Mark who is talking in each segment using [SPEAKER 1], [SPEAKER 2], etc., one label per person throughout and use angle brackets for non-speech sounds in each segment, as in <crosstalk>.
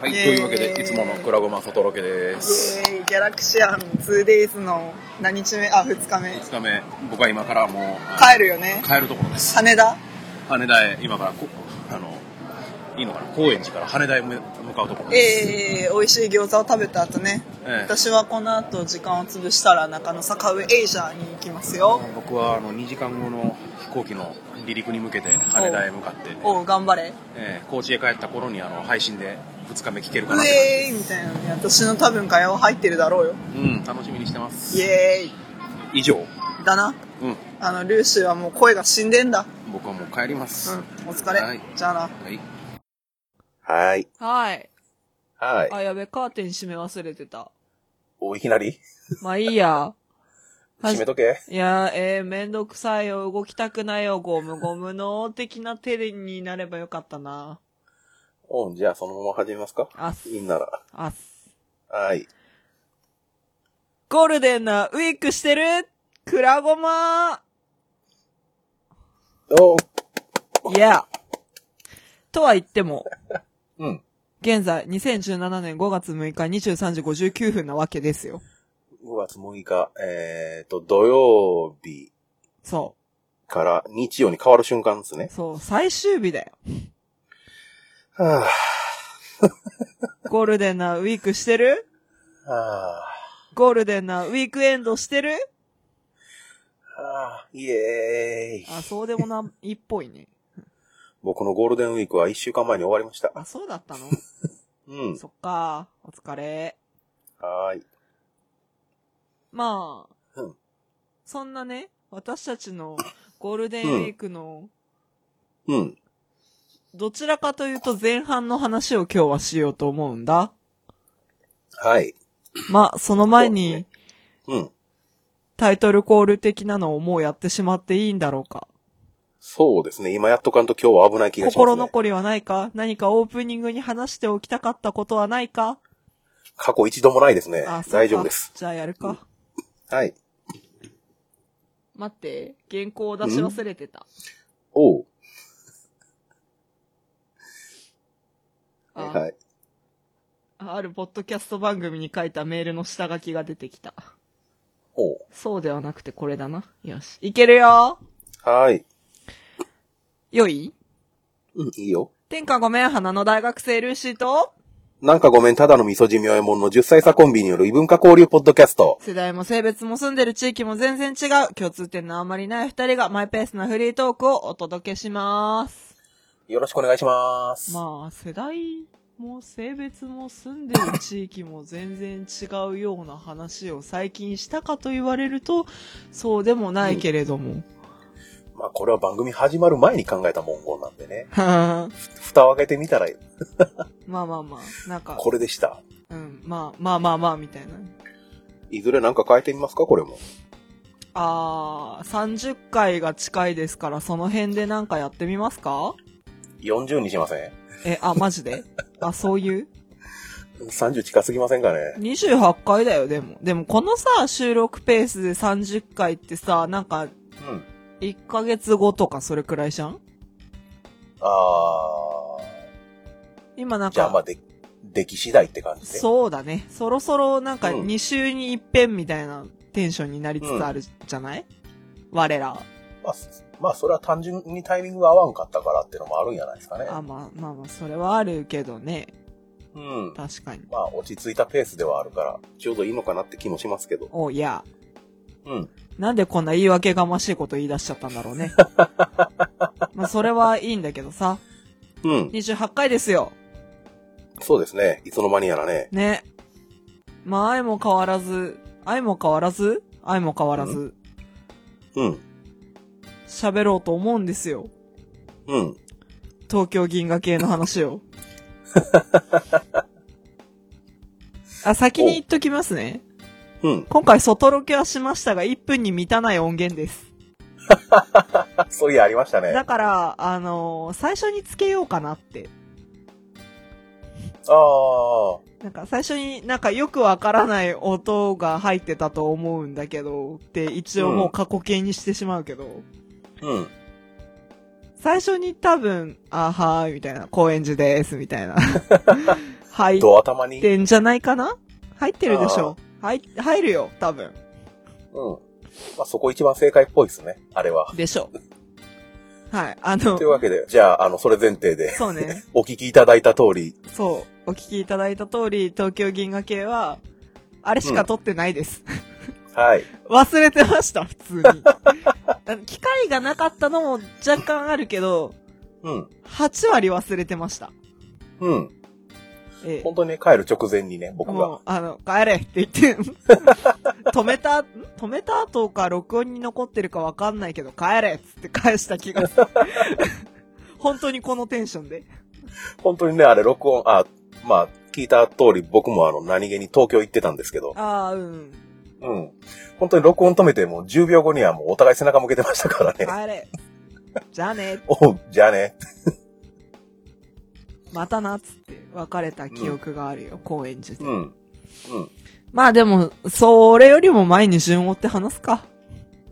[SPEAKER 1] はい、
[SPEAKER 2] イ
[SPEAKER 1] と
[SPEAKER 2] エーイ
[SPEAKER 1] いうわけで、いつものクラゴマ外ロケです。
[SPEAKER 2] イエーイギャラクシアン 2days の何日目あ2日目
[SPEAKER 1] 5日目、僕は今からもう、
[SPEAKER 2] 帰るよね
[SPEAKER 1] 帰るところです。
[SPEAKER 2] 羽田
[SPEAKER 1] 羽田へ、今からこ、あの、いいのかな、高円寺から羽田へ向かうところです。
[SPEAKER 2] えー、美味しい餃子を食べた後ね、
[SPEAKER 1] ええ
[SPEAKER 2] 私はこの後時間を潰したら中野坂上エイジャーに行きますよ、
[SPEAKER 1] 僕はあの2時間後の飛行機の離陸に向けて羽田へ向かって、
[SPEAKER 2] おう頑張れ
[SPEAKER 1] えー高知へ帰った頃にあの配信で2日目聞けるかな
[SPEAKER 2] ウ
[SPEAKER 1] って
[SPEAKER 2] エーイみたいなのに私の多分会話入ってるだろうよ
[SPEAKER 1] 感じ、うん、楽しみにしてます。
[SPEAKER 2] イエーイ
[SPEAKER 1] 以上、
[SPEAKER 2] だな
[SPEAKER 1] うん、
[SPEAKER 2] あのルーシーはもう声が死んでんだ
[SPEAKER 1] 僕はもう帰ります。
[SPEAKER 2] うんお疲れ、
[SPEAKER 1] はい
[SPEAKER 2] じゃあな
[SPEAKER 1] はい
[SPEAKER 3] はーい。
[SPEAKER 4] はい。
[SPEAKER 3] はーい。
[SPEAKER 4] あ、やべ、カーテン閉め忘れてた。
[SPEAKER 3] お、いきなり
[SPEAKER 4] まあいいや。は
[SPEAKER 3] 閉
[SPEAKER 4] じ
[SPEAKER 3] めとけ。
[SPEAKER 4] いやー、えー、めんどくさいよ、動きたくないよ、ゴムゴムの、的な手でになればよかったな。
[SPEAKER 3] うん、じゃあそのまま始めますか。
[SPEAKER 4] あっす
[SPEAKER 3] いいんなら。
[SPEAKER 4] あっす。
[SPEAKER 3] はーい。
[SPEAKER 4] ゴールデンなウィークしてるクラゴマ
[SPEAKER 3] お
[SPEAKER 4] ーいや。とは言っても、
[SPEAKER 3] うん。
[SPEAKER 4] 現在、2017年5月6日23時59分なわけですよ。
[SPEAKER 3] 5月6日、えーと、土曜日
[SPEAKER 4] そ
[SPEAKER 3] から日曜に変わる瞬間ですね
[SPEAKER 4] う。。そう、最終日だよ。
[SPEAKER 3] は
[SPEAKER 4] ゴールデンなウィークしてる
[SPEAKER 3] ぁ、は
[SPEAKER 4] ゴールデンなウィークエンドしてる
[SPEAKER 3] ぁ、はぁ、イエーイ。
[SPEAKER 4] あ、そうでもないっぽいね。
[SPEAKER 3] 僕のゴールデンウィークは1週間前に終わりました。
[SPEAKER 4] あ、そうだったの
[SPEAKER 3] うん。
[SPEAKER 4] そっか。お疲れ。
[SPEAKER 3] はーい。
[SPEAKER 4] まあ、
[SPEAKER 3] うん
[SPEAKER 4] そんなね、私たち
[SPEAKER 3] <laughs>
[SPEAKER 4] のゴールデンウィークの、
[SPEAKER 3] うん。
[SPEAKER 4] どちらかというと前半の話を今日はしようと思うんだ。
[SPEAKER 3] はい。
[SPEAKER 4] まあ、その前に
[SPEAKER 3] うん。
[SPEAKER 4] タイトルコール的なのをもうやってしまっていいんだろうか。
[SPEAKER 3] そうですね。今やっとかんと今日は危ない気がします、ね。
[SPEAKER 4] 心残りはないか何かオープニングに話しておきたかったことはないか
[SPEAKER 3] 過去一度もないですね
[SPEAKER 4] あ、そ。うか
[SPEAKER 3] 大丈夫です。。
[SPEAKER 4] じゃあやるか。
[SPEAKER 3] はい。
[SPEAKER 4] 待って、原稿を出し忘れてた。
[SPEAKER 3] おう。
[SPEAKER 4] あ
[SPEAKER 3] はい。
[SPEAKER 4] あるポッドキャスト番組に書いたメールの下書きが出てきた。
[SPEAKER 3] おう。
[SPEAKER 4] そうではなくてこれだな。よし。いけるよ
[SPEAKER 3] はーい。
[SPEAKER 4] よい
[SPEAKER 3] うん、いいよ。
[SPEAKER 4] 天下ごめん、花の大学生ルーシーと、
[SPEAKER 3] なんかごめん、ただの味噌じみおえもんの10歳差コンビによる異文化交流ポッドキャスト。
[SPEAKER 4] 世代も性別も住んでる地域も全然違う、共通点のあまりない二人がマイペースなフリートークをお届けします。
[SPEAKER 3] よろしくお願いします。
[SPEAKER 4] まあ、世代も性別も住んでる地域も全然違うような話を最近したかと言われると、そうでもないけれども。
[SPEAKER 3] まあ、これは番組始まる前に考えた文言なんでね。
[SPEAKER 4] <laughs> ま
[SPEAKER 3] 蓋を開けてみたら、
[SPEAKER 4] あまあまあ、なんか。
[SPEAKER 3] これでした。
[SPEAKER 4] うん、まあ、まあまあまあ、みたいな。
[SPEAKER 3] いずれなんか変えてみますか、これも。
[SPEAKER 4] あー、30回が近いですから、その辺でなんかやってみますか
[SPEAKER 3] 40にしません
[SPEAKER 4] え、あ、マジであ、そういう
[SPEAKER 3] ?30 近すぎませんかね。
[SPEAKER 4] ?28 回だよ、でも。でも、このさ、収録ペースで30回ってさ、なんか、
[SPEAKER 3] うん。
[SPEAKER 4] 1ヶ月後とかそれくらいじゃん
[SPEAKER 3] あ
[SPEAKER 4] 今なん
[SPEAKER 3] ー。じゃあ、まあ、
[SPEAKER 4] か、
[SPEAKER 3] で、出来次第って感じで。
[SPEAKER 4] そうだね。そろそろなんか
[SPEAKER 3] うん
[SPEAKER 4] 2週に一遍みたいなテンションになりつつあるじゃない、我ら。
[SPEAKER 3] まあ、すまあ、それは単純にタイミングが合わんかったからってのもあるんじゃないですかね。
[SPEAKER 4] あ、まあまあまあ、それはあるけどね。
[SPEAKER 3] うん。
[SPEAKER 4] 確かに。
[SPEAKER 3] まあ、落ち着いたペースではあるから、ちょうどいいのかなって気もしますけど。
[SPEAKER 4] おいや。
[SPEAKER 3] うん。
[SPEAKER 4] なんでこんな言い訳がましいこと言い出しちゃったんだろうね。まあ、それはいいんだけどさ。
[SPEAKER 3] うん。
[SPEAKER 4] 28回ですよ。
[SPEAKER 3] そうですね。いつの間にやらね。
[SPEAKER 4] ね。まあ、愛も変わらず、愛も変わらず、愛も変わらず、
[SPEAKER 3] うん。
[SPEAKER 4] 喋ろうと思うんですよ。
[SPEAKER 3] うん。
[SPEAKER 4] 東京銀河系の話を。あ、先に言っときますね。
[SPEAKER 3] うん。
[SPEAKER 4] 今回外ロケはしましたが、1分に満たない音源です。
[SPEAKER 3] あ、そういや、ありましたね。
[SPEAKER 4] だから、あのー最初につけようかなって。
[SPEAKER 3] ああ。
[SPEAKER 4] なんか最初になんかよくわからない音が入ってたと思うんだけど、って一応もう過去形にしてしまうけど、
[SPEAKER 3] うん。
[SPEAKER 4] 最初に多分、あはーみたいな、高円寺です、みたいな。入っ
[SPEAKER 3] ド頭に。
[SPEAKER 4] てんじゃないかな入ってるでしょ。入、入るよ、多分。
[SPEAKER 3] うん。まあ、そこ一番正解っぽいですね。あれは。
[SPEAKER 4] でしょ。はい。あの
[SPEAKER 3] とい、うわけで、じゃあ、あの、それ前提で、
[SPEAKER 4] そうね。
[SPEAKER 3] <laughs> お聞きいただいた通り、
[SPEAKER 4] そう。お聞きいただいた通り、東京銀河系は、あれしか撮ってないです。
[SPEAKER 3] はい。
[SPEAKER 4] 忘れてました、
[SPEAKER 3] <laughs>
[SPEAKER 4] 普通に。あの機会がなかったのも若干あるけど、
[SPEAKER 3] うん。
[SPEAKER 4] 8割忘れてました。
[SPEAKER 3] うん。
[SPEAKER 4] ええ
[SPEAKER 3] 本当にね、帰る直前にね、僕
[SPEAKER 4] も
[SPEAKER 3] が
[SPEAKER 4] う、。あの、帰れって言って、 <laughs> 止めた、ん止めた後か録音に残ってるかわかんないけど、帰れっつって返した気がする。 <laughs> 本当にこのテンションで。
[SPEAKER 3] 本当にね、あれ、録音、あ、まあ、聞いた通り、僕もあの、何気に東京行ってたんですけど、
[SPEAKER 4] ああ、うん。
[SPEAKER 3] うん。本当に録音止めて、もう10秒後にはもうお互い背中向けてましたからね。
[SPEAKER 4] 帰れ。じゃあね、
[SPEAKER 3] <laughs> おうじゃあね。
[SPEAKER 4] またなっつって別れた記憶があるよ、高円寺で。
[SPEAKER 3] うん。
[SPEAKER 4] まあでも、それよりも前に順を追って話すか。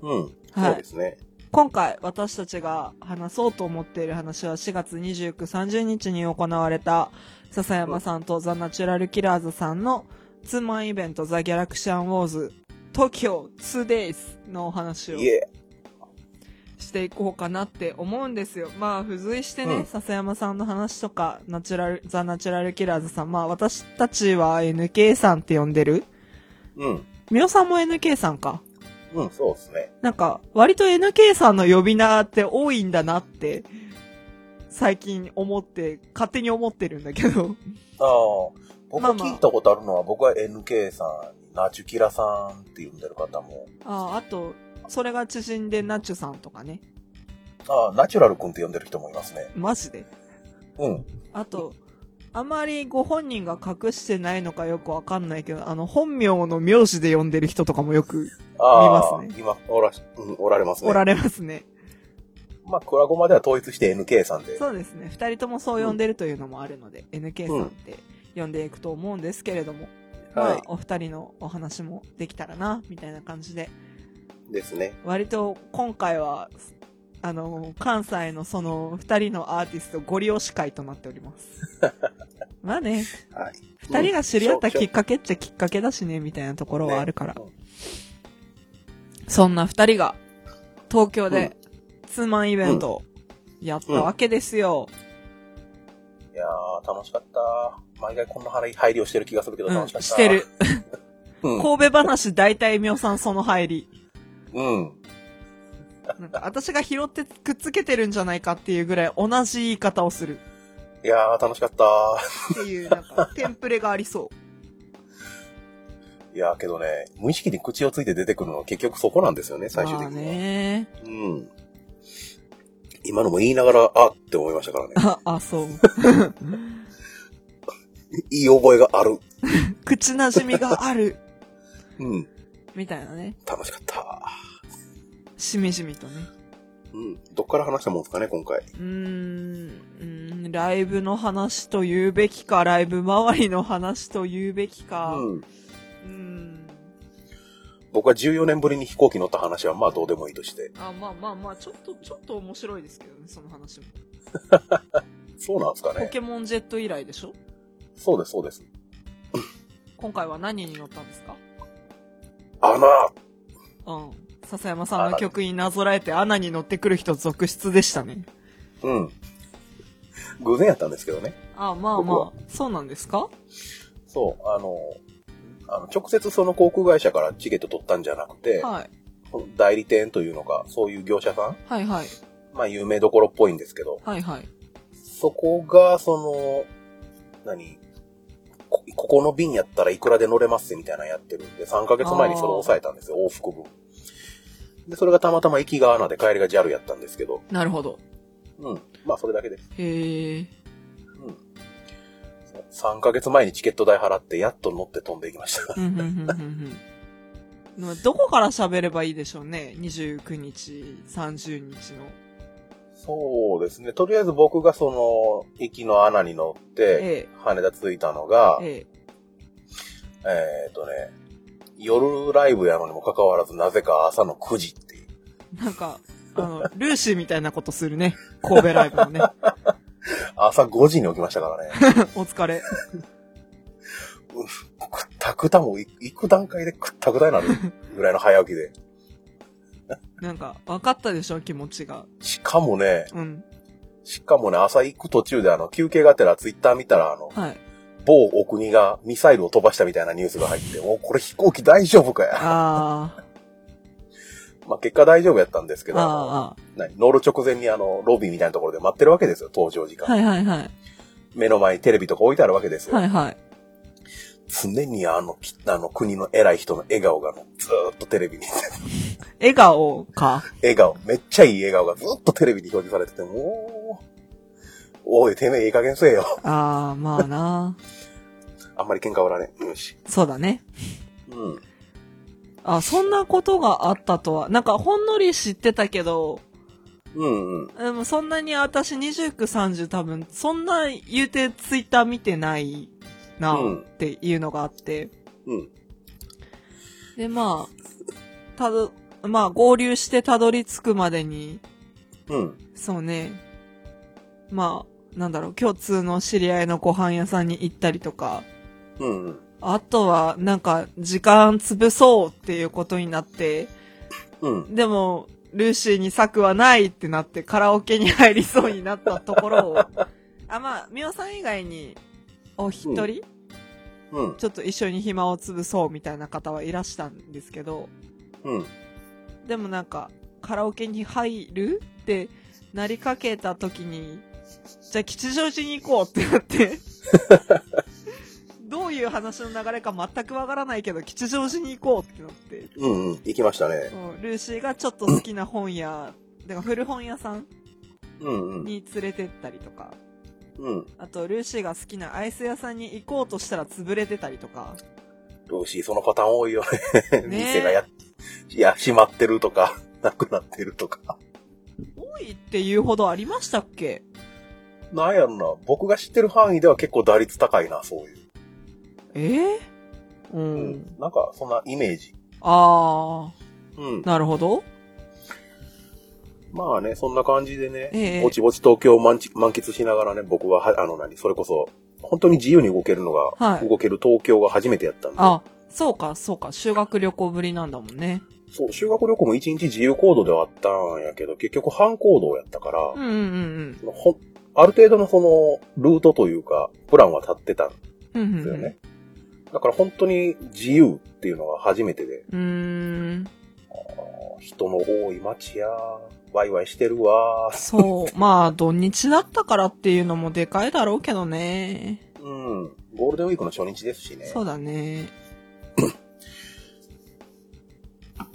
[SPEAKER 3] うん。
[SPEAKER 4] はい
[SPEAKER 3] そうですね。
[SPEAKER 4] 今回私たちが話そうと思っている話は4月29、30日に行われた笹山さんとザ・ナチュラル・キラーズさんのツーマンイベントザ・ギャラクシアン・ウォーズ TOKYO2DAYS のお話を
[SPEAKER 3] いえ。
[SPEAKER 4] していこうかなって思うんですよ。まあ付随してね、
[SPEAKER 3] うん
[SPEAKER 4] 笹山さんの話とかナチュラルザ・ナチュラル・キラーズさん、まあ私たちは NK さんって呼んでる
[SPEAKER 3] うん。
[SPEAKER 4] みおさんも NK さんか。
[SPEAKER 3] うん、そうですね。
[SPEAKER 4] なんか、割と NK さんの呼び名って多いんだなって、最近思って、勝手に思ってるんだけど。
[SPEAKER 3] ああ、僕
[SPEAKER 4] まあ
[SPEAKER 3] が
[SPEAKER 4] まあ
[SPEAKER 3] 聞いたことあるのは、僕は NK さん、ナチュキラさんって呼んでる方も、
[SPEAKER 4] ああ、あと、それが縮んでナチュさんとかね。
[SPEAKER 3] ああ、ナチュラル君って呼んでる人もいますね。
[SPEAKER 4] マジで。
[SPEAKER 3] うん。
[SPEAKER 4] あと、あまりご本人が隠してないのかよくわかんないけど、あの、本名の名字で呼んでる人とかもよく
[SPEAKER 3] ああ、
[SPEAKER 4] 見ます
[SPEAKER 3] 今、おら、うん、おられますね。
[SPEAKER 4] おられますね。
[SPEAKER 3] まあ、クラゴマでは統一して NK さんで。
[SPEAKER 4] そうですね。二人ともそう呼んでるというのもあるので、NK さんって呼んでいくと思うんですけれども、ま
[SPEAKER 3] は
[SPEAKER 4] あ、お二人のお話もできたらな、みたいな感じで。
[SPEAKER 3] い。ですね。
[SPEAKER 4] 割と今回はあの関西のその2人のアーティストご利用し会となっております
[SPEAKER 3] <laughs>
[SPEAKER 4] まあね
[SPEAKER 3] はい。
[SPEAKER 4] 2人が知り合った
[SPEAKER 3] うん
[SPEAKER 4] きっかけっちゃきっかけだしねみたいなところはあるから、
[SPEAKER 3] ね
[SPEAKER 4] そんな2人が東京でツーマンイベントをやったわけですよ、
[SPEAKER 3] うんいやー、楽しかった。毎回こんな配配慮してる気がするけど
[SPEAKER 4] うん
[SPEAKER 3] 楽しかった。
[SPEAKER 4] してる。
[SPEAKER 3] <laughs> うん。
[SPEAKER 4] 神戸話大体みおさんその入り
[SPEAKER 3] うん。
[SPEAKER 4] なんか私が拾ってくっつけてるんじゃないかっていうぐらい同じ言い方をする
[SPEAKER 3] いやー、楽しかった。
[SPEAKER 4] っていうなん
[SPEAKER 3] <laughs>
[SPEAKER 4] かテンプレがありそう
[SPEAKER 3] いやー、けどね、無意識に口をついて出てくるのは結局そこなんですよね、最終的
[SPEAKER 4] まあ
[SPEAKER 3] には。
[SPEAKER 4] ね
[SPEAKER 3] うん。今のも言いながら、あって思いましたからね。
[SPEAKER 4] あ、あ、そう。
[SPEAKER 3] いい覚えがある。
[SPEAKER 4] 口なじみがある。
[SPEAKER 3] うん。
[SPEAKER 4] みたいなね。
[SPEAKER 3] 楽しかった。
[SPEAKER 4] しみじみとね。
[SPEAKER 3] うん。どっから話したもんですかね、今回。
[SPEAKER 4] うーん、うーんライブの話と言うべきか、ライブ周りの話と言うべきか。う
[SPEAKER 3] うん。
[SPEAKER 4] ーん。
[SPEAKER 3] 僕は14年ぶりに飛行機乗った話は、まあどうでもいいとして。
[SPEAKER 4] あ、まあまあまあ、ちょっと、ちょっと面白いですけどね、その話も。
[SPEAKER 3] そうなんですか
[SPEAKER 4] ポ
[SPEAKER 3] ね。
[SPEAKER 4] ケモンジェット以来でしょ
[SPEAKER 3] そうです、そうです。
[SPEAKER 4] 今回は何に乗ったんですか
[SPEAKER 3] あな
[SPEAKER 4] うん。笹山さんの曲になぞらえて、アナに乗ってくる人続出でしたね。
[SPEAKER 3] うん。偶然やったんですけどね。
[SPEAKER 4] あ、まあまあ、そうなんですか
[SPEAKER 3] そう、あの、あの直接その航空会社からチケット取ったんじゃなくて、
[SPEAKER 4] はい。
[SPEAKER 3] 代理店というのか、そういう業者さん、
[SPEAKER 4] はいはい。
[SPEAKER 3] まあ有名どころっぽいんですけど、
[SPEAKER 4] はいはい。
[SPEAKER 3] そこが、その、何こ、ここの便やったらいくらで乗れますみたいなのやってるんで、3ヶ月前にそれを抑えたんですよ、往復分。で、それがたまたま行きがアナで帰りが JAL やったんですけど、
[SPEAKER 4] なるほど。
[SPEAKER 3] うん。まあそれだけです。
[SPEAKER 4] へえ。
[SPEAKER 3] うん。そう3ヶ月前にチケット代払って、やっと乗って飛んでいきま
[SPEAKER 4] <laughs>
[SPEAKER 3] した。
[SPEAKER 4] うんうんうんうんうんまあどこから喋ればいいでしょうね。29日、30日の。
[SPEAKER 3] そうですね。とりあえず僕がその、行きのアナに乗って、
[SPEAKER 4] え
[SPEAKER 3] 羽田着いたのが
[SPEAKER 4] え、、え
[SPEAKER 3] えーっとね、夜ライブやのにもかかわらず、なぜか朝の9時っていう。
[SPEAKER 4] え。なんか、あの、ルーシーみたいなことするね。神戸ライブのね。 <laughs>
[SPEAKER 3] 朝5時に起きましたからね。
[SPEAKER 4] お疲れ。
[SPEAKER 3] くったくたもい行く段階でくったくたになる
[SPEAKER 4] <laughs>
[SPEAKER 3] ぐらいの早起きで。
[SPEAKER 4] なんか、分かったでしょ、気持ちが。
[SPEAKER 3] しかもね、
[SPEAKER 4] うん。
[SPEAKER 3] しかもね、朝行く途中であの、休憩がてらツイッター見たら、あの、
[SPEAKER 4] はい。
[SPEAKER 3] 某お国がミサイルを飛ばしたみたいなニュースが入って、もうこれ飛行機大丈夫かや。 <laughs>
[SPEAKER 4] あ
[SPEAKER 3] まあ結果大丈夫やったんですけ
[SPEAKER 4] ーあー。
[SPEAKER 3] ど、あの
[SPEAKER 4] あ
[SPEAKER 3] 何乗る直前にあの、ロビーみたいなところで待ってるわけですよ、搭乗時
[SPEAKER 4] あ。
[SPEAKER 3] 間。
[SPEAKER 4] はいはいはい。
[SPEAKER 3] 目の前にテレビとか置いてあるわけですよ。
[SPEAKER 4] はいはい。
[SPEAKER 3] 常にあの、きあの国の偉い人の笑顔がのずーっとテレビに、
[SPEAKER 4] 笑顔か。
[SPEAKER 3] 笑顔、めっちゃいい笑顔がずーっとテレビに表示されてて、もう、おい、てめえいい加減せえよ。
[SPEAKER 4] ああ、まあな。
[SPEAKER 3] あんまり喧嘩売らねえ。うんし。
[SPEAKER 4] そうだね。
[SPEAKER 3] うん。
[SPEAKER 4] あ、そんなことがあったとは。なんか、ほんのり知ってたけど、
[SPEAKER 3] うんうん。
[SPEAKER 4] でもそんなに私29、30多分、そんな言うてツイッター見てないな
[SPEAKER 3] うん
[SPEAKER 4] っていうのがあって。
[SPEAKER 3] うん。
[SPEAKER 4] で、まあ、たど、まあ合流してたどり着くまでに、
[SPEAKER 3] うん。
[SPEAKER 4] そうね、まあ、なんだろう、共通の知り合いのご飯屋さんに行ったりとか、
[SPEAKER 3] うんうん。
[SPEAKER 4] あとはなんか時間潰そうっていうことになって、
[SPEAKER 3] うん。
[SPEAKER 4] でも、ルーシーに策はないってなってカラオケに入りそうになったところ
[SPEAKER 3] <laughs>
[SPEAKER 4] を、あ、まあ、ミオさん以外に、お一人、
[SPEAKER 3] うんうん。
[SPEAKER 4] ちょっと一緒に暇を潰そうみたいな方はいらしたんですけど、
[SPEAKER 3] うん。
[SPEAKER 4] でもなんか、カラオケに入るってなりかけた時に、じゃあ吉祥寺に行こうってな
[SPEAKER 3] <laughs>
[SPEAKER 4] って、どういう話の流れか全くわからないけど、吉祥寺に行こうってなって、
[SPEAKER 3] うんうん。行きましたね。
[SPEAKER 4] そうルーシーがちょっと好きな本屋、だから古本屋さん
[SPEAKER 3] うんうん。
[SPEAKER 4] に連れてったりとか、
[SPEAKER 3] うん。
[SPEAKER 4] あとルーシーが好きなアイス屋さんに行こうとしたら潰れてたりとか、
[SPEAKER 3] どうし、そのパターン多いよね。
[SPEAKER 4] ね
[SPEAKER 3] 店がや、いや、閉まってるとか、なくなってるとか。
[SPEAKER 4] 多いっていうほどありましたっけ
[SPEAKER 3] なんやろな、僕が知ってる範囲では結構打率高いな、そういう。
[SPEAKER 4] えー、う。。
[SPEAKER 3] うんなんか、そんなイメージ。
[SPEAKER 4] あ
[SPEAKER 3] うん
[SPEAKER 4] ー、。なるほど。
[SPEAKER 3] まあね、そんな感じでね、
[SPEAKER 4] ええ
[SPEAKER 3] ぼちぼち東京を満ち満喫しながらね、僕はは、あの何、それこそ、本当に自由に動けるのが、
[SPEAKER 4] はい
[SPEAKER 3] 動ける東京が初めてやったんで、
[SPEAKER 4] あ、そうか、そうか、修学旅行ぶりなんだもんね。
[SPEAKER 3] そう、修学旅行も一日自由行動ではあったんやけど、結局半行動やったから、
[SPEAKER 4] うんうんうん
[SPEAKER 3] そのほんある程度のその、ルートというか、プランは立ってたん
[SPEAKER 4] うん。うん
[SPEAKER 3] です
[SPEAKER 4] う
[SPEAKER 3] よ
[SPEAKER 4] んうん
[SPEAKER 3] ね。だから本当に自由っていうのが初めてで、
[SPEAKER 4] うーん。
[SPEAKER 3] 人の多い街や、ワイワイしてるわ、
[SPEAKER 4] そう。まあ、土日だったからっていうのもでかいだろうけどね。
[SPEAKER 3] うん、ゴールデンウィークの初日ですしね。
[SPEAKER 4] そう
[SPEAKER 3] <laughs>
[SPEAKER 4] だね。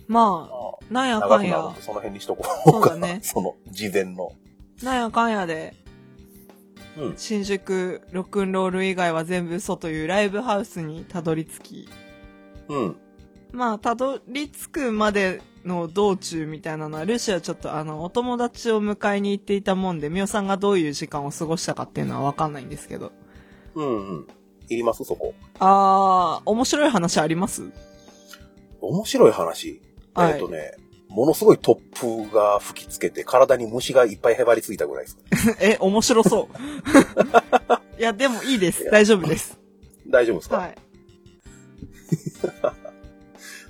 [SPEAKER 4] ま
[SPEAKER 3] まあ
[SPEAKER 4] あ、なんやか
[SPEAKER 3] 長く
[SPEAKER 4] ん
[SPEAKER 3] なる
[SPEAKER 4] や
[SPEAKER 3] んで、、その辺にしとこうかな。
[SPEAKER 4] そう
[SPEAKER 3] <laughs> そ
[SPEAKER 4] だね
[SPEAKER 3] の、事前の。
[SPEAKER 4] なんやかんやで、
[SPEAKER 3] うん。
[SPEAKER 4] 新宿ロックンロール以外は全部嘘というライブハウスにたどり着き、
[SPEAKER 3] うん。
[SPEAKER 4] まあ、たどり着くまでの道中みたいなのは、ルーシーはちょっとあの、お友達を迎えに行っていたもんで、ミオさんがどういう時間を過ごしたかっていうのはわかんないんですけど。
[SPEAKER 3] うんうん。いりますそこ。
[SPEAKER 4] あー、面白い話あります <laughs>
[SPEAKER 3] 面白い話。
[SPEAKER 4] はい
[SPEAKER 3] えっ、とね、ものすごい突風が吹きつけて、体に虫がいっぱいへばりついたぐらいです。
[SPEAKER 4] え、面白そう。 <laughs> いや、でもいいです。大丈夫です。
[SPEAKER 3] 大丈夫ですか、
[SPEAKER 4] はい。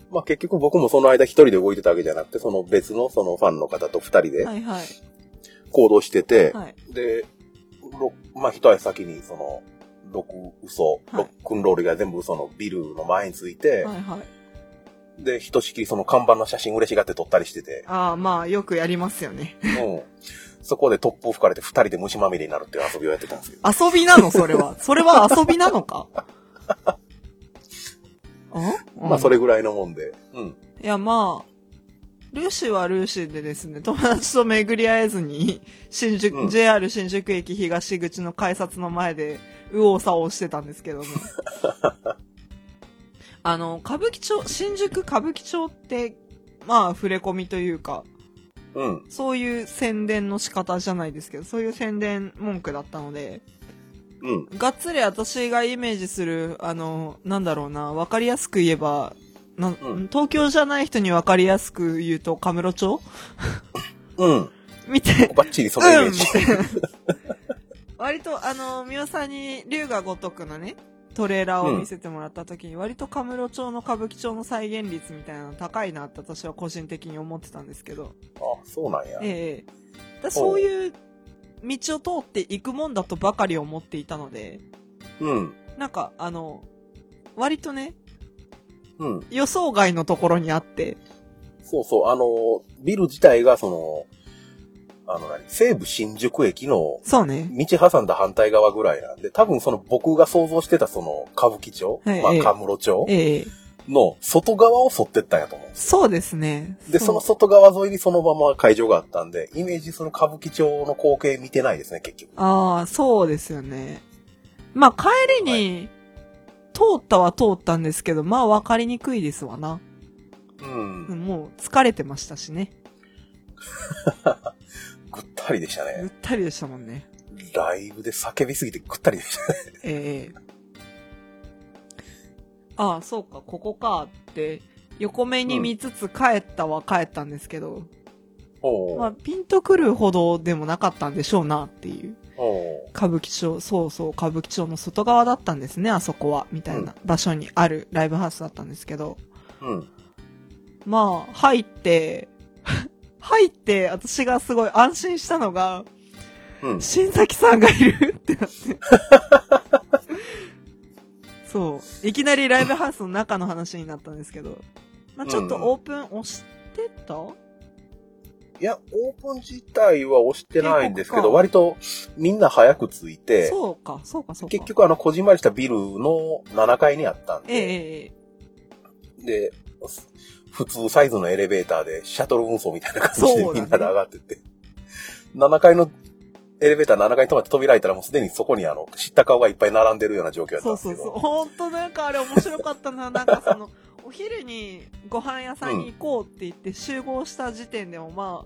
[SPEAKER 3] まあ結局僕もその間一人で動いてたわけじゃなくて、その別のそのファンの方と二人で
[SPEAKER 4] はいはい。
[SPEAKER 3] 行動してて、
[SPEAKER 4] はい。
[SPEAKER 3] で、ろまあ一足先にその、六嘘、
[SPEAKER 4] はい
[SPEAKER 3] ロックンロールが全部そのビルの前について、
[SPEAKER 4] はいはい。
[SPEAKER 3] で、ひとしきりその看板の写真嬉しがって撮ったりしてて、
[SPEAKER 4] あー、まあ、よくやりますよね。
[SPEAKER 3] うん。そこで突風吹かれて二人で虫まみれになるっていう遊びをやってたんですよ。
[SPEAKER 4] 遊びなのそ
[SPEAKER 3] <laughs>
[SPEAKER 4] れは。それは遊びなのかあ、
[SPEAKER 3] まあそれぐらいのもんで、うん。
[SPEAKER 4] いや、まあ、ルーシーはルーシーでですね、友達と巡り合えずに、新宿、
[SPEAKER 3] うん
[SPEAKER 4] JR 新宿駅東口の改札の前で、右往左往してたんで
[SPEAKER 3] <laughs>
[SPEAKER 4] すけども。あの、歌舞伎町、新宿歌舞伎町って、まあ、触れ込みというか、
[SPEAKER 3] うん。
[SPEAKER 4] そういう宣伝の仕方じゃないですけど、そういう宣伝文句だったので、
[SPEAKER 3] うん。
[SPEAKER 4] がっつり私がイメージする、あの、なんだろうな、わかりやすく言えば、な
[SPEAKER 3] うん
[SPEAKER 4] 東京じゃない人にわかりやすく言うと、カムロ町
[SPEAKER 3] うん。
[SPEAKER 4] 見て、
[SPEAKER 3] バッチリそのイメ
[SPEAKER 4] うん
[SPEAKER 3] ー
[SPEAKER 4] み
[SPEAKER 3] ジ。
[SPEAKER 4] たいな。割と、あの、ミオさんに、龍が如くのね、トレーラーを見せてもらった時に、割とカムロ町の歌舞伎町の再現率みたいなの高いなって私は個人的に思ってたんですけど、
[SPEAKER 3] あ、そうなんや。
[SPEAKER 4] ええだそういう道を通っていくもんだとばかり思っていたので、
[SPEAKER 3] うん。
[SPEAKER 4] なんか、あの、割とね、
[SPEAKER 3] うん。
[SPEAKER 4] 予想外のところにあって、
[SPEAKER 3] そうそう。あの、ビル自体が、その、あの何、西武新宿駅の
[SPEAKER 4] そうね。
[SPEAKER 3] 道挟んだ反対側ぐらいなんで、多分その僕が想像してたその歌舞伎町、
[SPEAKER 4] はい
[SPEAKER 3] まあ
[SPEAKER 4] ええ
[SPEAKER 3] 神室町
[SPEAKER 4] ええ
[SPEAKER 3] の外側を沿ってったんやと思うんです。
[SPEAKER 4] そうですね。
[SPEAKER 3] で、
[SPEAKER 4] う
[SPEAKER 3] その外側沿いにそのまま会場があったんで、イメージその歌舞伎町の光景見てないですね、結局。
[SPEAKER 4] ああ、そうですよね。まあ、帰りに、通ったは通ったんですけど、まあ、分かりにくいですわな。
[SPEAKER 3] うん。
[SPEAKER 4] もう、疲れてましたしね。
[SPEAKER 3] ぐったりでした
[SPEAKER 4] ぐ
[SPEAKER 3] ね
[SPEAKER 4] っ。たりでしたもんね。
[SPEAKER 3] ライブで叫びすぎてぐったりでしたね。
[SPEAKER 4] ええああ、そうか、ここかって、横目に見つつ帰ったは帰ったんですけど、
[SPEAKER 3] おう
[SPEAKER 4] まあ、ピンとくるほどでもなかったんでしょうなっていう。
[SPEAKER 3] おう
[SPEAKER 4] 歌舞伎町、そうそう、歌舞伎町の外側だったんですね、あそこは、みたいな場所にあるライブハウスだったんですけど、
[SPEAKER 3] うん。
[SPEAKER 4] まあ、入って、 <laughs> 入って、私がすごい安心したのが、
[SPEAKER 3] うん。
[SPEAKER 4] 新崎さんがいるってなって。 <laughs> そう。いきなりライブハウスの中の話になったんですけど、まあ、ちょっとオープン押してた、
[SPEAKER 3] いや、オープン自体は押してないんですけ
[SPEAKER 4] 警告
[SPEAKER 3] ど、
[SPEAKER 4] か
[SPEAKER 3] 割とみんな早く着いて、
[SPEAKER 4] そうか、そうか、そうか。
[SPEAKER 3] 結、局あの、こじんまりしたビルの7階にあったん
[SPEAKER 4] ええ
[SPEAKER 3] で、
[SPEAKER 4] ええ、
[SPEAKER 3] で、普通サイズのエレベーターでシャトル運送みたいな感じで
[SPEAKER 4] そうだね
[SPEAKER 3] みんなで上がってって、7階のエレベーター7階に止まって扉開いたらもうすでにそこにあの、知った顔がいっぱい並んでるような状況だったん
[SPEAKER 4] そう
[SPEAKER 3] ですけ
[SPEAKER 4] そう
[SPEAKER 3] ど。
[SPEAKER 4] そう。ほんとなんかあれ面白かったな。なんかその、お昼にご飯屋さんに行こうって言って集合した時点でもまあ、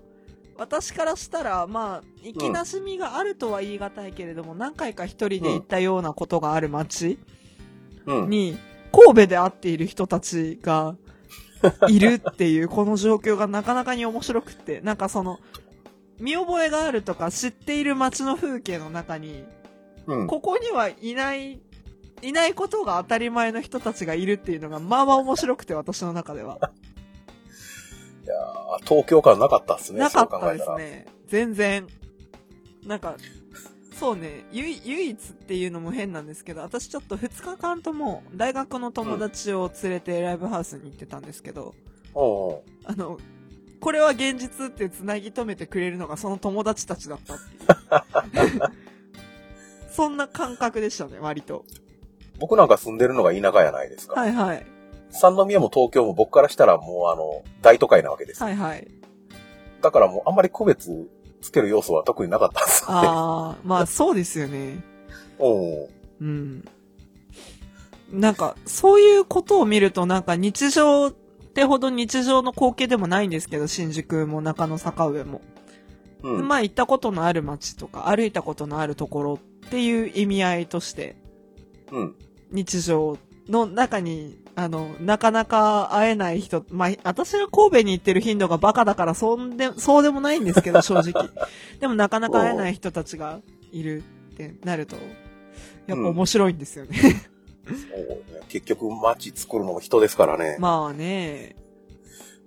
[SPEAKER 4] 私からしたら、まあ、行きなしみがあるとは言い難いけれども、何回か一人で行ったようなことがある街
[SPEAKER 3] うん。
[SPEAKER 4] に、神戸で会っている人たちが、いるっていう、この状況がなかなかに面白くって、なんかその、見覚えがあるとか知っている街の風景の中に、
[SPEAKER 3] うん。
[SPEAKER 4] ここにはいない、いないことが当たり前の人たちがいるっていうのが、まあまあ面白くて、私の中では。
[SPEAKER 3] いやー東京感なかったっす <laughs> ね、
[SPEAKER 4] なかった
[SPEAKER 3] そう考え
[SPEAKER 4] で
[SPEAKER 3] た
[SPEAKER 4] す
[SPEAKER 3] ら。
[SPEAKER 4] ね。全然。なんか、そうね、ゆい、唯一っていうのも変なんですけど、私ちょっと2日間とも、大学の友達を連れてライブハウスに行ってたんですけど、
[SPEAKER 3] おうおう
[SPEAKER 4] あの、これは現実ってつなぎ止めてくれるのがその友達たちだったっていう。
[SPEAKER 3] <laughs>
[SPEAKER 4] そんな感覚でしたね、割と。
[SPEAKER 3] 僕なんか住んでるのが田舎やないですか。
[SPEAKER 4] はいはい。
[SPEAKER 3] 三宮も東京も僕からしたらもうあの、大都会なわけです。
[SPEAKER 4] はいはい。
[SPEAKER 3] だからもうあんまり区別つける要素は特になかったんですよね。
[SPEAKER 4] <laughs> ああ、まあそうですよね。
[SPEAKER 3] おう
[SPEAKER 4] うん。なんか、そういうことを見るとなんか日常ってほど日常の光景でもないんですけど、新宿も中野坂上も。
[SPEAKER 3] うん。
[SPEAKER 4] まあ行ったことのある街とか、歩いたことのあるところっていう意味合いとして、
[SPEAKER 3] うん。
[SPEAKER 4] 日常の中に、あの、なかなか会えない人、まあ、私が神戸に行ってる頻度がバカだから、そんで、そうでもないんですけど、正
[SPEAKER 3] <laughs>
[SPEAKER 4] 直。でもなかなか会えない人たちがいるってなると、やっぱ面白いんですよね。
[SPEAKER 3] そうね結局街作るのも人ですからね。
[SPEAKER 4] <laughs> まあね、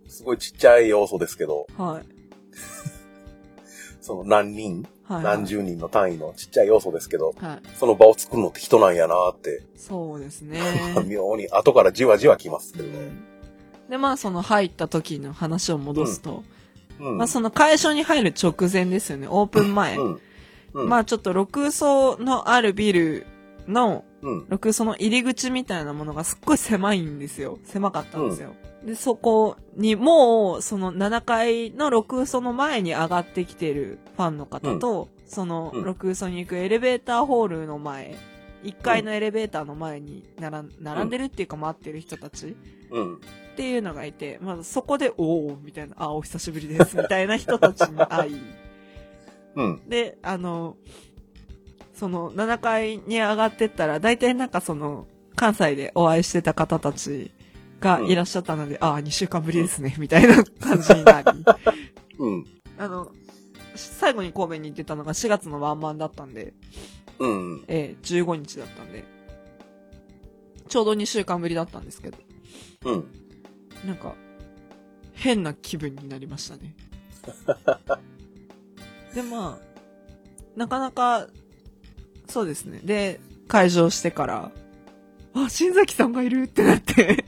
[SPEAKER 3] すごいちっちゃい要素ですけど、
[SPEAKER 4] はい。
[SPEAKER 3] その何人、
[SPEAKER 4] はい、
[SPEAKER 3] 何十人の単位のちっちゃい要素ですけど、
[SPEAKER 4] はい。
[SPEAKER 3] その場を作るのって人なんやなーって、
[SPEAKER 4] そうですね。
[SPEAKER 3] 妙に後からじわじわ来ますけ
[SPEAKER 4] う
[SPEAKER 3] どね。
[SPEAKER 4] んで、まあ、その入った時の話を戻すと、
[SPEAKER 3] うん。
[SPEAKER 4] まあ、その会場に入る直前ですよね、オープン前。
[SPEAKER 3] うん。うん。
[SPEAKER 4] まあ、ちょっと6層のあるビルの、
[SPEAKER 3] うん。
[SPEAKER 4] 僕その入り口みたいなものがすっごい狭いんですよ。狭かったんですよ。で、そこにもう、その7階の6層の前に上がってきてるファンの方と、その
[SPEAKER 3] うん
[SPEAKER 4] 6層に行くエレベーターホールの前、1階のエレベーターの前に並ん並んでるっていうか待ってる人たち
[SPEAKER 3] うん。
[SPEAKER 4] っていうのがいて、まあそこで、おおみたいな、あ、お久しぶりです、みたいな人たちに会い、
[SPEAKER 3] うん。
[SPEAKER 4] で、あの、その、7階に上がってったら、大体なんかその、関西でお会いしてた方たちがいらっしゃったので、ああ、2週間ぶりですね、みたいな感じになり、
[SPEAKER 3] うん。
[SPEAKER 4] あの、最後に神戸に行ってたのが4月のワンマンだったんで、
[SPEAKER 3] うん。
[SPEAKER 4] えー、15日だったんで、ちょうど2週間ぶりだったんですけど、
[SPEAKER 3] うん。
[SPEAKER 4] なんか、変な気分になりましたね。で、まあ、なかなか、そうですね。で、会場してから、あ、新崎さんがいるってなって、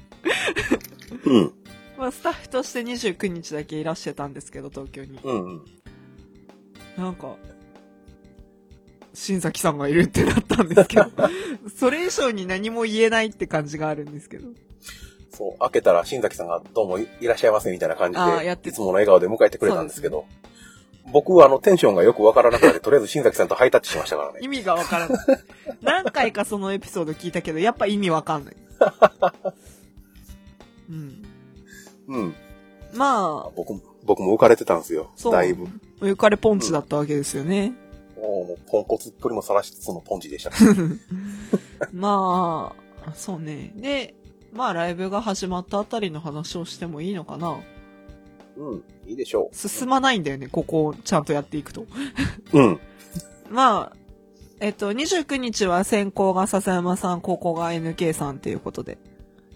[SPEAKER 4] <laughs>
[SPEAKER 3] うん。
[SPEAKER 4] まあ、スタッフとして29日だけいらしてたんですけど、東京に。
[SPEAKER 3] うんうん。
[SPEAKER 4] なんか、新崎さんがいるってなったんですけど、それ以上に何も言えないって感じがあるんですけど。
[SPEAKER 3] そう、開けたら新崎さんがどうもいいらっしゃいませみたいな感じ
[SPEAKER 4] あーやって
[SPEAKER 3] で、いつもの笑顔で迎えてくれたんですけど、僕はあのテンションがよくわからなくて、とりあえず新崎さんとハイタッチしましたから
[SPEAKER 4] 意
[SPEAKER 3] ね。
[SPEAKER 4] 味がわからない。何回かそのエピソード聞いたけど、やっぱ意味わかんない。うん。
[SPEAKER 3] うん。
[SPEAKER 4] ま
[SPEAKER 3] 僕も、僕も浮かれてたんですよ。
[SPEAKER 4] そう
[SPEAKER 3] だいぶ。
[SPEAKER 4] あ、浮かれポンチだったわけですよね。
[SPEAKER 3] もうもうポンコツっぷりもさらしつつのポンチでした。 <laughs>
[SPEAKER 4] まあ、そうね。で、まあライブが始まったあたりの話をしてもいいのかな。
[SPEAKER 3] うん、いいでしょ
[SPEAKER 4] 進まないんだよね、ここをちゃんとやっていくと。
[SPEAKER 3] う。うん。
[SPEAKER 4] まあ、えっと、29日は先行が笹山さん、高校が NK さんっていうことで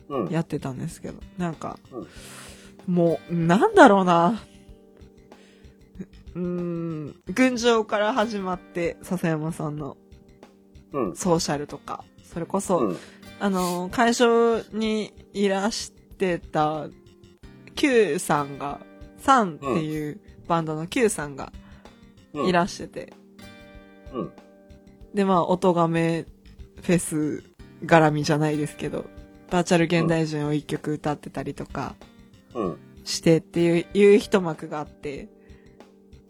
[SPEAKER 3] うん。
[SPEAKER 4] やってたんですけど、なんか、もう、なんだろうな。うーん、群青から始まって、笹山さんの
[SPEAKER 3] うん。
[SPEAKER 4] ソーシャルとか、それこそ、
[SPEAKER 3] うん。
[SPEAKER 4] あの、会場にいらしてた Q さんが、サンっていうバンドの Q さんが
[SPEAKER 3] うん
[SPEAKER 4] いらしてて。
[SPEAKER 3] うん
[SPEAKER 4] で、まあ、音がめフェス絡みじゃないですけど、バーチャル現代人を一曲歌ってたりとか
[SPEAKER 3] うん。
[SPEAKER 4] してっていう、いう一幕があって、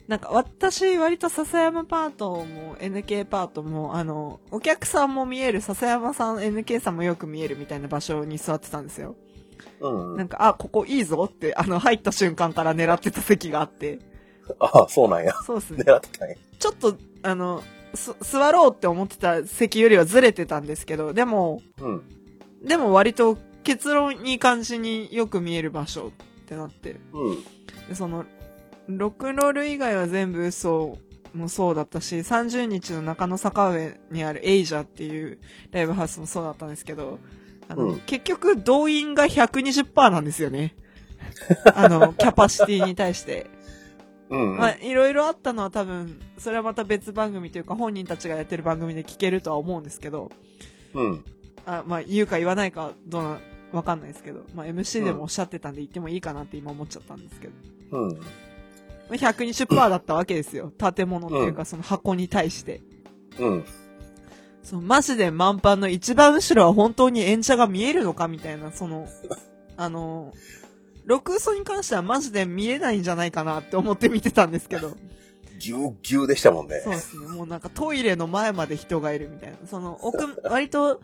[SPEAKER 4] なんか私割と笹山パートも NK パートも、あの、お客さんも見える、笹山さん NK さんもよく見えるみたいな場所に座ってたんですよ。
[SPEAKER 3] うん。う、
[SPEAKER 4] なんんか、あ、ここいいぞって、あの、入った瞬間から狙ってた席があって。
[SPEAKER 3] ああ、そうなんや。 <laughs>
[SPEAKER 4] そうですね。
[SPEAKER 3] 狙ってたんや。
[SPEAKER 4] ちょっと、あの、す座ろうって思ってた席よりはずれてたんですけど、でも、
[SPEAKER 3] うん。
[SPEAKER 4] でも割と結論いい感じによく見える場所ってなって。
[SPEAKER 3] うん。
[SPEAKER 4] でその、ロックンロール以外は全部嘘もそうだったし、30日の中野坂上にあるエイジャーっていうライブハウスもそうだったんですけど、あの、
[SPEAKER 3] うん
[SPEAKER 4] 結局動員が120%なんですよ
[SPEAKER 3] <laughs>
[SPEAKER 4] ね。あの、キャパシティに対して。
[SPEAKER 3] うん。
[SPEAKER 4] まあ、いろいろあったのは多分、それはまた別番組というか本人たちがやってる番組で聞けるとは思うんですけど、
[SPEAKER 3] うん。
[SPEAKER 4] あまあ、言うか言わないかどうな、わかんないですけど、まあ、MC でもおっしゃってたんで言ってもいいかなって今思っちゃったんですけど。
[SPEAKER 3] うん。
[SPEAKER 4] まあ120%だったわけですよ。建物っていう
[SPEAKER 3] う
[SPEAKER 4] かその箱に対して。
[SPEAKER 3] うん。
[SPEAKER 4] そのマジで満帆の一番後ろは本当に演者が見えるのかみたいな、その、あの、ロクウソに関してはマジで見えないんじゃないかなって思って見てたんですけど。
[SPEAKER 3] ぎゅうぎゅうでしたもんね
[SPEAKER 4] そう。ですね。もうなんかトイレの前まで人がいるみたいな。その、奥、割と、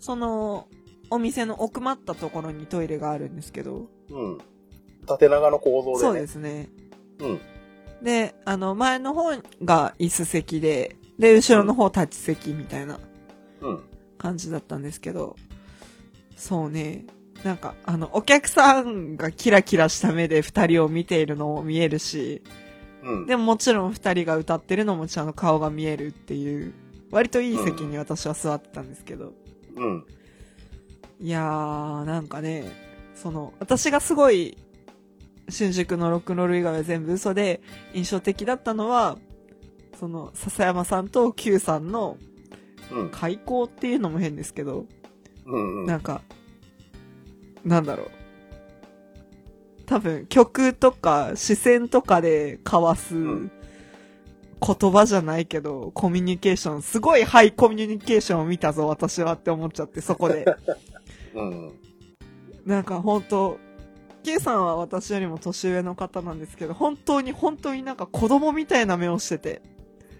[SPEAKER 4] その、お店の奥まったところにトイレがあるんですけど。
[SPEAKER 3] うん。縦長の構造
[SPEAKER 4] そ
[SPEAKER 3] で
[SPEAKER 4] う
[SPEAKER 3] ね。
[SPEAKER 4] ですね。
[SPEAKER 3] うん。
[SPEAKER 4] で、あの、前の方が椅子席で、で、後ろの方立ち席みたいな
[SPEAKER 3] うん。
[SPEAKER 4] 感じだったんですけど、そうね。なんか、あの、お客さんがキラキラした目で二人を見ているのも見えるし、
[SPEAKER 3] うん。
[SPEAKER 4] でももちろん二人が歌ってるのもちゃんと顔が見えるっていう、割といい席に私は座ってたんですけど、
[SPEAKER 3] うん。
[SPEAKER 4] いやー、なんかね、その、私がすごい、新宿のロックンロール以外は全部嘘で、印象的だったのは、その、笹山さんと Q さんの
[SPEAKER 3] うん。
[SPEAKER 4] 開口っていうのも変ですけど、
[SPEAKER 3] うん。うん
[SPEAKER 4] なんか、なんだろう。多分、曲とか視線とかで交わす
[SPEAKER 3] ん
[SPEAKER 4] 言葉じゃないけど、コミュニケーション、すごいハイコミュニケーションを見たぞ、私はって思っちゃって、そこで。
[SPEAKER 3] うん。
[SPEAKER 4] なんか本当 K さんは私よりも年上の方なんですけど、本当に本当になんか子供みたいな目をしてて、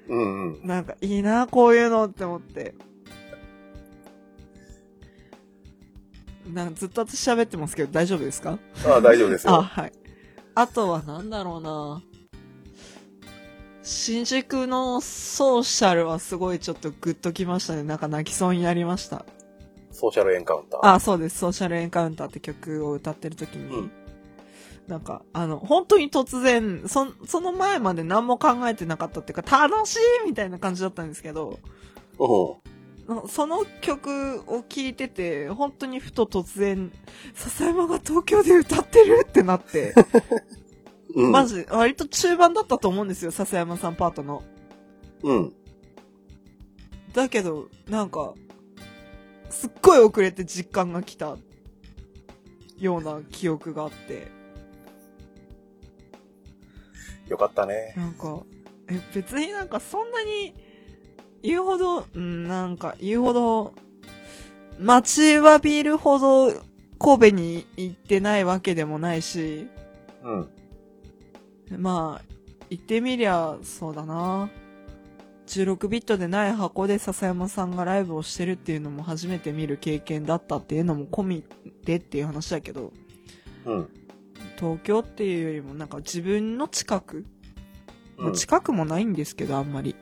[SPEAKER 3] うん。うん。
[SPEAKER 4] なんかいいな、こういうのって思って。なんかずっと私喋ってますけど、大丈夫ですか
[SPEAKER 3] ああ、大丈夫です
[SPEAKER 4] あ、
[SPEAKER 3] よ。
[SPEAKER 4] はい。あとはなんだろうな新宿のソーシャルはすごいちょっとグッときましたね。なんか泣きそうになりました。
[SPEAKER 3] ソーシャルエンカウンター。
[SPEAKER 4] あ、そうです。ソーシャルエンカウンターって曲を歌ってる時に、
[SPEAKER 3] うん
[SPEAKER 4] なんか、あの、本当に突然、そ、その前まで何も考えてなかったっていうか、楽しいみたいな感じだったんですけど、
[SPEAKER 3] う
[SPEAKER 4] なその曲を聴いてて、本当にふと突然、笹山が東京で歌ってるってなって、
[SPEAKER 3] うん。
[SPEAKER 4] マジ、割と中盤だったと思うんですよ、笹山さんパートの。
[SPEAKER 3] うん。
[SPEAKER 4] だけど、なんか、すっごい遅れて実感が来たような記憶があって、
[SPEAKER 3] よかったね。
[SPEAKER 4] なんか、え、別になんかそんなに言うほど、うん、なんか言うほど、待ちわびるほど神戸に行ってないわけでもないし、
[SPEAKER 3] うん。
[SPEAKER 4] まあ、行ってみりゃ、そうだな。16ビットでない箱で笹山さんがライブをしてるっていうのも初めて見る経験だったっていうのも込みでっていう話だけど、
[SPEAKER 3] うん。
[SPEAKER 4] 東京っていうよりもなんか自分の近く、
[SPEAKER 3] う
[SPEAKER 4] まあ
[SPEAKER 3] ん、
[SPEAKER 4] 近くもないんですけどあんまり、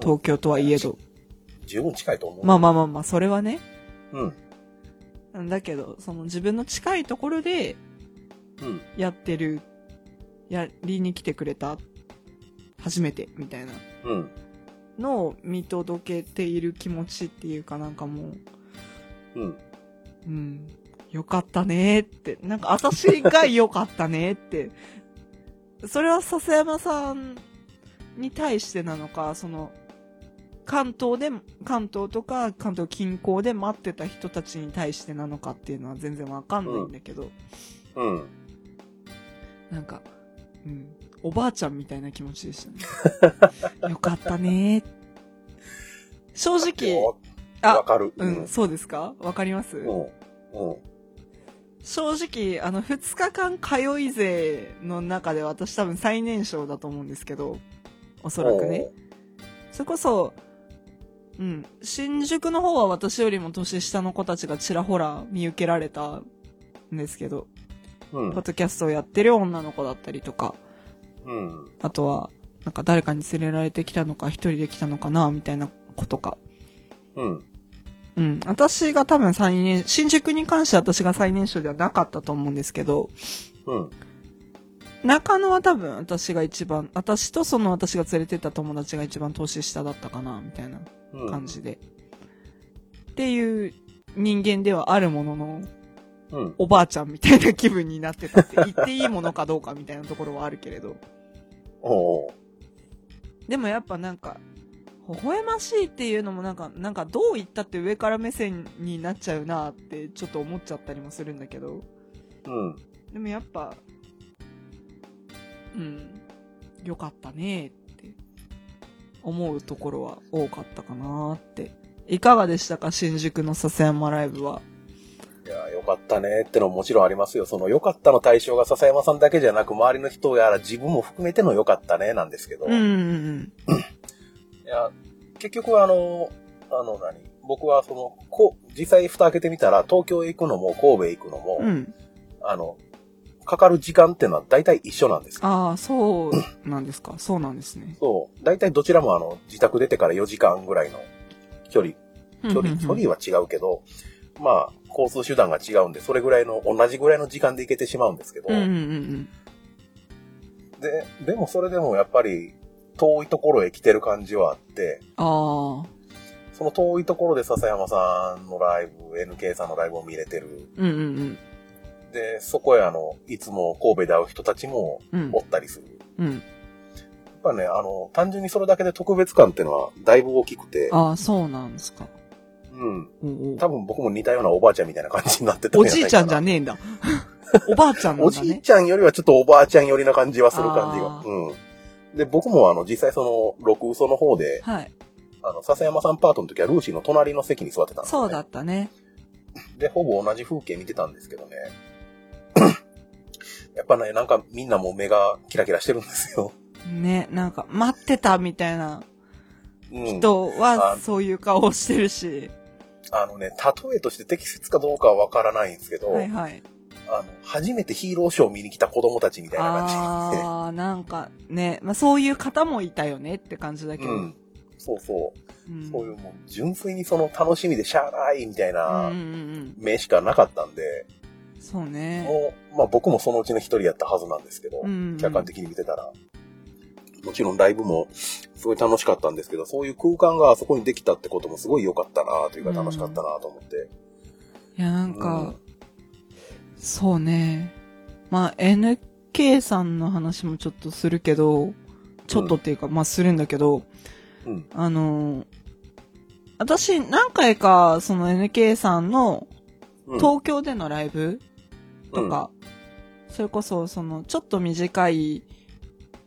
[SPEAKER 4] 東京とはいえど。
[SPEAKER 3] 十分近いと思う。
[SPEAKER 4] まあまあまあまあ、それはね。
[SPEAKER 3] うん。
[SPEAKER 4] だけど、その自分の近いところで
[SPEAKER 3] うん。
[SPEAKER 4] やってる、やりに来てくれた、初めて、みたいな。
[SPEAKER 3] うん。
[SPEAKER 4] のを見届けている気持ちっていうかなんかもう、
[SPEAKER 3] うん。
[SPEAKER 4] うん、よかったねって、なんか私がよかったねって、 <laughs> それは笹山さんに対してなのか、その、関東で、関東とか関東近郊で待ってた人たちに対してなのかっていうのは全然わかんないんだけど、
[SPEAKER 3] うん。
[SPEAKER 4] なんか、うん、おばあちゃんみたいな気持ちでしたね。よかったね正直、
[SPEAKER 3] わ
[SPEAKER 4] あ
[SPEAKER 3] わかる。
[SPEAKER 4] う、
[SPEAKER 3] うん
[SPEAKER 4] そうですかわかります、
[SPEAKER 3] うん。うん。
[SPEAKER 4] 正直、あの、2日間通い勢の中で私多分最年少だと思うんですけど、おそらくね。それこそ、うん、新宿の方は私よりも年下の子たちがちらほら見受けられたんですけど、
[SPEAKER 3] おー。
[SPEAKER 4] ポッドキャストをやってる女の子だったりとか、
[SPEAKER 3] うん。うん。
[SPEAKER 4] あとは、なんか誰かに連れられてきたのか、一人で来たのかな、みたいな子とか。
[SPEAKER 3] うん。
[SPEAKER 4] うん。私が多分最年、新宿に関して私が最年少ではなかったと思うんですけど、
[SPEAKER 3] うん。
[SPEAKER 4] 中野は多分私が一番、私とその私が連れてった友達が一番年下だったかな、みたいな
[SPEAKER 3] うん。
[SPEAKER 4] 感じで。っていう人間ではあるものの、
[SPEAKER 3] うん。
[SPEAKER 4] おばあちゃんみたいな気分になってたって言っていいものかどうかみたいなところはあるけれど。
[SPEAKER 3] おー
[SPEAKER 4] でもやっぱなんか、微笑ましいっていうのもなんか、なんかどう言ったって上から目線になっちゃうなってちょっと思っちゃったりもするんだけど。
[SPEAKER 3] うん。
[SPEAKER 4] でもやっぱ、うん、よかったねって思うところは多かったかなって。いかがでしたか新宿の笹山ライブは。
[SPEAKER 3] いや、よかったねってのももちろんありますよ。その良かったの対象が笹山さんだけじゃなく、周りの人やら自分も含めての良かったねなんですけど、
[SPEAKER 4] うん
[SPEAKER 3] い
[SPEAKER 4] うん
[SPEAKER 3] や、結局あの、あの何、僕はその、こう実際蓋開けてみたら、東京へ行くのも神戸へ行くのも、
[SPEAKER 4] うん。うん。
[SPEAKER 3] あの、かかる時間ってのは大体一緒なんですよ。
[SPEAKER 4] ああ、そうなんですか。そうなんですね。
[SPEAKER 3] そう。大体どちらもあの、自宅出てから4時間ぐらいの距離、距
[SPEAKER 4] う
[SPEAKER 3] 離、
[SPEAKER 4] んうん
[SPEAKER 3] 距
[SPEAKER 4] うん
[SPEAKER 3] 離は違うけど、まあ、交通手段が違うんで、それぐらいの、同じぐらいの時間で行けてしまうんですけど、
[SPEAKER 4] うんうんうん
[SPEAKER 3] で、でもそれでもやっぱり遠いところへ来てる感じはあって、
[SPEAKER 4] うん。ああ。
[SPEAKER 3] その遠いところで笹山さんのライブ、NK さんのライブを見れてる。
[SPEAKER 4] うんうん
[SPEAKER 3] で、そこへあの、いつも神戸で会う人たちも
[SPEAKER 4] うん。うん
[SPEAKER 3] おったりする。
[SPEAKER 4] うん。
[SPEAKER 3] やっぱね、あの、単純にそれだけで特別感っていうのはだいぶ大きくて、
[SPEAKER 4] ああ、そうなんですか。
[SPEAKER 3] うん。
[SPEAKER 4] おうおう
[SPEAKER 3] 多分僕も似たようなおばあちゃんみたいな感じになってた
[SPEAKER 4] おじいちゃんじゃ
[SPEAKER 3] ね
[SPEAKER 4] ねえ <laughs> んだ。おばあちゃんなん
[SPEAKER 3] お
[SPEAKER 4] だ
[SPEAKER 3] じい
[SPEAKER 4] ね。
[SPEAKER 3] ちゃんよりはちょっとおばあちゃん寄りな感じはする感じ
[SPEAKER 4] あ
[SPEAKER 3] が。
[SPEAKER 4] ー
[SPEAKER 3] うん。で、僕もあの、実際その、六嘘の方で、
[SPEAKER 4] はい。
[SPEAKER 3] あの、笹山さんパートの時はルーシーの隣の席に座ってたんですよ
[SPEAKER 4] そ
[SPEAKER 3] ね
[SPEAKER 4] うだったね。
[SPEAKER 3] で、ほぼ同じ風景見てたんですけどね。 <clears throat> やっぱね、なんかみんなもう目がキラキラしてるんですよ。
[SPEAKER 4] ね、なんか、待ってたみたいな
[SPEAKER 3] うん。
[SPEAKER 4] 人は
[SPEAKER 3] あ、
[SPEAKER 4] そういう顔をしてるし。
[SPEAKER 3] あのね、例えとして適切かどうかはわからないんですけど、
[SPEAKER 4] はいはい。
[SPEAKER 3] あの、初めてヒーローショーを見に来た子供たちみたいな感じで。
[SPEAKER 4] あー、なんかね、まあそういう方もいたよねって感じだけ
[SPEAKER 3] う
[SPEAKER 4] ど。
[SPEAKER 3] ん。そうそう。
[SPEAKER 4] うん
[SPEAKER 3] そういうもう、純粋にその楽しみでしゃあないみたい
[SPEAKER 4] うんう
[SPEAKER 3] なん
[SPEAKER 4] うん
[SPEAKER 3] 目しかなかったんで、
[SPEAKER 4] うん。そうね。
[SPEAKER 3] もう、まあ僕もそのうちの一人やったはずなんですけど、
[SPEAKER 4] うんうん
[SPEAKER 3] 客観的に見てたら。もちろんライブもすごい楽しかったんですけど、そういう空間があそこにできたってこともすごい良かったなというか
[SPEAKER 4] うん
[SPEAKER 3] 楽しかったなと思って。
[SPEAKER 4] いや、なんか、
[SPEAKER 3] うん
[SPEAKER 4] そうね。まあ、NK さんの話もちょっとするけど、ちょっとっていうか、まあ、するんだけど、
[SPEAKER 3] うん
[SPEAKER 4] あの、私、何回か、その NK さんの
[SPEAKER 3] うん
[SPEAKER 4] 東京でのライブとか、それこそ、その、ちょっと短い、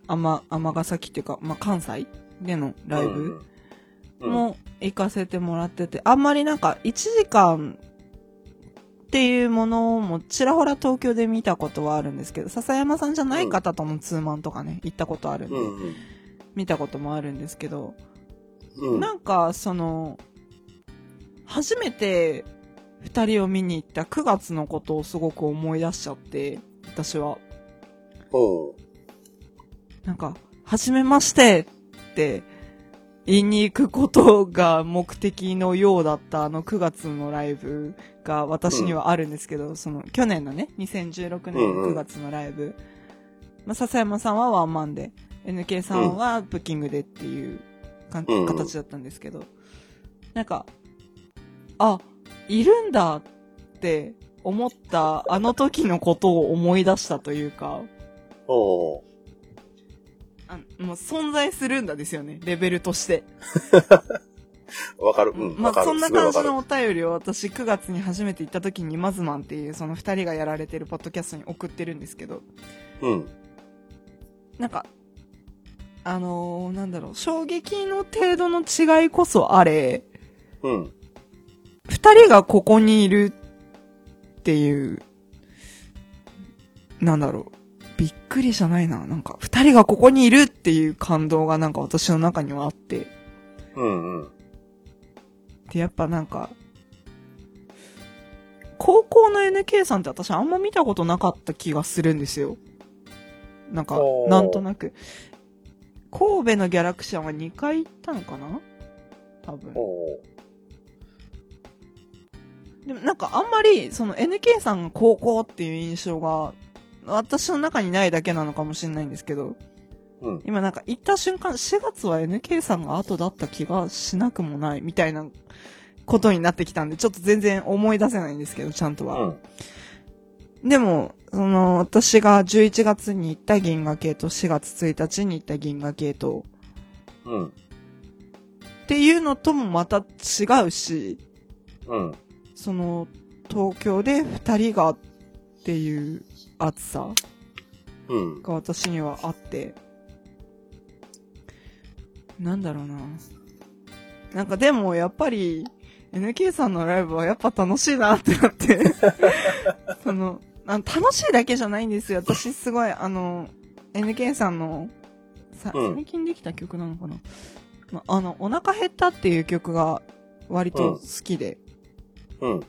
[SPEAKER 4] 甘、尼崎っていうか、まあ、関西でのライブ、
[SPEAKER 3] うんうん
[SPEAKER 4] も行かせてもらってて、あんまりなんか1時間っていうものもちらほら東京で見たことはあるんですけど、笹山さんじゃない方ともツーマンとかね、行ったことあるんで、
[SPEAKER 3] うん
[SPEAKER 4] 見たこともあるんですけど、
[SPEAKER 3] うんうん
[SPEAKER 4] なんかその、初めて二人を見に行った9月のことをすごく思い出しちゃって、私は。
[SPEAKER 3] おう
[SPEAKER 4] なんか、はじめましてって言いに行くことが目的のようだったあの9月のライブが私にはあるんですけど、その去年のね、2016年
[SPEAKER 3] うんうん
[SPEAKER 4] 9月のライブ。まあ、笹山さんはワンマンで、NK さんはブッキングでっていうかん、
[SPEAKER 3] うんうん
[SPEAKER 4] 形だったんですけど、なんか、あ、いるんだって思ったあの時のことを思い出したというか、
[SPEAKER 3] おう
[SPEAKER 4] あもう存在するんだですよね、レベルとして。
[SPEAKER 3] わかる。うん、
[SPEAKER 4] ま
[SPEAKER 3] わ
[SPEAKER 4] あ
[SPEAKER 3] か
[SPEAKER 4] そ
[SPEAKER 3] る。
[SPEAKER 4] んな
[SPEAKER 3] すごい
[SPEAKER 4] 感
[SPEAKER 3] わか
[SPEAKER 4] じ
[SPEAKER 3] る
[SPEAKER 4] の。お便りを私9月に初めて行った時にマズマンっていうその2人がやられてるポッドキャストに送ってるんですけど、
[SPEAKER 3] うん。
[SPEAKER 4] なんか、あのーなんだろう、衝撃の程度の違いこそあれ、
[SPEAKER 3] うん。
[SPEAKER 4] 2人がここにいるっていう、なんだろう、びっくりじゃないな、なんか2人がここにいるっていう感動がなんか私の中にはあって、
[SPEAKER 3] うん。うん。
[SPEAKER 4] で、やっぱなんか、高校の NK さんって私あんま見たことなかった気がするんですよ。なんか
[SPEAKER 3] お、ー
[SPEAKER 4] なんとなく。神戸のギャラクシアンは2回行ったのかな多分。
[SPEAKER 3] おう
[SPEAKER 4] でもなんかあんまり、その NK さんが高校っていう印象が、私の中にないだけなのかもしれないんですけど、
[SPEAKER 3] うん。
[SPEAKER 4] 今なんか行った瞬間、4月は NK さんが後だった気がしなくもないみたいなことになってきたんで、ちょっと全然思い出せないんですけど、ちゃんと
[SPEAKER 3] う
[SPEAKER 4] は。
[SPEAKER 3] ん。
[SPEAKER 4] でも、その、私が11月に行った銀河系と4月1日に行った銀河系と、
[SPEAKER 3] うん。
[SPEAKER 4] っていうのともまた違うし、
[SPEAKER 3] うん。
[SPEAKER 4] その、東京で2人がっていう暑さ
[SPEAKER 3] うん。
[SPEAKER 4] が私にはあって、なんだろうな。なんかでもやっぱり NK さんのライブはやっぱ楽しいなって
[SPEAKER 3] <laughs>
[SPEAKER 4] なって、そのあの楽しいだけじゃないんですよ。私すごいあの、NK さんのさ
[SPEAKER 3] うん
[SPEAKER 4] 最近できた曲なのかな、まあの、お腹減ったっていう曲が割と好きで、
[SPEAKER 3] うん。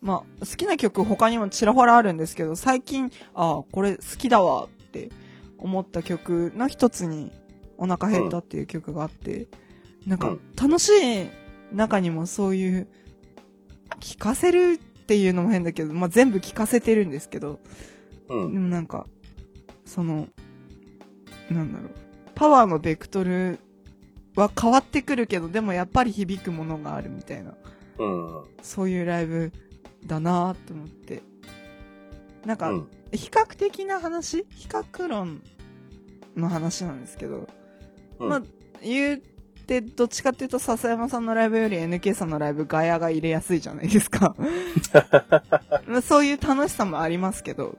[SPEAKER 4] まあ、好きな曲他にもちらほらあるんですけど、最近、ああ、これ好きだわって思った曲の一つに、お腹減ったっていう曲があって、な
[SPEAKER 3] う
[SPEAKER 4] んか
[SPEAKER 3] ん、
[SPEAKER 4] 楽しい中にもそういう、聴かせるっていうのも変だけど、まあ全部聴かせてるんですけど、
[SPEAKER 3] う
[SPEAKER 4] で
[SPEAKER 3] ん。
[SPEAKER 4] もなんか、その、なんだろう、パワーのベクトルは変わってくるけど、でもやっぱり響くものがあるみたいな。
[SPEAKER 3] うん。
[SPEAKER 4] そういうライブだなと思って。なん
[SPEAKER 3] う
[SPEAKER 4] か、
[SPEAKER 3] ん。
[SPEAKER 4] 比較的な話比較論の話なんですけど、
[SPEAKER 3] うん
[SPEAKER 4] まあ、言って、どっちかっていうと、笹山さんのライブより NK さんのライブ、ガヤが入れやすいじゃないですか。まあそういう楽しさもありますけど、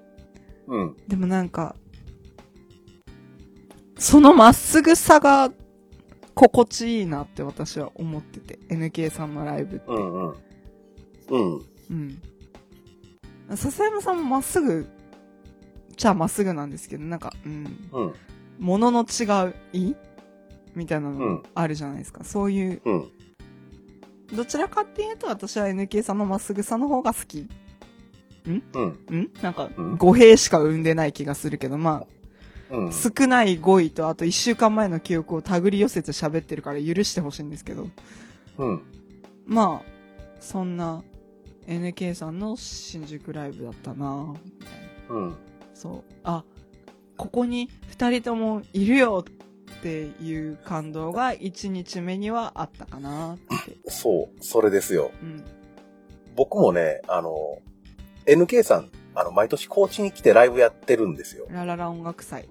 [SPEAKER 3] うん。
[SPEAKER 4] でもなんか、そのまっすぐさが心地いいなって私は思ってて、NK さんのライブって。
[SPEAKER 3] うん。うん。うん。
[SPEAKER 4] うん。笹山さんもまっすぐ、じゃあまっすぐなんですけど、なんか、うん、
[SPEAKER 3] うん。
[SPEAKER 4] ものの違いみたいな
[SPEAKER 3] う
[SPEAKER 4] の
[SPEAKER 3] ん
[SPEAKER 4] あるじゃないですか。そういう、
[SPEAKER 3] うん。
[SPEAKER 4] どちらかっていうと私は NK さんのまっすぐさの方が好き。
[SPEAKER 3] うん。
[SPEAKER 4] んなんか
[SPEAKER 3] うん、
[SPEAKER 4] 語弊しか生んでない気がするけど、ま
[SPEAKER 3] うん
[SPEAKER 4] あ、。少ない語彙と、あと一週間前の記憶を手繰り寄せて喋ってるから許してほしいんですけど。
[SPEAKER 3] うん。
[SPEAKER 4] まあ、そんな NK さんの新宿ライブだったなぁ
[SPEAKER 3] うん。
[SPEAKER 4] そう。あ、ここに二人ともいるよっっていう感動が1日目にはあったかなって。
[SPEAKER 3] そう、それですよ。
[SPEAKER 4] うん。
[SPEAKER 3] 僕もね、あの、NK さん、あの、毎年高知に来てライブやってるんですよ。
[SPEAKER 4] ラララ音楽祭。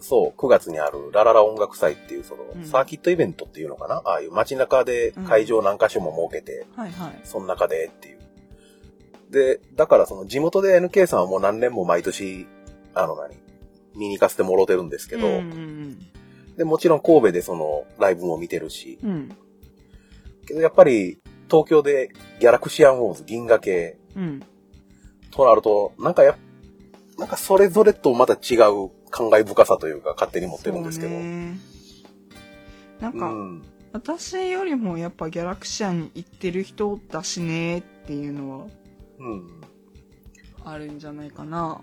[SPEAKER 3] そう、9月にあるラララ音楽祭っていう、その
[SPEAKER 4] う、ん
[SPEAKER 3] サーキットイベントっていうのかな、ああいう街中で会場何箇所も設けて、
[SPEAKER 4] はいはい。
[SPEAKER 3] その中でっていう。で、だからその地元で NK さんはもう何年も毎年、あの何、見に行かせてもろてるんですけど、
[SPEAKER 4] うん
[SPEAKER 3] で、もちろん神戸でそのライブも見てるし、
[SPEAKER 4] うんうん。
[SPEAKER 3] けどやっぱり東京でギャラクシアンウォーズ銀河系
[SPEAKER 4] うん。うん。
[SPEAKER 3] となると、なんかや、なんかそれぞれとまた違う感慨深さというか勝手に持ってるんですけど。
[SPEAKER 4] そうねなん
[SPEAKER 3] う
[SPEAKER 4] か、
[SPEAKER 3] ん。
[SPEAKER 4] 私よりもやっぱギャラクシアに行ってる人だしねっていうのは
[SPEAKER 3] うん。
[SPEAKER 4] あるんじゃないかな。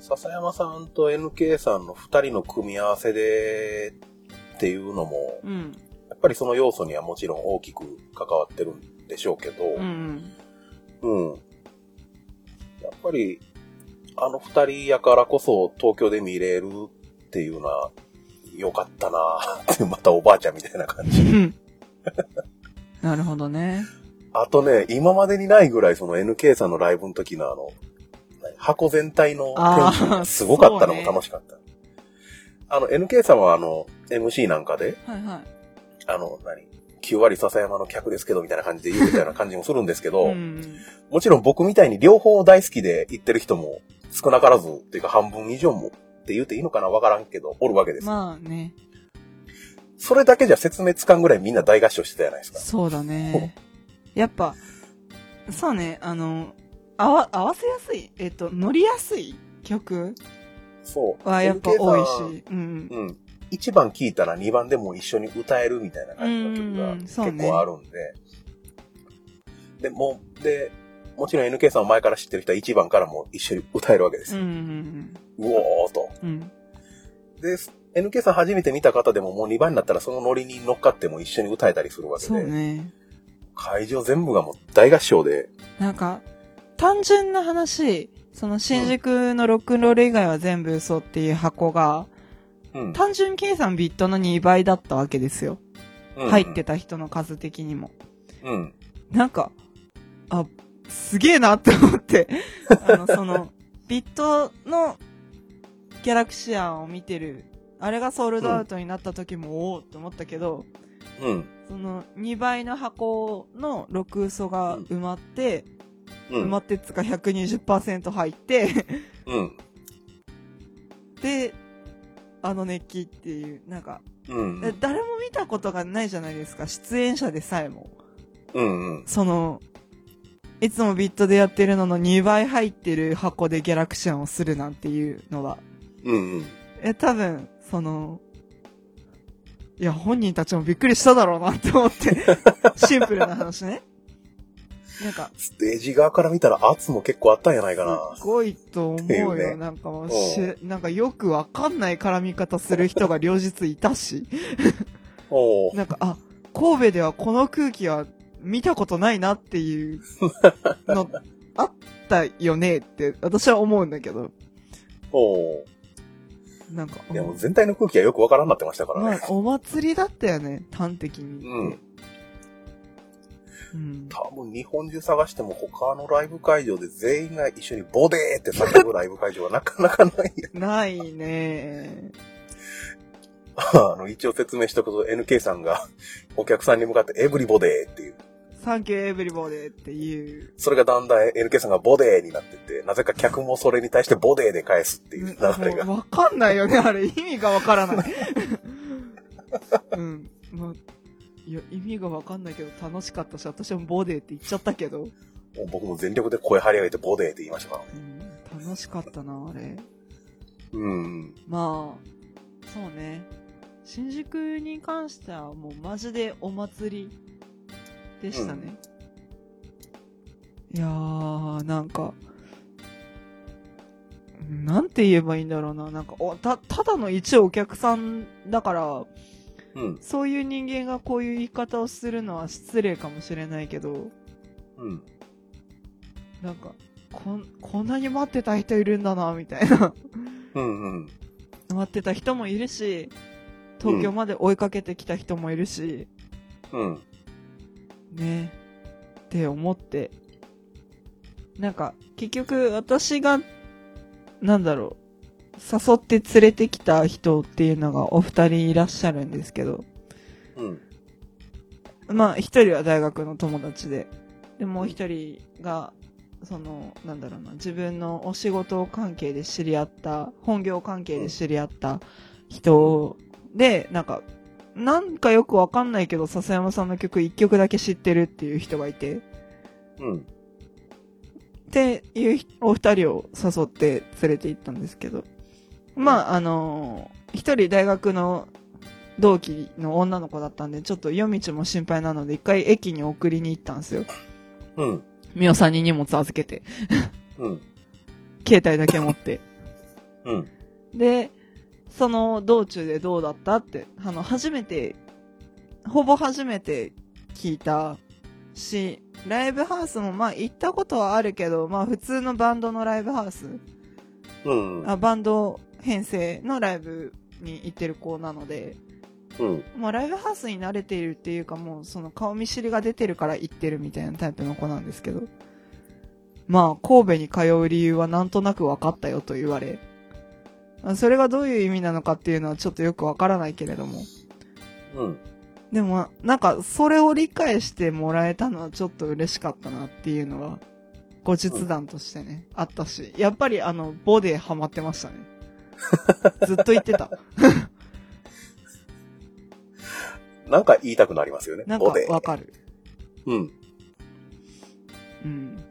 [SPEAKER 3] 笹山さんと NK さんの二人の組み合わせでっていうのも、
[SPEAKER 4] うん。
[SPEAKER 3] やっぱりその要素にはもちろん大きく関わってるんでしょうけど、
[SPEAKER 4] うんうん。
[SPEAKER 3] うん。やっぱり、あの二人やからこそ東京で見れるっていうのは、良かったな <laughs> ぁって、またおばあちゃんみたいな感じ。
[SPEAKER 4] <laughs> うん。なるほどね。
[SPEAKER 3] あとね、今までにないぐらいその NK さんのライブの時のあの、何箱全体のテ
[SPEAKER 4] あー
[SPEAKER 3] ンションがすごかったのも
[SPEAKER 4] そうね
[SPEAKER 3] 楽しかった。あの、NK さんはあの、MC なんかで、
[SPEAKER 4] はいはい。
[SPEAKER 3] あの、何 ?9 割笹山の客ですけど、みたいな感じで言うてたような感じもするんですけ
[SPEAKER 4] <laughs>
[SPEAKER 3] ど、
[SPEAKER 4] ん。
[SPEAKER 3] もちろん僕みたいに両方大好きで行ってる人も少なからずっていうか半分以上もって言うていいのかなわからんけど、おるわけです。
[SPEAKER 4] まあね。
[SPEAKER 3] それだけじゃ説明つかんぐらいみんな大合唱してたじゃないですか。
[SPEAKER 4] そうだね。やっぱ、そうね、あの、あわ合わせやすい、えっと、乗りやすい曲
[SPEAKER 3] そう。
[SPEAKER 4] はやっぱ多い
[SPEAKER 3] NK さ
[SPEAKER 4] し。うん
[SPEAKER 3] ん。。うん。1番聴いたら2番でも一緒に歌えるみたいな感じの曲
[SPEAKER 4] うんう
[SPEAKER 3] が
[SPEAKER 4] んうん
[SPEAKER 3] 結
[SPEAKER 4] そうね
[SPEAKER 3] 構あるんで。で、もう、で、もちろん NK さんを前から知ってる人は1番からも一緒に歌えるわけで
[SPEAKER 4] う
[SPEAKER 3] す。
[SPEAKER 4] ん
[SPEAKER 3] う
[SPEAKER 4] うん
[SPEAKER 3] おーと。
[SPEAKER 4] うん。うん。
[SPEAKER 3] で、NK さん初めて見た方でももう2番になったらそのノリに乗っかっても一緒に歌えたりするわけで。
[SPEAKER 4] そうね。
[SPEAKER 3] 会場全部がもう大合唱で、
[SPEAKER 4] なんか、単純な話、その新宿のロックンロール以外は全部嘘っていう箱が、
[SPEAKER 3] うん
[SPEAKER 4] 単純計算ビットの2倍だったわけですよ。入って、た人の数的にも。
[SPEAKER 3] うんうん、
[SPEAKER 4] なんか、あ、すげえなって思って、あの、そ
[SPEAKER 3] <laughs>
[SPEAKER 4] の、ビットのギャラクシアンを見てる、あれがソールドアウトになった時も、おおって思ったけど、
[SPEAKER 3] うん、
[SPEAKER 4] その2倍の箱の6嘘が埋まって、
[SPEAKER 3] う
[SPEAKER 4] 埋ま
[SPEAKER 3] ん、
[SPEAKER 4] ってっつうか120%入って、 <laughs>
[SPEAKER 3] うん、
[SPEAKER 4] で、あの熱気っていう、なんか、
[SPEAKER 3] うん、うん、
[SPEAKER 4] 誰も見たことがないじゃないですか、出演者でさえも。
[SPEAKER 3] うん、
[SPEAKER 4] その、いつもビットでやってるのの2倍入ってる箱でギャラクシアンをするなんていうのは。
[SPEAKER 3] うん、
[SPEAKER 4] え、多分、その、いや、本人たちもびっくりしただろうなって思って、 <laughs> シンプルな話ね。なんか、
[SPEAKER 3] ステージ側から見たら圧も結構あったんじゃないか
[SPEAKER 4] す
[SPEAKER 3] な。
[SPEAKER 4] ごいと思う
[SPEAKER 3] ってい
[SPEAKER 4] よ。
[SPEAKER 3] うね
[SPEAKER 4] なんかもうし、なんかよくわかんない絡み方する人が両日いたし、
[SPEAKER 3] おー
[SPEAKER 4] なんか、あ、神戸ではこの空気は見たことないなっていうの、あったよねって私は思うんだけど、
[SPEAKER 3] お
[SPEAKER 4] なんか、
[SPEAKER 3] ーいやもう全体の空気がよくわからんなってましたから
[SPEAKER 4] まあ
[SPEAKER 3] ね。、
[SPEAKER 4] お祭りだったよね、端的に
[SPEAKER 3] う
[SPEAKER 4] 言って
[SPEAKER 3] ん。。
[SPEAKER 4] うん。
[SPEAKER 3] 多分日本中探しても他のライブ会場で全員が一緒にボデーって叫ぶライブ会場はなかなかない。
[SPEAKER 4] ないね
[SPEAKER 3] <laughs> あの、一応説明しとくと NK さんがお客さんに向かってエブリボデーっていう。
[SPEAKER 4] サンキューエブリボデーっていう。
[SPEAKER 3] それがだんだん NK さんがボデーになってって、なぜか客もそれに対してボデーで返すっていう流れが。
[SPEAKER 4] もうわかんないよね、あれ。意味がわか
[SPEAKER 3] <laughs>
[SPEAKER 4] らない。うん。まあ、いや、意味がわかんないけど楽しかったし、私もボデーって言っちゃったけど。
[SPEAKER 3] もう僕も全力で声張り上げてボデーって言いましたからね。
[SPEAKER 4] うん楽しかったな、あれ。
[SPEAKER 3] うん。
[SPEAKER 4] まあ、そうね。新宿に関してはもうマジでお祭りでしたね。いやー、なんか、なんて言えばいいんだろうな。なんか、おた、ただの一お客さんだから、
[SPEAKER 3] うん。
[SPEAKER 4] そういう人間がこういう言い方をするのは失礼かもしれないけど、
[SPEAKER 3] うん。
[SPEAKER 4] なんか、こん、こんなに待ってた人いるんだな、みたいな。
[SPEAKER 3] うん。うん。
[SPEAKER 4] 待ってた人もいるし、東京まで追いかけてきた人もいるし、
[SPEAKER 3] うん。
[SPEAKER 4] ねって思ってなんか結局私がなんだろう誘って連れてきた人っていうのがお二人いらっしゃるんですけど
[SPEAKER 3] うん。
[SPEAKER 4] まあ一人は大学の友達ででもう一人がそのなんだろうな自分のお仕事関係で知り合った本業関係で知り合った人でなんかなんかよくわかんないけど笹山さんの曲一曲だけ知ってるっていう人がいて
[SPEAKER 3] うん。
[SPEAKER 4] っていうひお二人を誘って連れて行ったんですけど、まあ、あのー一人大学の同期の女の子だったんで、ちょっと夜道も心配なので、一回駅に送りに行ったんですよ。
[SPEAKER 3] うん。
[SPEAKER 4] みおさんに荷物預けて、
[SPEAKER 3] うん。
[SPEAKER 4] 携帯だけ持って。
[SPEAKER 3] うん。
[SPEAKER 4] で、その道中でどうだったって、あの、初めて、ほぼ初めて聞いたし、ライブハウスもまあ行ったことはあるけど、まあ普通のバンドのライブハウス
[SPEAKER 3] うん。
[SPEAKER 4] あバンド編成のライブに行ってる子なので、
[SPEAKER 3] うん。
[SPEAKER 4] まあ、ライブハウスに慣れているっていうかもうその顔見知りが出てるから行ってるみたいなタイプの子なんですけどまあ神戸に通う理由はなんとなく分かったよと言われあそれがどういう意味なのかっていうのはちょっとよく分からないけれども
[SPEAKER 3] うん。
[SPEAKER 4] でもなんかそれを理解してもらえたのはちょっと嬉しかったなっていうのは後日談としてね、あったしやっぱりあのボディハマってましたねずっと言って
[SPEAKER 3] <laughs>
[SPEAKER 4] た
[SPEAKER 3] なんか言いたくなりますよね。
[SPEAKER 4] なんか
[SPEAKER 3] ボデ
[SPEAKER 4] わかる。
[SPEAKER 3] うん。
[SPEAKER 4] うん。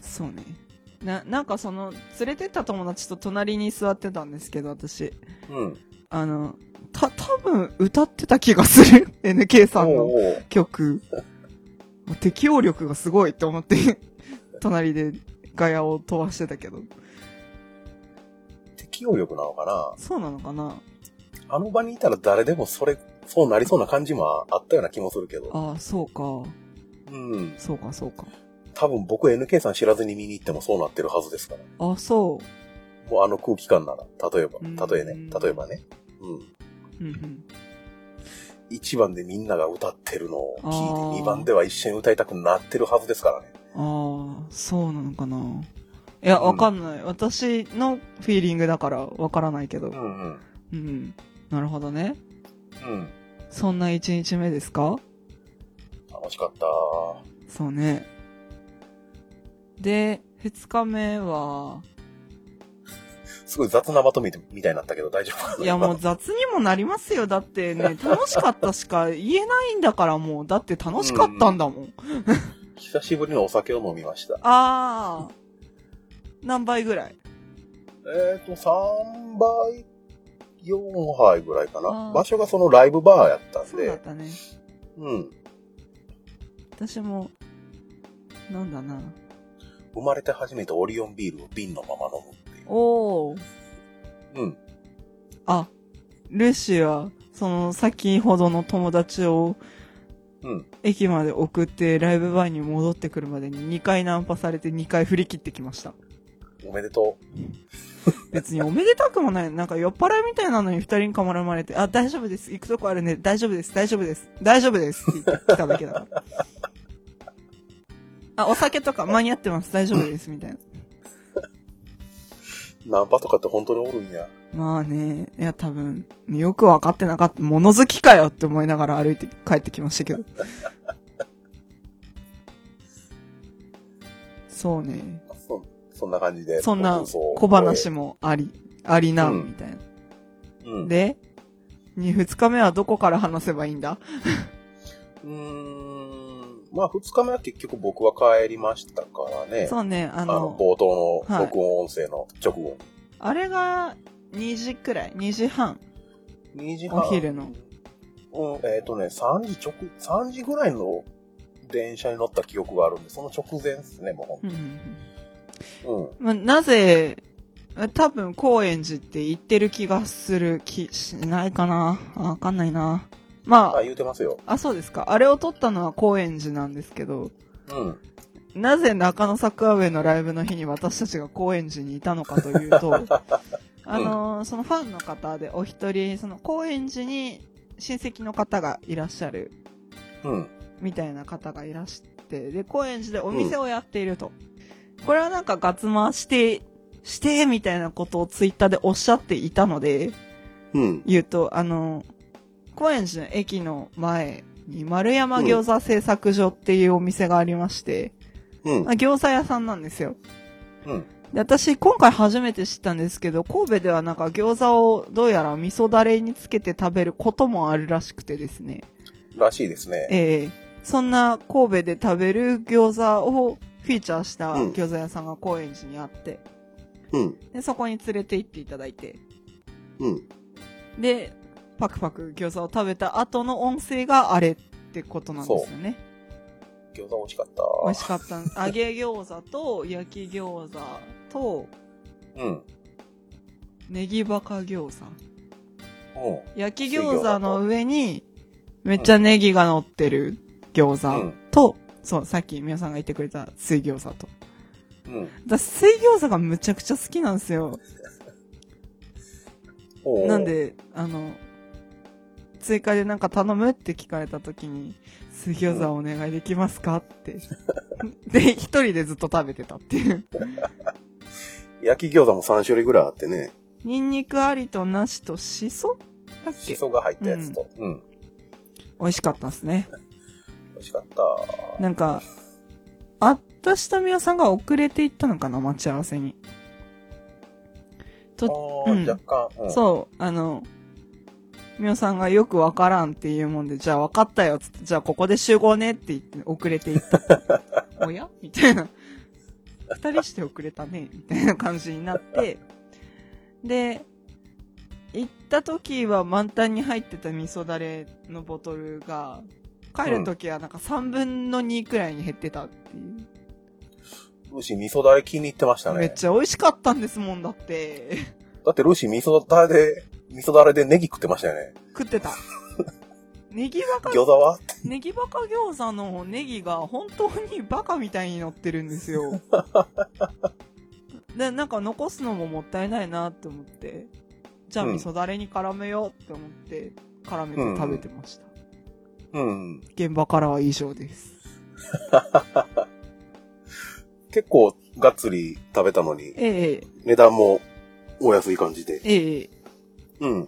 [SPEAKER 4] そうね。な、なんかその、連れてった友達と隣に座ってたんですけど、私。
[SPEAKER 3] うん。
[SPEAKER 4] あの、た、多分歌ってた気がする。NK <laughs> さん
[SPEAKER 3] お
[SPEAKER 4] の
[SPEAKER 3] うおう
[SPEAKER 4] 曲。適応力がすごいと思って、 <laughs> 隣でガヤを飛ばしてたけど。
[SPEAKER 3] 適応力なのかな
[SPEAKER 4] そうなのかな
[SPEAKER 3] あの場にいたら誰でもそれ、そうなりそうな感じもあったような気もするけど。
[SPEAKER 4] ああ、そうか。
[SPEAKER 3] うん。
[SPEAKER 4] そうか、そうか。
[SPEAKER 3] 多分僕 NK さん知らずに見に行ってもそうなってるはずですから。
[SPEAKER 4] ああ、そ
[SPEAKER 3] もうあの空気感なら、例えば
[SPEAKER 4] うん、
[SPEAKER 3] 例えね、例えばね。うん。
[SPEAKER 4] う。うんうん。
[SPEAKER 3] 1番でみんなが歌ってるのを聞い
[SPEAKER 4] あー
[SPEAKER 3] て、2番では一緒に歌いたくなってるはずですからね。
[SPEAKER 4] ああ、そうなのかな。いや、
[SPEAKER 3] うん
[SPEAKER 4] わかんない。私のフィーリングだからわからないけど
[SPEAKER 3] う。んうん。
[SPEAKER 4] うん。なるほどね。
[SPEAKER 3] うん。
[SPEAKER 4] そんな一日目ですか
[SPEAKER 3] 楽しかった。
[SPEAKER 4] そうね。で、二日目は、
[SPEAKER 3] すごい雑なまとめみたいになったけど大丈夫かない
[SPEAKER 4] やもう雑にもなりますよ。だって
[SPEAKER 3] <laughs>
[SPEAKER 4] ね、楽しかったしか言えないんだからもう。だって楽しかったんだもん。
[SPEAKER 3] 久しぶりにお酒を飲みました。
[SPEAKER 4] ああ。何倍ぐらい
[SPEAKER 3] えっ、と、3倍、4杯ぐらいか
[SPEAKER 4] あー
[SPEAKER 3] な。場所がそのライブバーやったん
[SPEAKER 4] そうだっ
[SPEAKER 3] で、
[SPEAKER 4] たね。
[SPEAKER 3] うん。
[SPEAKER 4] 私も、なんだな。
[SPEAKER 3] 生まれて初めてオリオンビールを瓶のまま飲むっていう。
[SPEAKER 4] おー。
[SPEAKER 3] うん。
[SPEAKER 4] あ、ルーシーは、その、先ほどの友達を、
[SPEAKER 3] うん。
[SPEAKER 4] 駅まで送って、ライブバーに戻ってくるまでに2回ナンパされて2回振り切ってきました。
[SPEAKER 3] おめでと
[SPEAKER 4] 別におめでたくもない。なんか酔っ払いみたいなのに2人にかまられて、あ、大丈夫です。行くとこあるね。大丈夫です。大丈夫です。大丈夫です。って言ってきただけだから。あ、お酒とか間に合ってます。大丈夫です。みたいな。
[SPEAKER 3] う。ナンパとかって本当におるんや。
[SPEAKER 4] まあね、いや多分、よくわかってなかった。物好きかよって思いながら歩いて帰ってきましたけど。そうね。
[SPEAKER 3] そそんな感じで。
[SPEAKER 4] そんな
[SPEAKER 3] 僕そう
[SPEAKER 4] 小話もあり、ありな、
[SPEAKER 3] うん
[SPEAKER 4] みたいな。
[SPEAKER 3] うん。
[SPEAKER 4] で、に二日目はどこから話せばいいんだ
[SPEAKER 3] うーん。まあ、二日目は結局僕は帰りましたからね。
[SPEAKER 4] そうね、あ
[SPEAKER 3] あの、
[SPEAKER 4] の、
[SPEAKER 3] 冒頭
[SPEAKER 4] は
[SPEAKER 3] の
[SPEAKER 4] い
[SPEAKER 3] 録音音声の直後
[SPEAKER 4] あれが2時くらい、2時半。
[SPEAKER 3] に。2時半。
[SPEAKER 4] お昼の。
[SPEAKER 3] うん、えっ、とね、3時直、3時ぐらいの電車に乗った記憶があるんで、その直前ですね、も
[SPEAKER 4] うんうんうん
[SPEAKER 3] う。うん。
[SPEAKER 4] まあ、なぜ、多分高円寺って言ってる気がする気しないかなあわかんないな。ま
[SPEAKER 3] あ、言うてますよ。
[SPEAKER 4] あ、あ、そうですか。あれを撮ったのは高円寺なんですけど、
[SPEAKER 3] うん。
[SPEAKER 4] なぜ中野坂上のライブの日に私たちが高円寺にいたのかというと、あのーそのファンの方でお一人、その高円寺に親戚の方がいらっしゃる
[SPEAKER 3] うん。
[SPEAKER 4] みたいな方がいらして、で、高円寺でお店をやっていると。これはなんかガツマして、して、みたいなことをツイッターでおっしゃっていたので、
[SPEAKER 3] うん。
[SPEAKER 4] 言うと、あの、高円寺の駅の前に丸山餃子製作所っていうお店がありまして、
[SPEAKER 3] うん
[SPEAKER 4] ま。あ餃子屋さんなんですよ。
[SPEAKER 3] うん。
[SPEAKER 4] で私、今回初めて知ったんですけど、神戸ではなんか餃子をどうやら味噌だれにつけて食べることもあるらしくてですね。
[SPEAKER 3] らしいですね。
[SPEAKER 4] ええそんな神戸で食べる餃子をフィーチャーした餃子屋さんが高円寺にあって、
[SPEAKER 3] うん。
[SPEAKER 4] でそこに連れて行っていただいて、
[SPEAKER 3] うん。
[SPEAKER 4] で、パクパク餃子を食べた後の音声があれってことなんですよね。
[SPEAKER 3] 餃子美味しかった。
[SPEAKER 4] 美味しかったん。揚げ餃子と焼き餃子と
[SPEAKER 3] うん。
[SPEAKER 4] ネギバカ餃子。
[SPEAKER 3] うん。
[SPEAKER 4] 焼き餃子の上にめっちゃネギが乗ってる餃
[SPEAKER 3] う
[SPEAKER 4] 子
[SPEAKER 3] ん
[SPEAKER 4] と、そう、さっき皆さんが言ってくれた水餃子と。
[SPEAKER 3] うん。
[SPEAKER 4] 私、水餃子がむちゃくちゃ好きなんですよ。
[SPEAKER 3] おう
[SPEAKER 4] なん、で、あの、追加でなんか頼むって聞かれた時に、水餃子お願いできます
[SPEAKER 3] <laughs>
[SPEAKER 4] かって。で、一人でずっと食べてたっていう。
[SPEAKER 3] 焼き餃子も3種類ぐらいあってね、
[SPEAKER 4] ニンニクありとなしとシソだっ
[SPEAKER 3] し
[SPEAKER 4] け
[SPEAKER 3] そが入ったやつと。うん。
[SPEAKER 4] 美味しかったですね。
[SPEAKER 3] 美味しかった。
[SPEAKER 4] なんか、私と宮さんが遅れて行ったのかな、待ち合わせに。
[SPEAKER 3] ああ
[SPEAKER 4] うん
[SPEAKER 3] ー、若干。うん
[SPEAKER 4] そう、あの、みおさんがよくわからんっていうもんで、じゃあ分かったよっつって、じゃあここで集合ねって言って遅れていった。
[SPEAKER 3] <laughs>
[SPEAKER 4] おやみたいな。二人して遅れたね、みたいな感じになって。で、行った時は満タンに入ってた味噌だれのボトルが、帰る時はなんか3分の2くらいに減ってたっていう。
[SPEAKER 3] ルーシー味噌だれ気に入ってました
[SPEAKER 4] めっ
[SPEAKER 3] ね。
[SPEAKER 4] ちゃ美味しかったんですもんだって。
[SPEAKER 3] <laughs> だってルーシー味噌だれで、味噌だれでネギ食ってましたよね。<laughs>
[SPEAKER 4] 食ってた。ネギばかり
[SPEAKER 3] 餃子は
[SPEAKER 4] ネギバカ餃子のネギが本当にバカみたいに乗ってるんですよ。で、 <laughs> なんか残すのももったいないなって思って、じゃあ
[SPEAKER 3] うん
[SPEAKER 4] 味噌だれに絡めようって思って、絡めて食べてました。
[SPEAKER 3] うん。
[SPEAKER 4] 現場からは以上です。
[SPEAKER 3] 結構がっつり食べたのに、
[SPEAKER 4] ええ、
[SPEAKER 3] 値段もお安い感じで。
[SPEAKER 4] ええ、
[SPEAKER 3] うん。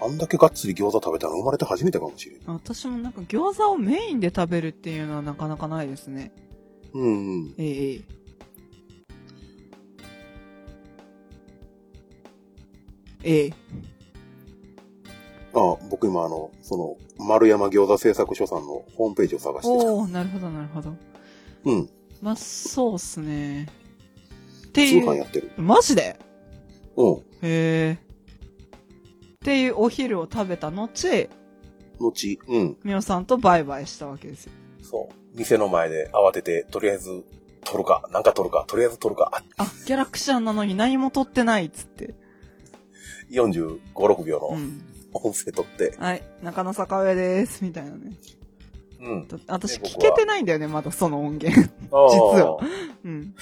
[SPEAKER 3] あんだけがっつり餃子食べたの生まれて初めてかもしれん。
[SPEAKER 4] 私もなんか餃子をメインで食べるっていうのはなかなかないですね。
[SPEAKER 3] うん。
[SPEAKER 4] ええ、ええ、
[SPEAKER 3] あ僕今あの、その、丸山餃子製作所さんのホームページを探して
[SPEAKER 4] おおなるほどなるほど。
[SPEAKER 3] た。うん。
[SPEAKER 4] まあ、そうっすね。って
[SPEAKER 3] 通
[SPEAKER 4] い
[SPEAKER 3] 販や
[SPEAKER 4] う、
[SPEAKER 3] ってる。
[SPEAKER 4] マジで
[SPEAKER 3] うん。
[SPEAKER 4] へえ。っていうお昼を食べた後、
[SPEAKER 3] 後、うん。
[SPEAKER 4] みおさんとバイバイしたわけですよ。
[SPEAKER 3] そう。店の前で慌てて、とりあえず、取るか、なんか取るか、とりあえず取るか、あ
[SPEAKER 4] あ、ギャラクシアンなのに何も撮ってないっつって。
[SPEAKER 3] 45、6秒
[SPEAKER 4] う
[SPEAKER 3] の
[SPEAKER 4] ん。
[SPEAKER 3] 音声取って、
[SPEAKER 4] はい、中野坂上です、みたいなね。
[SPEAKER 3] うん。
[SPEAKER 4] と私
[SPEAKER 3] ね僕
[SPEAKER 4] 聞
[SPEAKER 3] は
[SPEAKER 4] けてないんだよね、まだその音源。
[SPEAKER 3] 実は
[SPEAKER 4] は。うん。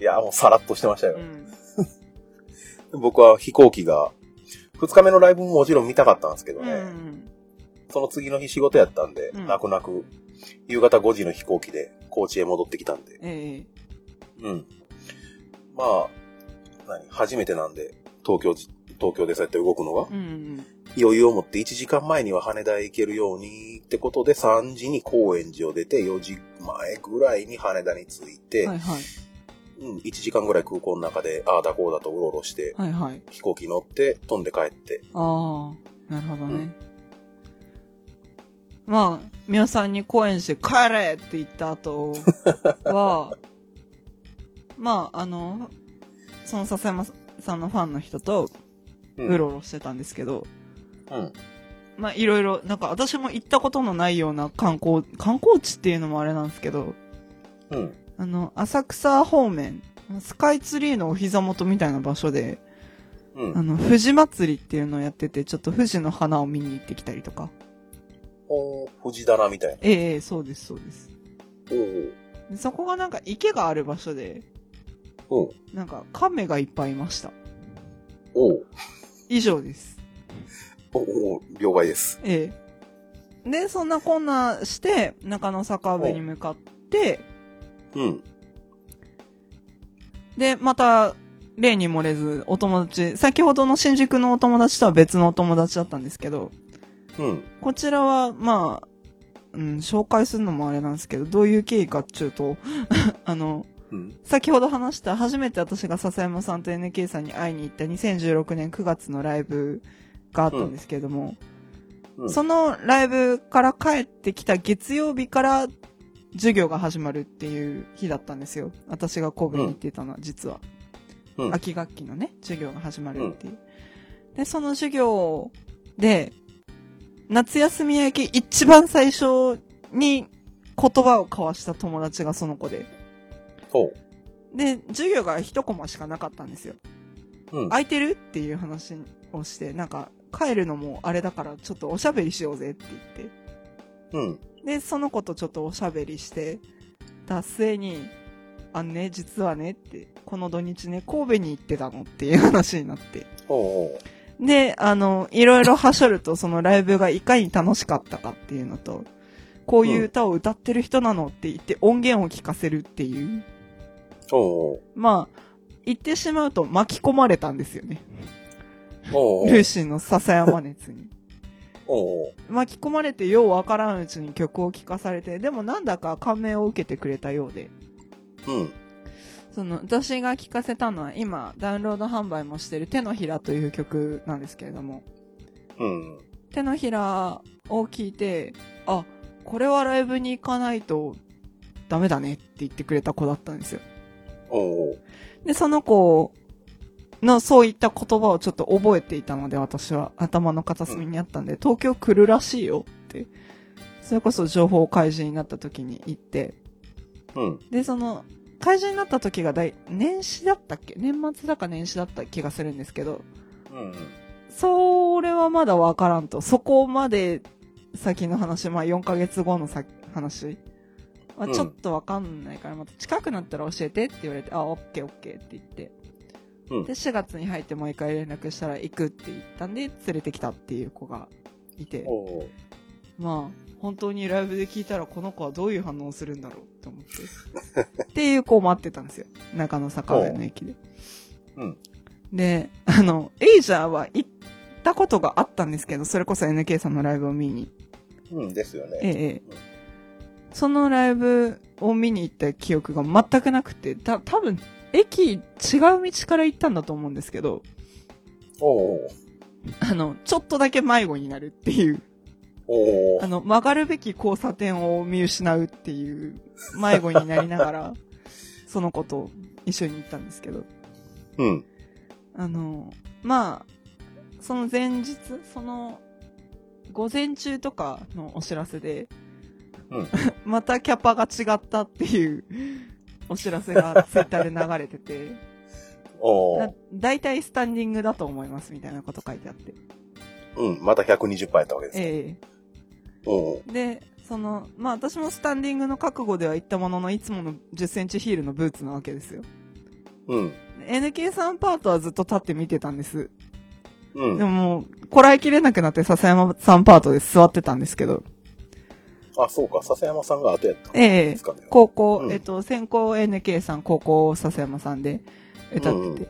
[SPEAKER 3] いや、もうさらっとしてました
[SPEAKER 4] う
[SPEAKER 3] よ。
[SPEAKER 4] ん。
[SPEAKER 3] 僕は飛行機が、2日目のライブももちろん見たかったんですけど
[SPEAKER 4] う
[SPEAKER 3] ね、
[SPEAKER 4] ん。
[SPEAKER 3] その次の日仕事やったんで、
[SPEAKER 4] うん
[SPEAKER 3] 泣く泣く、夕方5時の飛行機で高知へ戻ってきたんで、
[SPEAKER 4] ええ
[SPEAKER 3] うん。まあ、何初めてなんで、東京じ、東京でそうやって動くのが、
[SPEAKER 4] うん。
[SPEAKER 3] 余裕を持って1時間前には羽田へ行けるようにってことで3時に高円寺を出て4時前ぐらいに羽田に着いて、
[SPEAKER 4] はいはい。
[SPEAKER 3] うん、1時間ぐらい空港の中でああだこうだとうろうろして
[SPEAKER 4] はいはい。
[SPEAKER 3] 飛行機乗って飛んで帰って、
[SPEAKER 4] ああ、なるほどね。
[SPEAKER 3] うん
[SPEAKER 4] まあ、皆さんに講演して帰れって言った後は、 <laughs> まあ、あの、その笹山さんのファンの人と
[SPEAKER 3] う
[SPEAKER 4] うろうろしてたんですけど、
[SPEAKER 3] うん
[SPEAKER 4] まあいろいろ、なんか私も行ったことのないような観光、観光地っていうのもあれなんですけど、
[SPEAKER 3] うん
[SPEAKER 4] あの、浅草方面、スカイツリーのお膝元みたいな場所で、
[SPEAKER 3] う
[SPEAKER 4] あ
[SPEAKER 3] ん
[SPEAKER 4] の、富士祭りっていうのをやってて、ちょっと富士の花を見に行ってきたりとか。
[SPEAKER 3] おー藤棚みたいな
[SPEAKER 4] ええええそうです、そうです。
[SPEAKER 3] おー
[SPEAKER 4] でそこがなんか池がある場所で、
[SPEAKER 3] おう
[SPEAKER 4] なんか、亀がいっぱいいました。
[SPEAKER 3] おう
[SPEAKER 4] 以上です。
[SPEAKER 3] おうおう了解です。
[SPEAKER 4] ええ。で、そんなこんなして、中野坂上に向かって、
[SPEAKER 3] うん。
[SPEAKER 4] で、また、例に漏れず、お友達、先ほどの新宿のお友達とは別のお友達だったんですけど、
[SPEAKER 3] うん。
[SPEAKER 4] こちらは、まあ、うん、紹介するのもあれなんですけど、どういう経緯かっていうと、 <laughs> あの、
[SPEAKER 3] うん。
[SPEAKER 4] 先ほど話した初めて私が笹山さんと NK さんに会いに行った2016年9月のライブがあったんですけれども、
[SPEAKER 3] うん
[SPEAKER 4] そのライブから帰ってきた月曜日から授業が始まるっていう日だったんですよ。私が神戸に行ってたのは実は。
[SPEAKER 3] うん
[SPEAKER 4] 秋学期のね、授業が始まるっていう。で、その授業で、夏休み明け一番最初に言葉を交わした友達がその子で。
[SPEAKER 3] おう。
[SPEAKER 4] で、授業が一コマしかなかったんですよ。
[SPEAKER 3] うん。
[SPEAKER 4] 空いてるっていう話をして、なんか、帰るのもあれだから、ちょっとおしゃべりしようぜって言っ
[SPEAKER 3] うん。
[SPEAKER 4] て。で、その子とちょっとおしゃべりして、達成に、あんね、実はねって、この土日ね、神戸に行ってたのっていう話になって。
[SPEAKER 3] おうおう。
[SPEAKER 4] で、あの、いろいろはしょると、そのライブがいかに楽しかったかっていうのと、こういう歌を歌ってる人なのって言って音源を聞かせるっていう。
[SPEAKER 3] おうおう。
[SPEAKER 4] まあ、言ってしまうと巻き込まれたんですよね。
[SPEAKER 3] おうおう。
[SPEAKER 4] ルーシーの笹山熱に。 <laughs>
[SPEAKER 3] おうおう。
[SPEAKER 4] 巻き込まれてようわからんうちに曲を聴かされて、でもなんだか感銘を受けてくれたようで。
[SPEAKER 3] うん。
[SPEAKER 4] その、私が聴かせたのは今、ダウンロード販売もしてる手のひらという曲なんですけれども、
[SPEAKER 3] うん。
[SPEAKER 4] 手のひらを聴いて、あ、これはライブに行かないとダメだねって言ってくれた子だったんですよ。
[SPEAKER 3] おうおう。
[SPEAKER 4] で、その子のそういった言葉をちょっと覚えていたので、私は頭の片隅にあったんで、東京来るらしいよって、それこそ情報開示になった時に行って、
[SPEAKER 3] うん。
[SPEAKER 4] で、その、開示になった時が大、年始だったっけ年末だか年始だった気がするんですけど、
[SPEAKER 3] うん。
[SPEAKER 4] それはまだわからんと、そこまで先の話、まあ4ヶ月後のさ話はちょっとわかんないから、また近くなったら教えてって言われて、あ、オッケーオッケーって言って。
[SPEAKER 3] うん
[SPEAKER 4] で、4月に入って毎回連絡したら行くって言ったんで、連れてきたっていう子がいて、
[SPEAKER 3] おうおう。
[SPEAKER 4] まあ、本当にライブで聞いたらこの子はどういう反応をするんだろうって思
[SPEAKER 3] <laughs>
[SPEAKER 4] って。っていう子を待ってたんですよ。中野坂上の駅で。
[SPEAKER 3] うん。
[SPEAKER 4] で、あの、エイジャーは行ったことがあったんですけど、それこそ NK さんのライブを見に。
[SPEAKER 3] うんですよ
[SPEAKER 4] ええ
[SPEAKER 3] ね。
[SPEAKER 4] ええ。そのライブを見に行った記憶が全くなくて、た、多分、駅違う道から行ったんだと思うんですけど、
[SPEAKER 3] おう
[SPEAKER 4] あの、ちょっとだけ迷子になるっていう、
[SPEAKER 3] おう。おうおう
[SPEAKER 4] あ。の、曲がるべき交差点を見失うっていう、迷子になりな
[SPEAKER 3] <laughs>
[SPEAKER 4] がら、その子と一緒に行ったんですけど、
[SPEAKER 3] うん。
[SPEAKER 4] あの、まあ、その前日、その、午前中とかのお知らせで、
[SPEAKER 3] うん
[SPEAKER 4] <laughs> またキャパが違ったっていうお知らせがツイッターで流れてて、
[SPEAKER 3] <laughs> おうお
[SPEAKER 4] だ
[SPEAKER 3] う。
[SPEAKER 4] だいたいスタンディングだと思いますみたいなこと書いてあって。
[SPEAKER 3] うん。また120%やったわけですね。
[SPEAKER 4] え
[SPEAKER 3] おうおう。
[SPEAKER 4] えで、その、まあ私もスタンディングの覚悟では言ったものの、いつもの10センチヒールのブーツなわけですよ。
[SPEAKER 3] うん。
[SPEAKER 4] NK さんパートはずっと立って見てたんです。
[SPEAKER 3] うん
[SPEAKER 4] で。ももう、こらえきれなくなって笹山さんパートで座ってたんですけど、
[SPEAKER 3] あ、そうか、笹山さんが後やったん
[SPEAKER 4] ええ
[SPEAKER 3] ですかね。
[SPEAKER 4] 高校、
[SPEAKER 3] うん
[SPEAKER 4] えっと、先行 NK さん、高校笹山さんで歌ってて、
[SPEAKER 3] うんうん
[SPEAKER 4] で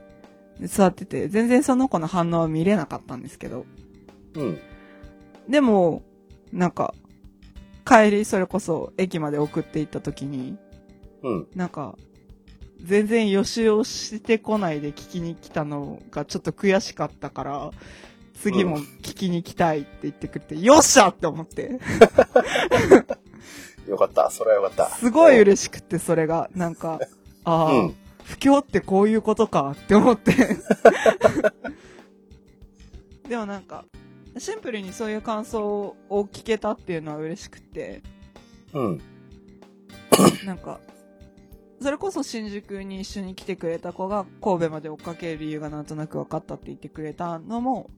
[SPEAKER 4] 座ってて、全然その子の反応は見れなかったんですけど、
[SPEAKER 3] うん。
[SPEAKER 4] でも、なんか、帰り、それこそ駅まで送って行った時に、
[SPEAKER 3] うん。
[SPEAKER 4] なんか、全然予習をしてこないで聞きに来たのがちょっと悔しかったから、次も聞きに来たいって言ってくれて、よっしゃって思って。
[SPEAKER 3] よかった、それはよかった。
[SPEAKER 4] すごい嬉しくて、それが。なんか、ああ、
[SPEAKER 3] うん
[SPEAKER 4] 不況ってこういうことかって思って。でもなんか、シンプルにそういう感想を聞けたっていうのは嬉しくて、
[SPEAKER 3] うん。
[SPEAKER 4] なんか、それこそ新宿に一緒に来てくれた子が神戸まで追っかける理由がなんとなく分かったって言ってくれたのも、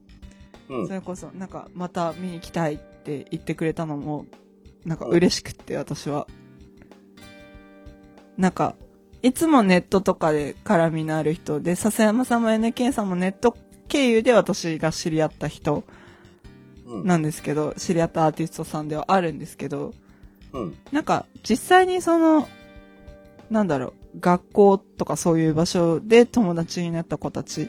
[SPEAKER 3] うん
[SPEAKER 4] そ。れこそなんかまた見に来たいって言ってくれたのも、なんか嬉しくって私は。なんか、いつもネットとかで絡みのある人で、笹山さんも NK さんもネット経由で私が知り合った人
[SPEAKER 3] うん。
[SPEAKER 4] なんですけど、知り合ったアーティストさんではあるんですけど、
[SPEAKER 3] うん。
[SPEAKER 4] なんか実際にその、なんだろう、学校とかそういう場所で友達になった子たち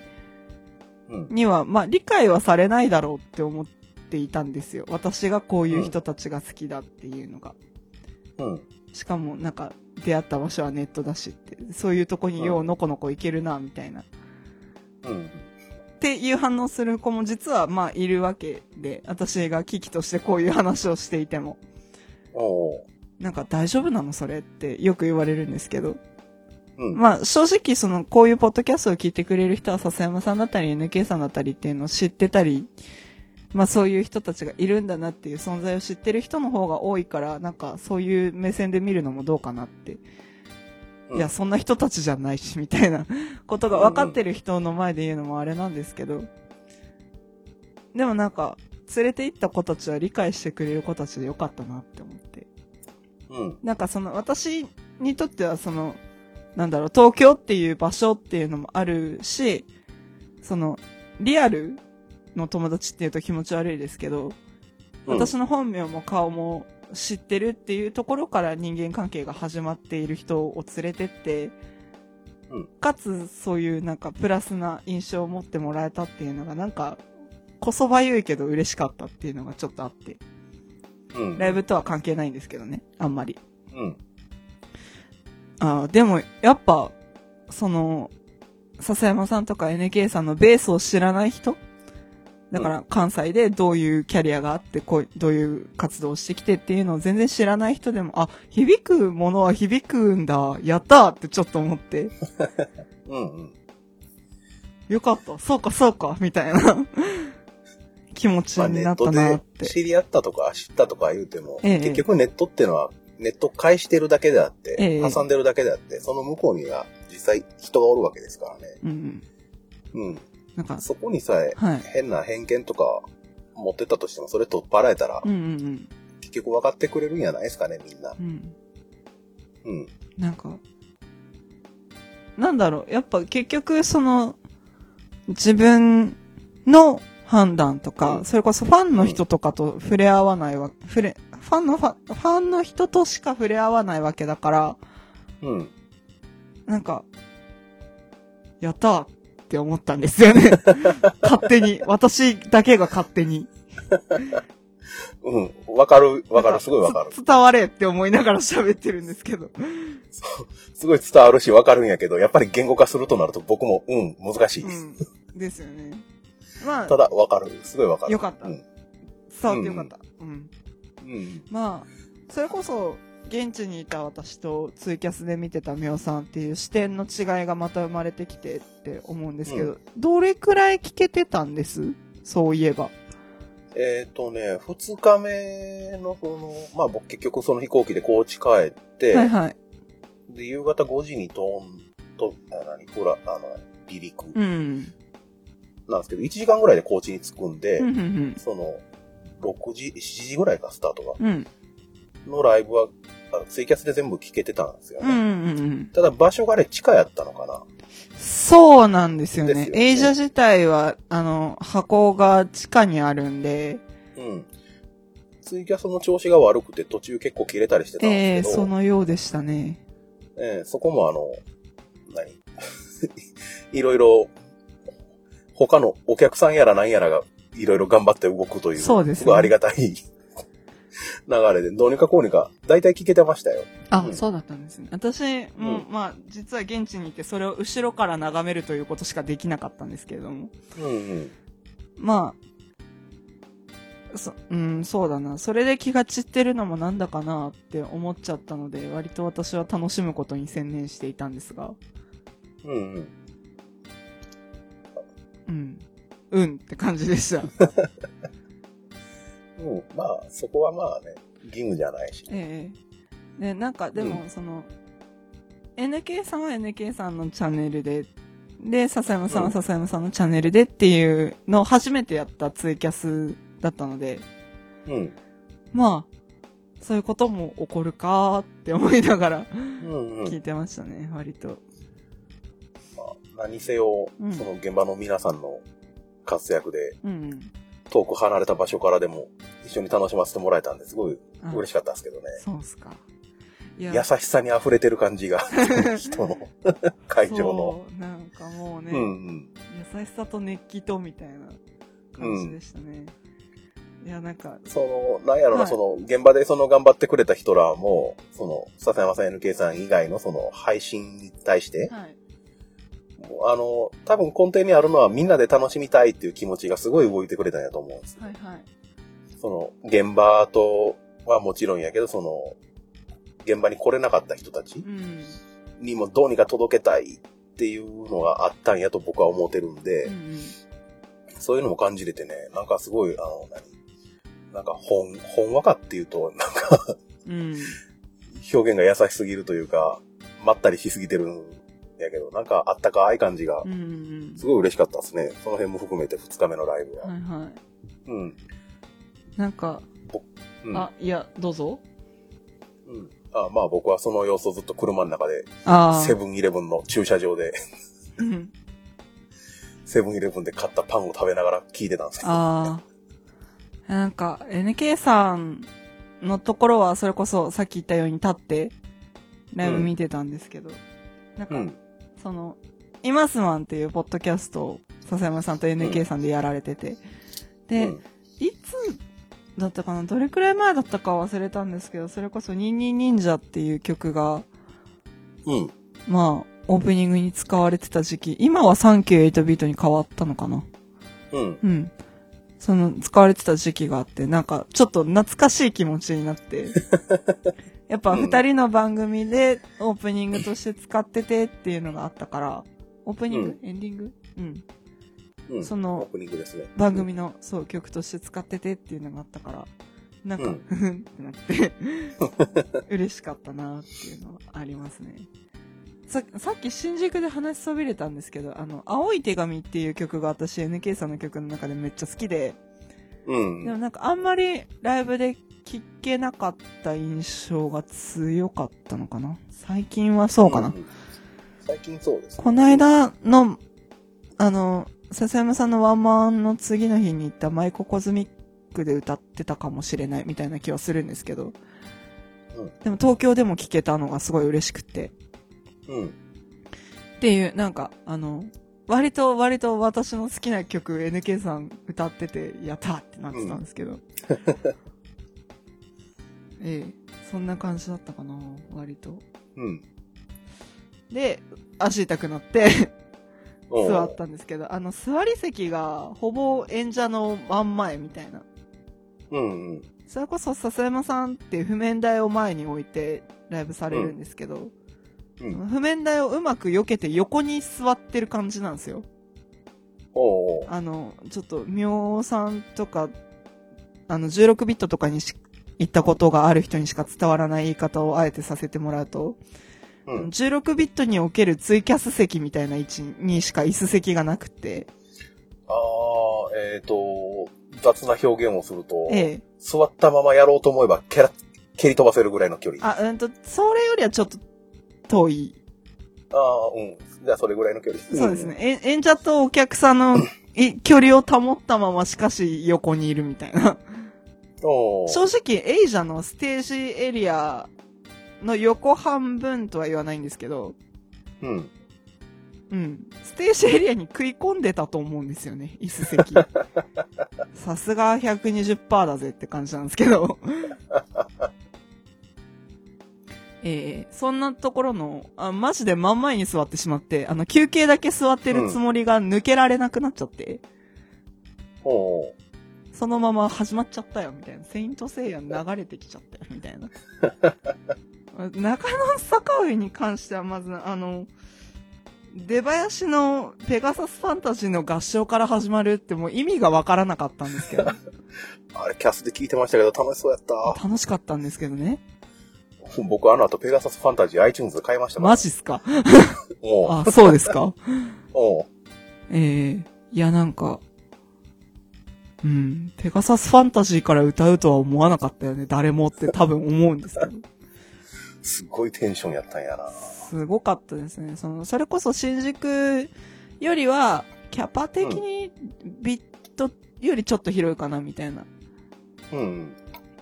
[SPEAKER 3] うん。
[SPEAKER 4] には、まあ理解はされないだろうって思っていたんですよ。私がこういう人たちが好きだっていうのが。
[SPEAKER 3] うん。
[SPEAKER 4] しかもなんか出会った場所はネットだしって、そういうとこにようのこのこ行けるな、みたいな。
[SPEAKER 3] うん。
[SPEAKER 4] っていう反応する子も実はまあいるわけで、私が危機としてこういう話をしていても、
[SPEAKER 3] おー
[SPEAKER 4] なんか大丈夫なのそれってよく言われるんですけど、
[SPEAKER 3] うん。
[SPEAKER 4] まあ正直そのこういうポッドキャストを聞いてくれる人は笹山さんだったり NK さんだったりっていうのを知ってたり、まあそういう人たちがいるんだなっていう存在を知ってる人の方が多いから、なんかそういう目線で見るのもどうかなって。
[SPEAKER 3] うん
[SPEAKER 4] いや、そんな人たちじゃないし、みたいなことが分かってる人の前で言うのもあれなんですけど。でもなんか、連れて行った子たちは理解してくれる子たちでよかったなって思って。
[SPEAKER 3] うん。
[SPEAKER 4] なんかその私にとってはその、なんだろう、東京っていう場所っていうのもあるし、その、リアルの友達っていうと気持ち悪いですけ
[SPEAKER 3] う
[SPEAKER 4] ど、
[SPEAKER 3] ん
[SPEAKER 4] 私の本名も顔も知ってるっていうところから人間関係が始まっている人を連れてって、
[SPEAKER 3] うん
[SPEAKER 4] かつそういうなんかプラスな印象を持ってもらえたっていうのがなんか、こそばゆいけど嬉しかったっていうのがちょっとあって、
[SPEAKER 3] うん。
[SPEAKER 4] ライブとは関係ないんですけどね、あんまり。
[SPEAKER 3] うん。
[SPEAKER 4] あーでも、やっぱ、その、笹山さんとか NK さんのベースを知らない人だから、関西でどういうキャリアがあって、こう、どういう活動をしてきてっていうのを全然知らない人でも、あ、響くものは響くんだ、やったーってちょっと思って、
[SPEAKER 3] うん。うん。
[SPEAKER 4] よかった、そうかそうか、みたいな気持ち
[SPEAKER 3] まあ
[SPEAKER 4] に
[SPEAKER 3] ネ
[SPEAKER 4] な
[SPEAKER 3] ッ
[SPEAKER 4] った
[SPEAKER 3] ト
[SPEAKER 4] なっ
[SPEAKER 3] で
[SPEAKER 4] て。
[SPEAKER 3] 知り合ったとか知ったとか言うても、
[SPEAKER 4] ええ
[SPEAKER 3] 結局ネットってのはネット介してるだけであって、
[SPEAKER 4] ええ
[SPEAKER 3] 挟んでるだけであって、その向こうには実際人がおるわけですからね。
[SPEAKER 4] うん。
[SPEAKER 3] うん。
[SPEAKER 4] なんか、
[SPEAKER 3] そこにさえ
[SPEAKER 4] はい。
[SPEAKER 3] 変な偏見とか持ってたとしても、それ取っ払えたら
[SPEAKER 4] うん、うん
[SPEAKER 3] 結局分かってくれるんやないですかね、みんな
[SPEAKER 4] うん。う。ん
[SPEAKER 3] うん。
[SPEAKER 4] なんか、なんだろう、やっぱ結局その、自分の判断とか、
[SPEAKER 3] うん
[SPEAKER 4] それこそファンの人とかと触れ合わないわ、触れ、ファンのファ、ファンの人としか触れ合わないわけだから、
[SPEAKER 3] うん。
[SPEAKER 4] なんか、やったーって思ったんです
[SPEAKER 3] <laughs>
[SPEAKER 4] よね。勝手に。私だけが勝手に。
[SPEAKER 3] うん。わかる、わか
[SPEAKER 4] <laughs>
[SPEAKER 3] る、すごいわかる。
[SPEAKER 4] つ伝われって思いながら喋ってるんですけど。
[SPEAKER 3] すごい伝わるし、わかるんやけど、やっぱり言語化するとなると僕も、うん、難しいうです。
[SPEAKER 4] ん。ですよね。まあ
[SPEAKER 3] た、だ、わかる。すごいわかる。
[SPEAKER 4] よかった
[SPEAKER 3] うん。
[SPEAKER 4] 伝わってよかった。うん
[SPEAKER 3] うん。
[SPEAKER 4] まあ、それこそ、現地にいた私とツイキャスで見てたミオさんっていう視点の違いがまた生まれてきてって思うんですけど、
[SPEAKER 3] う
[SPEAKER 4] どれくらい聞けてたんですそういえば。
[SPEAKER 3] えっ、とね、二日目のその、まあ僕結局その飛行機で高知帰って、
[SPEAKER 4] はいはい。
[SPEAKER 3] で、夕方5時に飛ん、と、あ何、ほら、あの、離陸
[SPEAKER 4] うん。
[SPEAKER 3] なんですけど、1時間ぐらいで高知に着くんで、
[SPEAKER 4] うんうん
[SPEAKER 3] その、6時、7時ぐらいか、スタートが。
[SPEAKER 4] うん。うん。
[SPEAKER 3] のライブは、あツイキャスで全部聞けてたんですよ
[SPEAKER 4] うんう
[SPEAKER 3] ね。
[SPEAKER 4] んうん。
[SPEAKER 3] ただ場所がね、地下やったのかな。
[SPEAKER 4] そうなんですよね。
[SPEAKER 3] ですよね
[SPEAKER 4] エイジャ自体は、あの、箱が地下にあるんで、
[SPEAKER 3] うん。ツイキャスの調子が悪くて途中結構切れたりしてたん
[SPEAKER 4] ええ
[SPEAKER 3] ですけ
[SPEAKER 4] そ
[SPEAKER 3] ど、
[SPEAKER 4] のようでしたね。
[SPEAKER 3] えーそこもあの、何 <laughs> いろいろ、他のお客さんやら何やらがいろいろ頑張って動くという、
[SPEAKER 4] そうですね
[SPEAKER 3] ごいありがたい流れで、どうにかこうにか、だいたい聞けてましたよ。
[SPEAKER 4] あ、
[SPEAKER 3] うん
[SPEAKER 4] そうだったんですね。私も、
[SPEAKER 3] うん
[SPEAKER 4] まあ、実は現地に行ってそれを後ろから眺めるということしかできなかったんですけれども。
[SPEAKER 3] うんうん。
[SPEAKER 4] まあ、そ、うん、そうだな。それで気が散ってるのもなんだかなって思っちゃったので、割と私は楽しむことに専念していたんですが、
[SPEAKER 3] うんうん。
[SPEAKER 4] うん。うんって感じでした。
[SPEAKER 3] うん、まあ、そこはまあね、義務じゃないし。
[SPEAKER 4] <laughs> ええで、なんか、でも、
[SPEAKER 3] う
[SPEAKER 4] その、NK さんは NK さんのチャンネルで、で、笹山さんは笹山さんのチャンネルでっていうのを初めてやったツイキャスだったので、
[SPEAKER 3] うん。
[SPEAKER 4] まあ、そういうことも起こるかって思いながら
[SPEAKER 3] うんう
[SPEAKER 4] 聞
[SPEAKER 3] ん。
[SPEAKER 4] いてましたね、割と。
[SPEAKER 3] まあ、何せよ
[SPEAKER 4] うん、
[SPEAKER 3] その現場の皆さんの活躍で、
[SPEAKER 4] うん
[SPEAKER 3] 遠く離れた場所からでも一緒に楽しませてもらえたんですごい
[SPEAKER 4] うん。あ
[SPEAKER 3] 嬉しかったですけどね。
[SPEAKER 4] そうっすか。い
[SPEAKER 3] 優しさに溢れてる感じ
[SPEAKER 4] <laughs>
[SPEAKER 3] が、人の、 <laughs> 会場の。
[SPEAKER 4] そうなんかもうね、
[SPEAKER 3] うんうん。
[SPEAKER 4] 優しさと熱気とみたいな感じでしたね。いや、なんか、
[SPEAKER 3] その、なんやろな、
[SPEAKER 4] はい
[SPEAKER 3] その、現場でその頑張ってくれた人らも、その、笹山さん NK さん以外のその、配信に対して、
[SPEAKER 4] はい。
[SPEAKER 3] もうあの、多分根底にあるのはみんなで楽しみたいっていう気持ちがすごい動いてくれたんやと思うんです。
[SPEAKER 4] はいはい。
[SPEAKER 3] その、現場とはもちろんやけど、その、現場に来れなかった人たち
[SPEAKER 4] うん。
[SPEAKER 3] にもどうにか届けたいっていうのがあったんやと僕は思ってるんで、
[SPEAKER 4] うんうん
[SPEAKER 3] そういうのも感じれてね、なんかすごい、あの、何なんか、ほん、ほんわかっていうと、 <laughs> なんか、
[SPEAKER 4] うん。
[SPEAKER 3] 表現が優しすぎるというか、まったりしすぎてるんやけど、なんかあったかい感じが
[SPEAKER 4] うんう、ん
[SPEAKER 3] すごい嬉しかったですね。その辺も含めて2日目のライブは。
[SPEAKER 4] はいはい。
[SPEAKER 3] うん。
[SPEAKER 4] なんか、
[SPEAKER 3] うん。
[SPEAKER 4] あ、いや、どうぞ。
[SPEAKER 3] うんあまあ僕はその様子をずっと車の中で、
[SPEAKER 4] あ
[SPEAKER 3] セブンイレブンの駐車場で、 <laughs>
[SPEAKER 4] あ。うん
[SPEAKER 3] セブンイレブンで買ったパンを食べながら聞いてたんですけど。
[SPEAKER 4] ああ。なんか、NK さんのところは、それこそ、さっき言ったように立って、ライブ見てたんですけど、なんか、
[SPEAKER 3] うん。
[SPEAKER 4] その、イマスマンっていうポッドキャストを、笹山さんと NK さんでやられてて、で、
[SPEAKER 3] うん
[SPEAKER 4] いつだったかなどれくらい前だったか忘れたんですけど、それこそ、ニンニン忍者っていう曲が、
[SPEAKER 3] うん。
[SPEAKER 4] まあ、オープニングに使われてた時期、今は 3Q8 ビートに変わったのかな
[SPEAKER 3] うん。
[SPEAKER 4] うん。その、使われてた時期があって、なんか、ちょっと懐かしい気持ちに
[SPEAKER 3] <laughs>
[SPEAKER 4] なって。やっぱ、
[SPEAKER 3] うん
[SPEAKER 4] 二人の番組でオープニングとして使っててっていうのがあったから、オープニング、エンディングうん。
[SPEAKER 3] うん。
[SPEAKER 4] その
[SPEAKER 3] オープニングですね。
[SPEAKER 4] 番組の、そう、曲として使っててっていうのがあったから、なん
[SPEAKER 3] う
[SPEAKER 4] か
[SPEAKER 3] ん、
[SPEAKER 4] ふふんってなって、
[SPEAKER 3] <laughs>
[SPEAKER 4] 嬉しかったなっていうのはありますね。ささっき新宿で話しそびれたんですけど、あの、青い手紙っていう曲が私 NK さんの曲の中でめっちゃ好きで、
[SPEAKER 3] うん。
[SPEAKER 4] で
[SPEAKER 3] う
[SPEAKER 4] も
[SPEAKER 3] ん。
[SPEAKER 4] なんかあんまりライブで聴けなかった印象が強かったのかな最近はそうかな、
[SPEAKER 3] ん。最近そうです、
[SPEAKER 4] この、間の、あの、笹山さんのワンマンの次の日に行ったマイココズミックで歌ってたかもしれないみたいな気はするんですけど、
[SPEAKER 3] うん
[SPEAKER 4] でも東京でも聴けたのがすごい嬉しくて。
[SPEAKER 3] うん。
[SPEAKER 4] っていう、なんか、あの、割と、割と私の好きな曲 NK さん歌ってて、やったってなってたんで
[SPEAKER 3] <laughs>
[SPEAKER 4] すけど。ええ、そんな感じだったかな、割と。
[SPEAKER 3] うん。
[SPEAKER 4] で、足痛くなって、
[SPEAKER 3] おう
[SPEAKER 4] 座ったんですけど、あの、座り席が、ほぼ演者の真ん前みたいな。
[SPEAKER 3] うんうん。
[SPEAKER 4] それこそ笹山さんっていう譜面台を前に置いてライブされるんですけど、
[SPEAKER 3] うん。
[SPEAKER 4] 譜面台をうまく避けて横に座ってる感じなんですよ。
[SPEAKER 3] おうおう
[SPEAKER 4] あの、ちょっと、妙さんとか、あの、16ビットとかにし行ったことがある人にしか伝わらない言い方をあえてさせてもらうと、
[SPEAKER 3] うん。
[SPEAKER 4] 16ビットにおけるツイキャス席みたいな位置にしか椅子席がなくて、
[SPEAKER 3] ああ、えっ、と、雑な表現をすると、
[SPEAKER 4] ええ。
[SPEAKER 3] 座ったままやろうと思えば蹴ら、蹴り飛ばせるぐらいの距離。あ
[SPEAKER 4] あ、うんと、それよりはちょっと遠い。
[SPEAKER 3] あー、うん。じゃあそれぐらいの距離。
[SPEAKER 4] そうですね。え演者とお客さんのい <coughs> 距離を保ったまましかし横にいるみたいな。
[SPEAKER 3] うん。おう
[SPEAKER 4] 正直、エイジャのステージエリアの横半分とは言わないんですけど、
[SPEAKER 3] うん。
[SPEAKER 4] うん。ステージエリアに食い込んでたと思うんですよね、椅子席。さすが120%だぜって感じなんですけど。えー、そんなところの、あ、マジで真ん前に座ってしまって、あの、休憩だけ座ってるつもりが抜けられなくなっちゃって、
[SPEAKER 3] おうおう
[SPEAKER 4] そのまま始まっちゃったよ、みたいな。セイントセイヤ流れてきちゃったよ、みたいな。 <laughs> 中野坂上に関しては、まず、あの、出囃子のペガサスファンタジーの合唱から始まるってもう意味がわからなかったんですけど、
[SPEAKER 3] あれ、キャスで聞いてましたけど楽しそうやった。
[SPEAKER 4] 楽しかったんですけどね。
[SPEAKER 3] 僕あの後ペガサスファンタジー iTunes で買いましたから
[SPEAKER 4] マジっすか
[SPEAKER 3] おう
[SPEAKER 4] あ、そうですか
[SPEAKER 3] おう
[SPEAKER 4] ええいや、なんか、うん。ペガサスファンタジーから歌うとは思わなかったよね。誰もって多分思うんですけど。
[SPEAKER 3] すっごいテンションやったんやな。
[SPEAKER 4] すごかったですね。その、それこそ新宿よりは、キャパ的にビットよりちょっと広いかな、みたいな。
[SPEAKER 3] うん。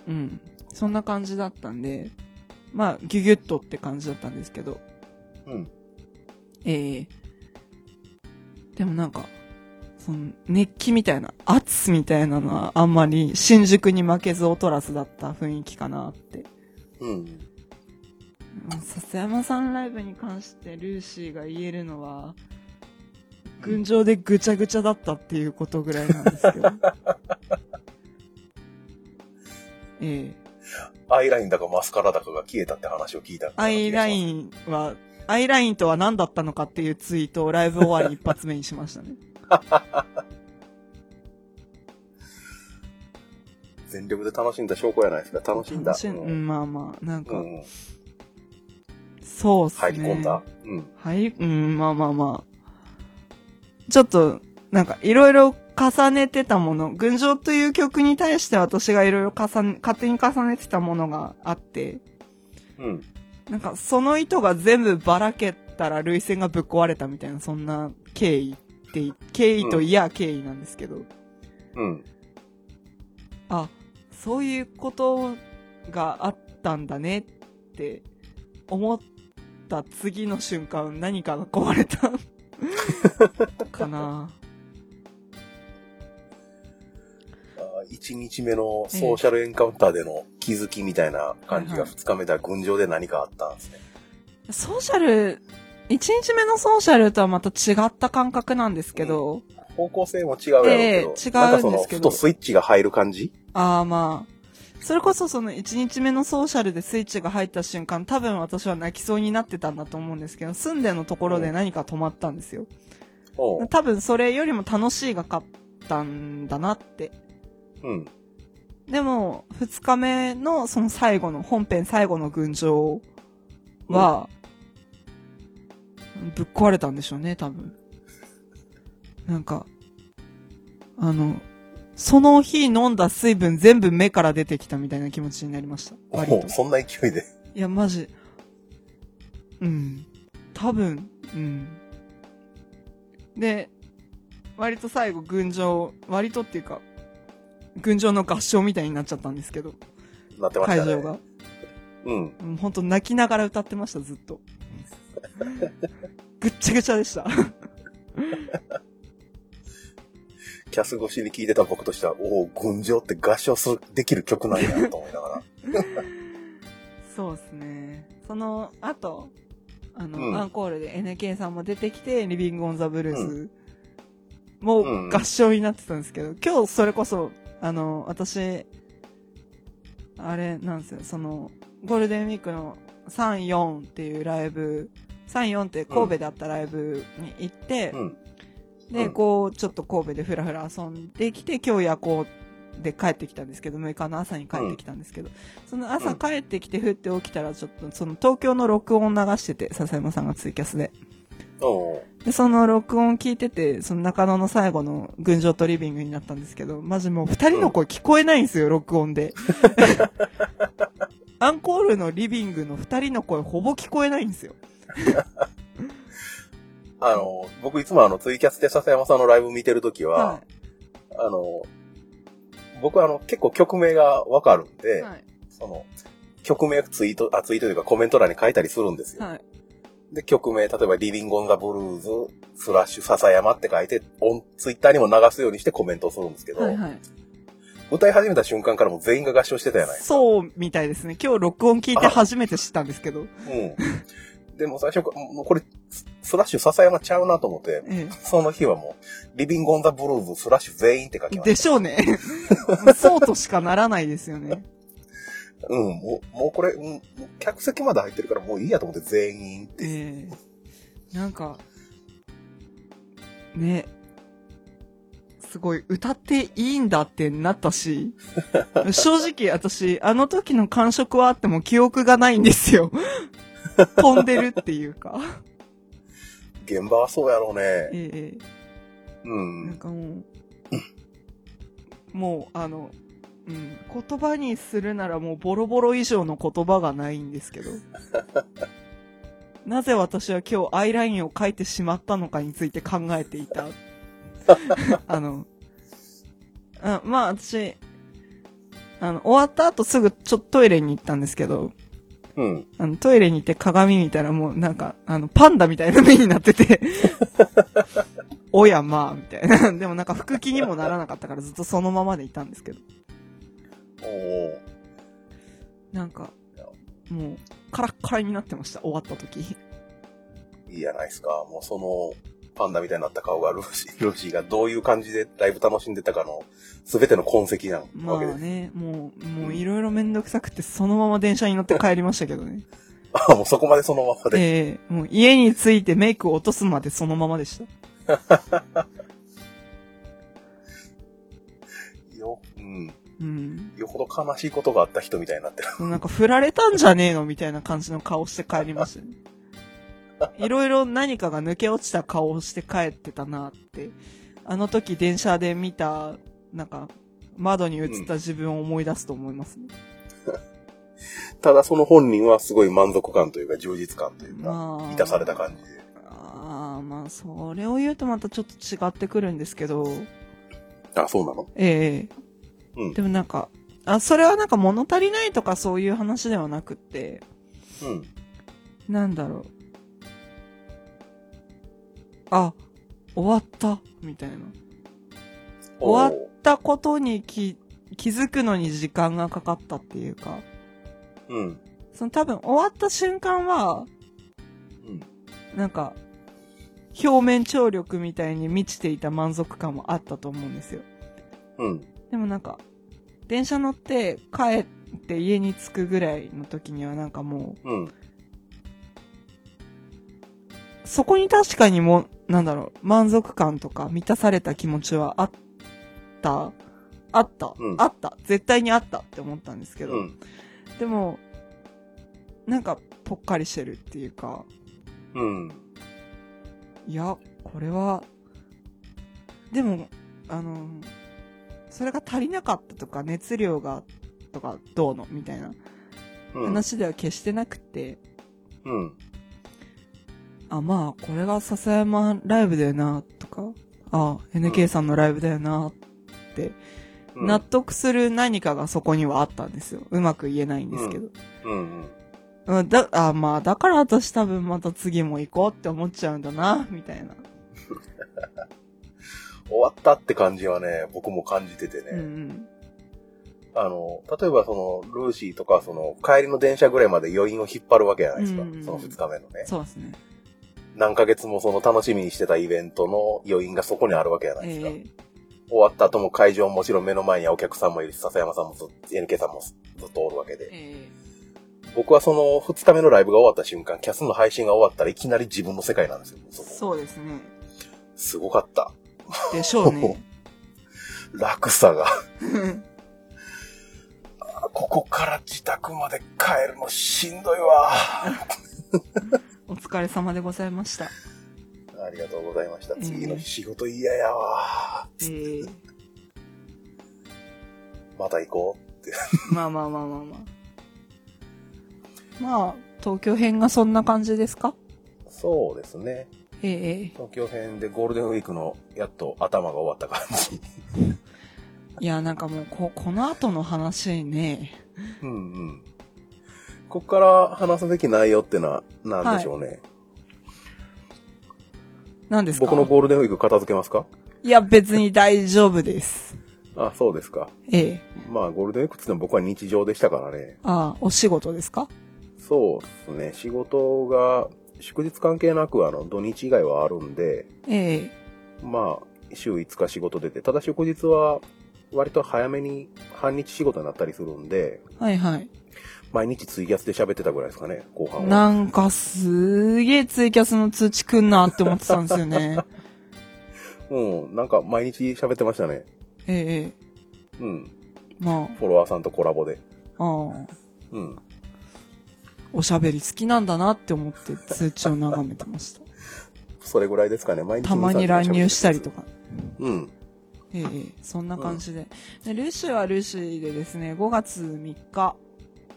[SPEAKER 4] うん。そんな感じだったんで、まあ、ギュギュッとって感じだったんですけど。
[SPEAKER 3] うん。
[SPEAKER 4] ええでもなんか、その、熱気みたいな、圧みたいなのはあんまり新宿に負けず劣らずだった雰囲気かなって。
[SPEAKER 3] うん。
[SPEAKER 4] うん笹山さんライブに関してルーシーが言えるのは、群青でぐちゃぐちゃだったっていうことぐらいなんですけど。 <laughs> ええ
[SPEAKER 3] アイラインだかマスカラだかが消えたって話を聞いた。
[SPEAKER 4] アイラ
[SPEAKER 3] ン。
[SPEAKER 4] インは、アイラインとは何だったのかっていうツイートをライブ終わり一発目にしましたね。
[SPEAKER 3] 全力で楽しんだ証拠やないですか。楽しんだ。
[SPEAKER 4] 楽し
[SPEAKER 3] う
[SPEAKER 4] うんん、まあまあ、なん
[SPEAKER 3] う
[SPEAKER 4] か、
[SPEAKER 3] んうん
[SPEAKER 4] そうっす
[SPEAKER 3] 入
[SPEAKER 4] ね。
[SPEAKER 3] り込んだ。うん。
[SPEAKER 4] はい、うん、まあまあまあ。ちょっと、なんか、いろいろ重ねてたもの、群青という曲に対して私がいろいろ重ね、勝手に重ねてたものがあって、
[SPEAKER 3] うん。
[SPEAKER 4] なんか、その糸が全部ばらけたら、涙腺がぶっ壊れたみたいな、そんな経緯って、経緯といや経緯なんですけど、
[SPEAKER 3] うん。
[SPEAKER 4] あ、そういうことがあったんだねって思った次の瞬間何かが壊れ <laughs> たかな。
[SPEAKER 3] あー一日目のソーシャルエンカウンターでの気づきみたいな感じ
[SPEAKER 4] はいは
[SPEAKER 3] が
[SPEAKER 4] い
[SPEAKER 3] 二日目では群青で何かあったんですね。
[SPEAKER 4] ソーシャル、一日目のソーシャルとはまた違った感覚なんですけど、
[SPEAKER 3] 方向性も違うやろうけど。
[SPEAKER 4] ええ違うんですけど
[SPEAKER 3] なんかその、ふとスイッチが入る感じ
[SPEAKER 4] ああまあ、それこそその一日目のソーシャルでスイッチが入った瞬間、多分私は泣きそうになってたんだと思うんですけど、住んでのところで何か止まったんですよ。
[SPEAKER 3] おう。
[SPEAKER 4] 多分それよりも楽しいが勝ったんだなって
[SPEAKER 3] うん。
[SPEAKER 4] でも、二日目のその最後の、本編最後の群青は、ぶっ壊れたんでしょうね、多分。なんか、あの、その日飲んだ水分全部目から出てきたみたいな気持ちになりました。割
[SPEAKER 3] お
[SPEAKER 4] と
[SPEAKER 3] う。そんな勢いで。
[SPEAKER 4] いや、マジ。うん。多分、うん。で、割と最後、群青、割とっていうか、群青の合唱みたいになっちゃったんですけど、
[SPEAKER 3] なってまし
[SPEAKER 4] 会
[SPEAKER 3] たね。
[SPEAKER 4] 場が。
[SPEAKER 3] うん。
[SPEAKER 4] うんほんと泣きながら歌ってました、ずっ
[SPEAKER 3] <laughs>
[SPEAKER 4] と。ぐっちゃぐちゃでした。
[SPEAKER 3] キャス越しに聞いてた僕としては、おお、群青って合唱する、できる曲なんやなと思いながら。
[SPEAKER 4] そうですね。その後、あの、
[SPEAKER 3] うん
[SPEAKER 4] アンコールで NK さんも出てきて、リビングオンザブルースも
[SPEAKER 3] うん
[SPEAKER 4] 合唱になってたんですけど、今日それこそ、あの、私、あれなんですよ、その、ゴールデンウィークの3、4っていうライブ、3、4って神戸であったライブに行って、
[SPEAKER 3] うん。う
[SPEAKER 4] で、
[SPEAKER 3] ん
[SPEAKER 4] こう、ちょっと神戸でふらふら遊んできて、今日夜行で帰ってきたんですけど、6日の朝に帰ってきたんですけど、その朝帰ってきて降って起きたら、ちょっとその東京の録音流してて、笹山さんがツイキャスで。
[SPEAKER 3] おう
[SPEAKER 4] で、その録音聞いてて、その中野の最後の群青とリビングになったんですけど、マジもう二人の声聞こえないんですよ、録
[SPEAKER 3] <laughs>
[SPEAKER 4] 音で。アンコールのリビングの二人の声ほぼ聞こえないんですよ。
[SPEAKER 3] あの、僕いつもあの、ツイキャスで笹山さんのライブ見てるときは、
[SPEAKER 4] は
[SPEAKER 3] あの、僕はあの、結構曲名がわかるん
[SPEAKER 4] い。
[SPEAKER 3] で、
[SPEAKER 4] はい。
[SPEAKER 3] その、曲名ツイート、あ、ツイートというかコメント欄に書いたりするんですよ。
[SPEAKER 4] はい。
[SPEAKER 3] で、曲名、例えばリビングオンザブルーズ、スラッシュ、笹山って書いて、オン、ツイッターにも流すようにしてコメントをするんですけど、
[SPEAKER 4] はい。はい。
[SPEAKER 3] 歌い始めた瞬間からもう全員が合唱してたじゃない
[SPEAKER 4] そうみたいですね。今日録音聞いて初めて知ったんですけど。
[SPEAKER 3] うん。でも最初か、もうこれ、ススラッシュ笹山ちゃうなと思って、
[SPEAKER 4] え
[SPEAKER 3] その日はもう、リビングオンザブルーズスラッシュ全員って書き
[SPEAKER 4] え、
[SPEAKER 3] まし
[SPEAKER 4] で
[SPEAKER 3] た。
[SPEAKER 4] しょ
[SPEAKER 3] <laughs>
[SPEAKER 4] うね。そうとしかならないですよね。
[SPEAKER 3] うん、もう、もうこれ、うん、もう客席まで入ってるからもういいやと思って全員って。
[SPEAKER 4] ええなんか、ね。すごい、歌っていいんだってなったし、正直私、あの時の感触はあっても記憶がないんで
[SPEAKER 3] <laughs>
[SPEAKER 4] すよ。飛んでるっていうか。
[SPEAKER 3] 現場はそうやろうね。
[SPEAKER 4] ええ
[SPEAKER 3] う
[SPEAKER 4] なん
[SPEAKER 3] ん。
[SPEAKER 4] かもう、もうあの、うん、言葉にするならもうボロボロ以上の言葉がないんですけどなぜ私は今日アイラインを描いてしまったのかについて考えていたあのあまあ私あの終わった後すぐちょっとトイレに行ったんですけど
[SPEAKER 3] うん。
[SPEAKER 4] あのトイレに行って鏡見たらもうなんかあのパンダみたいな目になってて <laughs> おやまあみたいな <laughs> でもなんか服気にもならなかったからずっとそのままでいたんですけど
[SPEAKER 3] おお。
[SPEAKER 4] なんか、もう、カラッカラになってました、終わった時。
[SPEAKER 3] いいじゃないですか。もうその、パンダみたいになった顔がル <laughs> ーシー、ルーシーがどういう感じでライブ楽しんでたかの、すべての痕跡じゃん。
[SPEAKER 4] ま
[SPEAKER 3] わ
[SPEAKER 4] あ
[SPEAKER 3] けです。
[SPEAKER 4] ね、もう、もういろいろめんどくさくて、そのまま電車に乗って帰りましたけどね。
[SPEAKER 3] あ、もうそこまでそのままで。
[SPEAKER 4] ええもう家に着いてメイクを落とすまでそのままでした。
[SPEAKER 3] よ、うん。
[SPEAKER 4] うん。
[SPEAKER 3] よほど悲しいことがあった人みたいになってる。 <laughs>
[SPEAKER 4] なんか振られたんじゃねえのみたいな感じの顔して帰りましたね。いろいろ何かが抜け落ちた顔をして帰ってたなって。あの時電車で見た、なんか、窓に映った自分を思い出すと思いますね。
[SPEAKER 3] ただその本人はすごい満足感というか充実感というか、
[SPEAKER 4] まあ。
[SPEAKER 3] 満たされた感じで。
[SPEAKER 4] ああ、まあ、それを言うとまたちょっと違ってくるんですけど、
[SPEAKER 3] あ、そうなの
[SPEAKER 4] ええ
[SPEAKER 3] うん
[SPEAKER 4] でもなんか、あ、それはなんか物足りないとかそういう話ではなくって、
[SPEAKER 3] うん。
[SPEAKER 4] なんだろう。あ、終わった、みたいな。終わったことに気、気づくのに時間がかかったっていうか、
[SPEAKER 3] おーうん。
[SPEAKER 4] その多分終わった瞬間は、
[SPEAKER 3] うん。
[SPEAKER 4] なんか、表面張力みたいに満ちていた満足感もあったと思うんですよ。
[SPEAKER 3] うん。
[SPEAKER 4] でもなんか、電車乗って帰って家に着くぐらいの時にはなんかも
[SPEAKER 3] うん。
[SPEAKER 4] う、そこに確かにも、なんだろう、満足感とか満たされた気持ちはあった、あった、
[SPEAKER 3] うん
[SPEAKER 4] あった、絶対にあったって思ったんですけど、
[SPEAKER 3] うん。
[SPEAKER 4] でも、なんかぽっかりしてるっていうか、
[SPEAKER 3] うん。
[SPEAKER 4] いや、これは、でも、あの、それが足りなかったとか熱量が、とかどうのみたいな
[SPEAKER 3] うん。
[SPEAKER 4] 話では決してなくて、
[SPEAKER 3] うん。
[SPEAKER 4] あ、まあ、これが笹山ライブだよな、とか、あ、NK さんのライブだよな、って、
[SPEAKER 3] うん
[SPEAKER 4] 納得する何かがそこにはあったんですよ。うまく言えないんですけど。
[SPEAKER 3] うん。
[SPEAKER 4] うん、だ、あ、まあ、だから私多分また次も行こうって思っちゃうんだな、みたいな。
[SPEAKER 3] 終わったって感じはね、僕も感じててね。
[SPEAKER 4] うん
[SPEAKER 3] あの、例えばその、ルーシーとか、その、帰りの電車ぐらいまで余韻を引っ張るわけじゃないですか。
[SPEAKER 4] うん
[SPEAKER 3] その2日目の
[SPEAKER 4] う
[SPEAKER 3] ね
[SPEAKER 4] ん。。そうですね。
[SPEAKER 3] 何ヶ月もその楽しみにしてたイベントの余韻がそこにあるわけじゃないですか。
[SPEAKER 4] え
[SPEAKER 3] 終わった後も会場ももちろん目の前にはお客さんもいるし、笹山さんもずっと、NK さんもずっとおるわけ
[SPEAKER 4] え
[SPEAKER 3] で。
[SPEAKER 4] え
[SPEAKER 3] 僕はその、2日目のライブが終わった瞬間、キャスの配信が終わったらいきなり自分の世界なんですよ。
[SPEAKER 4] え
[SPEAKER 3] そこ
[SPEAKER 4] そうですね。
[SPEAKER 3] すごかった。
[SPEAKER 4] でしょうね。
[SPEAKER 3] 落差が。あここから自宅まで帰るのしんどいわ。
[SPEAKER 4] <laughs> お疲れ様でございました。
[SPEAKER 3] ありがとうございました。
[SPEAKER 4] ん
[SPEAKER 3] 次の日仕事嫌やわ。
[SPEAKER 4] ええ
[SPEAKER 3] また行こう。
[SPEAKER 4] まあまあまあまあまあ。まあ、東京編がそんな感じですか
[SPEAKER 3] そうですね。
[SPEAKER 4] ええ
[SPEAKER 3] 東京編でゴールデンウィークのやっと頭が終わった感
[SPEAKER 4] <laughs>
[SPEAKER 3] じ。
[SPEAKER 4] いや、なんかもう、こ、この後の話ね。
[SPEAKER 3] うんうん。こっから話すべき内容ってのは何でしょうね。
[SPEAKER 4] 何ですか
[SPEAKER 3] 僕のゴールデンウィーク片付けますか
[SPEAKER 4] いや、別に大丈夫です。
[SPEAKER 3] あ、そうですか。
[SPEAKER 4] ええ
[SPEAKER 3] まあゴールデンウィークってのは僕は日常でしたからね。
[SPEAKER 4] ああ、お仕事ですか
[SPEAKER 3] そうですね。仕事が祝日関係なくあの土日以外はあるんで、
[SPEAKER 4] ええ
[SPEAKER 3] まあ、週5日仕事出て、ただ祝日は割と早めに半日仕事になったりするんで、
[SPEAKER 4] はいはい。
[SPEAKER 3] 毎日ツイキャスで喋ってたぐらいですかね、後半は。
[SPEAKER 4] なんか、すげえツイキャスの通知くんなって思ってたんですよね。
[SPEAKER 3] うん、なんか毎日喋ってましたね。
[SPEAKER 4] えええ
[SPEAKER 3] うん、
[SPEAKER 4] えま
[SPEAKER 3] フォロワーさんとコラボで。
[SPEAKER 4] あ、ああ、
[SPEAKER 3] うん。
[SPEAKER 4] おしゃべり好きなんだなって思って通知を眺めてました。
[SPEAKER 3] それぐらいですかね、毎日。
[SPEAKER 4] たまに乱入したりと。か。
[SPEAKER 3] うん。
[SPEAKER 4] ええそんな感じで,、で。ルーシーはルーシーでですね、5月3日、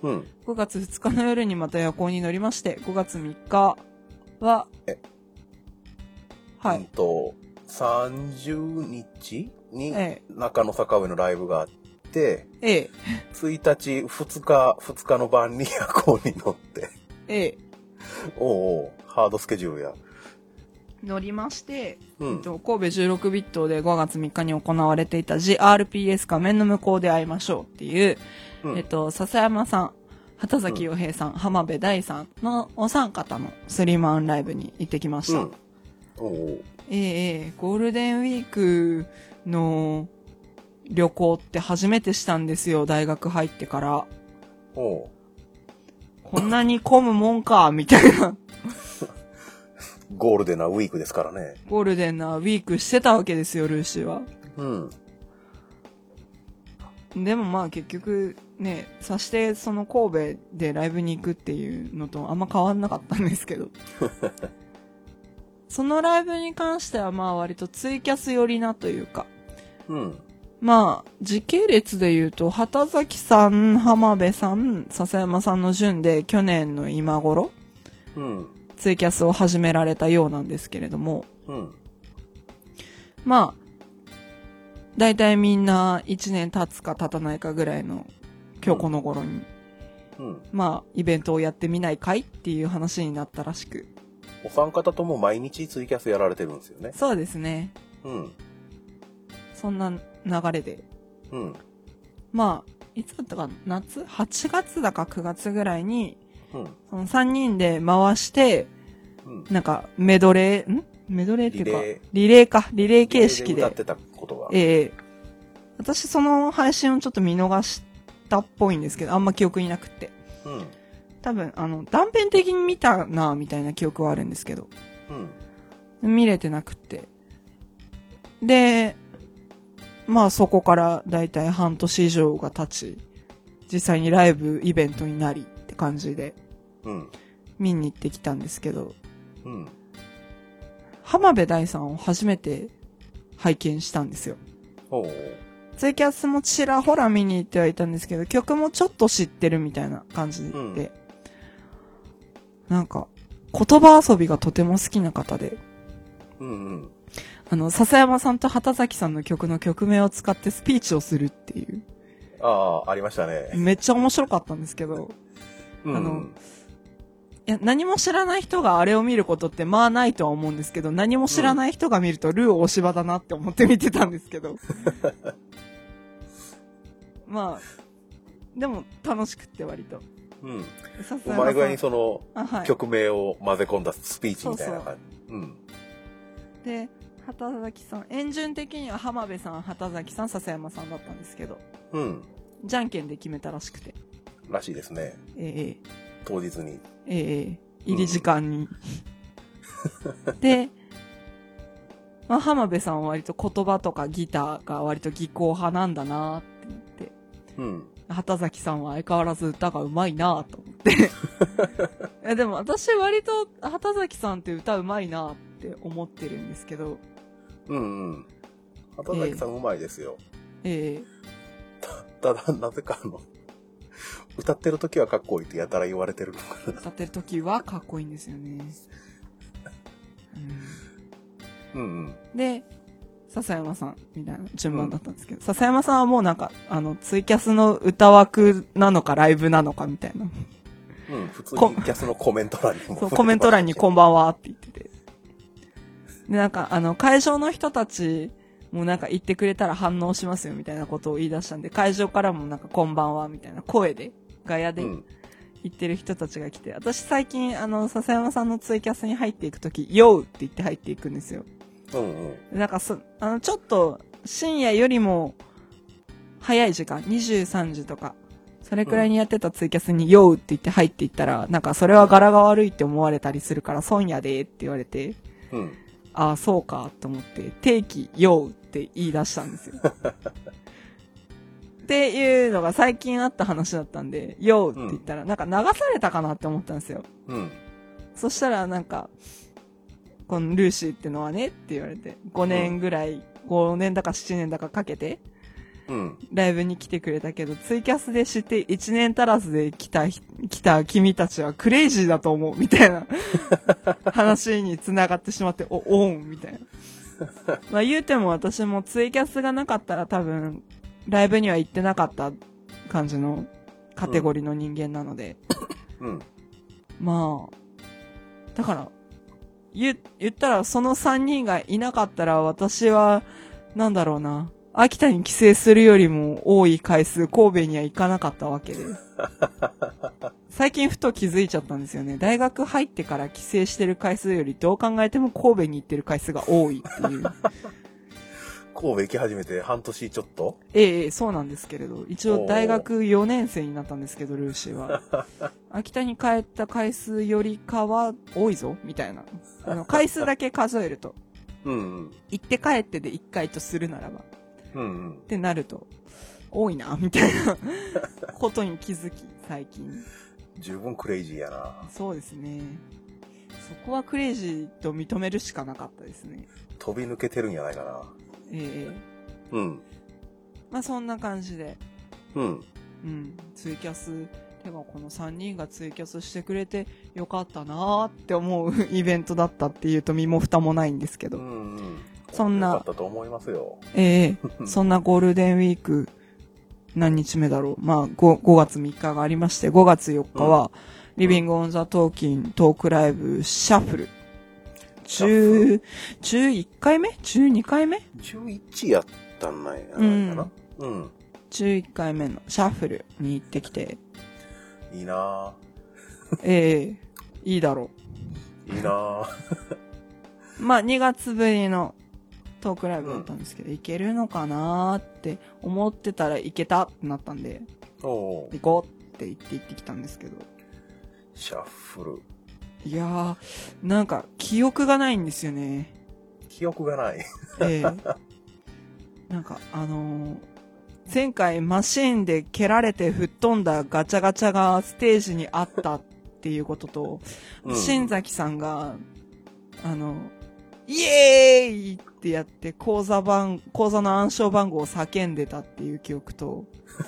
[SPEAKER 3] うん。
[SPEAKER 4] 5月2日の夜にまた夜行に乗りまして、5月3日は
[SPEAKER 3] え、
[SPEAKER 4] は
[SPEAKER 3] うん
[SPEAKER 4] い。
[SPEAKER 3] と、30日に
[SPEAKER 4] え
[SPEAKER 3] 中野坂上のライブがあって、
[SPEAKER 4] ええ
[SPEAKER 3] 1日、2日、2日の晩に夜行に乗って、 <laughs>
[SPEAKER 4] えええ
[SPEAKER 3] おうおうハードスケジュールや。
[SPEAKER 4] 乗りまして、
[SPEAKER 3] う
[SPEAKER 4] えっ
[SPEAKER 3] ん。
[SPEAKER 4] と神戸16ビットで5月3日に行われていた GRPS 画面の向こうで会いましょうっていう、
[SPEAKER 3] うん
[SPEAKER 4] えっと、笹山さん、畑崎洋平さん、浜辺大さんのお三方のスリーマンライブに行ってきまし
[SPEAKER 3] う
[SPEAKER 4] た。
[SPEAKER 3] ん。おうおう
[SPEAKER 4] ええええゴールデンウィークの旅行って初めてしたんですよ、大学入ってから。
[SPEAKER 3] おう
[SPEAKER 4] こんなに混むもんか、みたいな。
[SPEAKER 3] ゴールデンなウィークですからね。
[SPEAKER 4] ゴールデンなウィークしてたわけですよ、ルーシーは。
[SPEAKER 3] うん。
[SPEAKER 4] でもまあ結局ね、さしてその神戸でライブに行くっていうのとあんま変わんなかったんですけど。そのライブに関してはまあ割とツイキャス寄りなというか、
[SPEAKER 3] うん。
[SPEAKER 4] まあ時系列で言うと、畑崎さん、浜辺さん、笹山さんの順で去年の今頃、
[SPEAKER 3] うん。
[SPEAKER 4] ツイキャスを始められたようなんですけれども、
[SPEAKER 3] うん。
[SPEAKER 4] まあ、大体みんな1年経つか経たないかぐらいの今日この頃に、
[SPEAKER 3] うん。
[SPEAKER 4] まあ、イベントをやってみないかいっていう話になったらしく。
[SPEAKER 3] お三方とも毎日ツイキャスやられてるんですよね。
[SPEAKER 4] そうですね。
[SPEAKER 3] うん。
[SPEAKER 4] そんな流れで。
[SPEAKER 3] うん。
[SPEAKER 4] まあ、いつだったかな夏 ?8 月だか9月ぐらいに、
[SPEAKER 3] うん。
[SPEAKER 4] その3人で回して、
[SPEAKER 3] うん。
[SPEAKER 4] なんかメドレー、んメドレーっていうか、
[SPEAKER 3] リ
[SPEAKER 4] リ
[SPEAKER 3] レ
[SPEAKER 4] レ
[SPEAKER 3] ー
[SPEAKER 4] ーか、リレー形式で。
[SPEAKER 3] 歌ってたことが。
[SPEAKER 4] ええ私その配信をちょっと見逃したっぽいんですけど、あんま記憶になくって。
[SPEAKER 3] うん。
[SPEAKER 4] 多分、あの、断片的に見たなぁみたいな記憶はあるんですけど。
[SPEAKER 3] うん。
[SPEAKER 4] 見れてなくて。で、まあそこからだいたい半年以上が経ち、実際にライブイベントになりって感じで
[SPEAKER 3] うん。
[SPEAKER 4] 見に行ってきたんですけど、
[SPEAKER 3] うん。
[SPEAKER 4] 浜辺大さんを初めて拝見したんですよ。
[SPEAKER 3] おう
[SPEAKER 4] ツイキャスもちらほら見に行ってはいたんですけど、曲もちょっと知ってるみたいな感じで、
[SPEAKER 3] うん
[SPEAKER 4] なんか、言葉遊びがとても好きな方で、
[SPEAKER 3] うんうん。
[SPEAKER 4] あの、笹山さんと畑崎さんの曲の曲名を使ってスピーチをするっていう。
[SPEAKER 3] ああ、ありましたね。
[SPEAKER 4] めっちゃ面白かったんですけど。
[SPEAKER 3] うん。
[SPEAKER 4] あのいや、何も知らない人があれを見ることってまあないとは思うんですけど、何も知らない人が見るとルー大芝だなって思って見てたんですけど。まあ、でも楽しくって割と。
[SPEAKER 3] うん。
[SPEAKER 4] 笹
[SPEAKER 3] う
[SPEAKER 4] 山
[SPEAKER 3] まい具合
[SPEAKER 4] さん
[SPEAKER 3] にその、
[SPEAKER 4] あ、はい。
[SPEAKER 3] 曲名を混ぜ込んだスピーチみたいな感じ。うん。
[SPEAKER 4] で、畑崎さん、円順的には浜辺さん、畑崎さん、笹山さんだったんですけど、
[SPEAKER 3] うん。
[SPEAKER 4] じゃんけんで決めたらしくて。
[SPEAKER 3] らしいですね。
[SPEAKER 4] ええ
[SPEAKER 3] 当日に。
[SPEAKER 4] ええ入り時間に。で、まあ、浜辺さんは割と言葉とかギターが割と技巧派なんだなって思って、
[SPEAKER 3] うん。
[SPEAKER 4] 畑崎さんは相変わらず歌が上手いなと思って。いやでも私割と畑崎さんって歌上手いなって思ってるんですけど、
[SPEAKER 3] うんうん。畑崎さんうまいですよ。
[SPEAKER 4] え
[SPEAKER 3] ただ、なぜかあの、歌ってる時はかっこいいってやたら言われてるのか
[SPEAKER 4] え歌ってる時はかっこいいんですよね。
[SPEAKER 3] な。
[SPEAKER 4] うん
[SPEAKER 3] <laughs> うん
[SPEAKER 4] で、笹山さんみたいな順番だったんですけど、笹山さんはもうなんか、あの、ツイキャスの歌枠なのかライブなのかみたいな。
[SPEAKER 3] うん。うん。普通に
[SPEAKER 4] こ
[SPEAKER 3] キャスのコメント欄にも
[SPEAKER 4] そう、コメント欄にこん
[SPEAKER 3] ん。
[SPEAKER 4] ばんはって言ってて。で、なんか、あの、会場の人たちもなんか言ってくれたら反応しますよみたいなことを言い出したんで、会場からもなんかこんばんはみたいな声で、ガヤ
[SPEAKER 3] <laughs>
[SPEAKER 4] で
[SPEAKER 3] うん。
[SPEAKER 4] 言ってる人たちが来て、私最近あの、笹山さんのツイキャスに入っていくとき、YO! って言って入っていくんですよ。
[SPEAKER 3] うんうん。
[SPEAKER 4] なんかそ、あの、ちょっと、深夜よりも、早い時間、23時とか、それくらいにやってたツイキャスに、酔うって言って入っていったら、なんか、それは柄が悪いって思われたりするから、損やで、って言われて、
[SPEAKER 3] うん。
[SPEAKER 4] ああ、そうか、と思って、定期、酔うって言い出したんです <laughs> よ。っていうのが最近あった話だったんで、酔うって言ったら、なんか流されたかなって思ったんですよ。
[SPEAKER 3] うん。
[SPEAKER 4] そしたらなんか、このルーシーってのはねって言われて、5年ぐらい5年だか7年だかかけて、
[SPEAKER 3] うん。
[SPEAKER 4] ライブに来てくれたけど、ツイキャスで知って1年足らずで来た人、来た君たちはクレイジーだと思う、みたいな話に繋がってしまって、お、おん、みたいな。まあ言うても私もツイキャスがなかったら多分、ライブには行ってなかった感じのカテゴリーの人間なので、
[SPEAKER 3] うん。
[SPEAKER 4] まあ、だから、言、言ったらその3人がいなかったら私は、なんだろうな、秋田に帰省するよりも多い回数神戸には行かなかったわけで。最近ふと気づいちゃったんですよね。大学入ってから帰省してる回数よりどう考えても神戸に行ってる回数が多いっていう。
[SPEAKER 3] 神戸行き始めて半年ちょっと
[SPEAKER 4] ええええ、そうなんですけれど、一応大学4年生になったんですけど、ルーシーは。秋田に帰った回数よりかは多いぞ、みたいな。あの、回数だけ数えると。
[SPEAKER 3] うんうん。
[SPEAKER 4] 行って帰ってで1回とするならば。っ
[SPEAKER 3] うんうん。
[SPEAKER 4] てなると、多いな、みたいなことに気づき、最近。
[SPEAKER 3] 十分クレイジーやな。
[SPEAKER 4] そうですね。そこはクレイジーと認めるしかなかったですね。
[SPEAKER 3] 飛び抜けてるんじゃないかな。
[SPEAKER 4] ええええ。
[SPEAKER 3] うん。
[SPEAKER 4] まあそんな感じで。
[SPEAKER 3] うん。
[SPEAKER 4] うん、ツイキャス、てかこの3人がツイキャスしてくれてよかったなーって思うイベントだったっていうと身も蓋もないんですけ
[SPEAKER 3] う
[SPEAKER 4] ど、
[SPEAKER 3] んうん。
[SPEAKER 4] そんな
[SPEAKER 3] よかったと思いますよ。
[SPEAKER 4] え
[SPEAKER 3] <laughs>
[SPEAKER 4] えそんなゴールデンウィーク、何日目だろう。まあ5、5月3日がありまして、5月4日は、リビングオンザトーキントークライブシャッフル。10 11回目 ?12 回目
[SPEAKER 3] 11やったんないかな。うん。
[SPEAKER 4] ?11 回目のシャッフルに行ってきて、
[SPEAKER 3] いいな
[SPEAKER 4] ええいいだろう。
[SPEAKER 3] いいな
[SPEAKER 4] まあ、2月ぶりのトークライブだったんですけど、いけるのかなーって思ってたらいけたってなったんで、
[SPEAKER 3] おう
[SPEAKER 4] 行こうって言って行ってきたんですけど。
[SPEAKER 3] シャッフル。
[SPEAKER 4] いやー、なんか記憶がないんですよね。
[SPEAKER 3] 記憶がない。
[SPEAKER 4] ええなんかあのー前回マシンで蹴られて吹っ飛んだガチャガチャがステージにあったっていうことと、
[SPEAKER 3] うん
[SPEAKER 4] 新崎さんが、あの、イエーイってやって、講座番、講座の暗証番号を叫んでたっていう記憶と、 <laughs>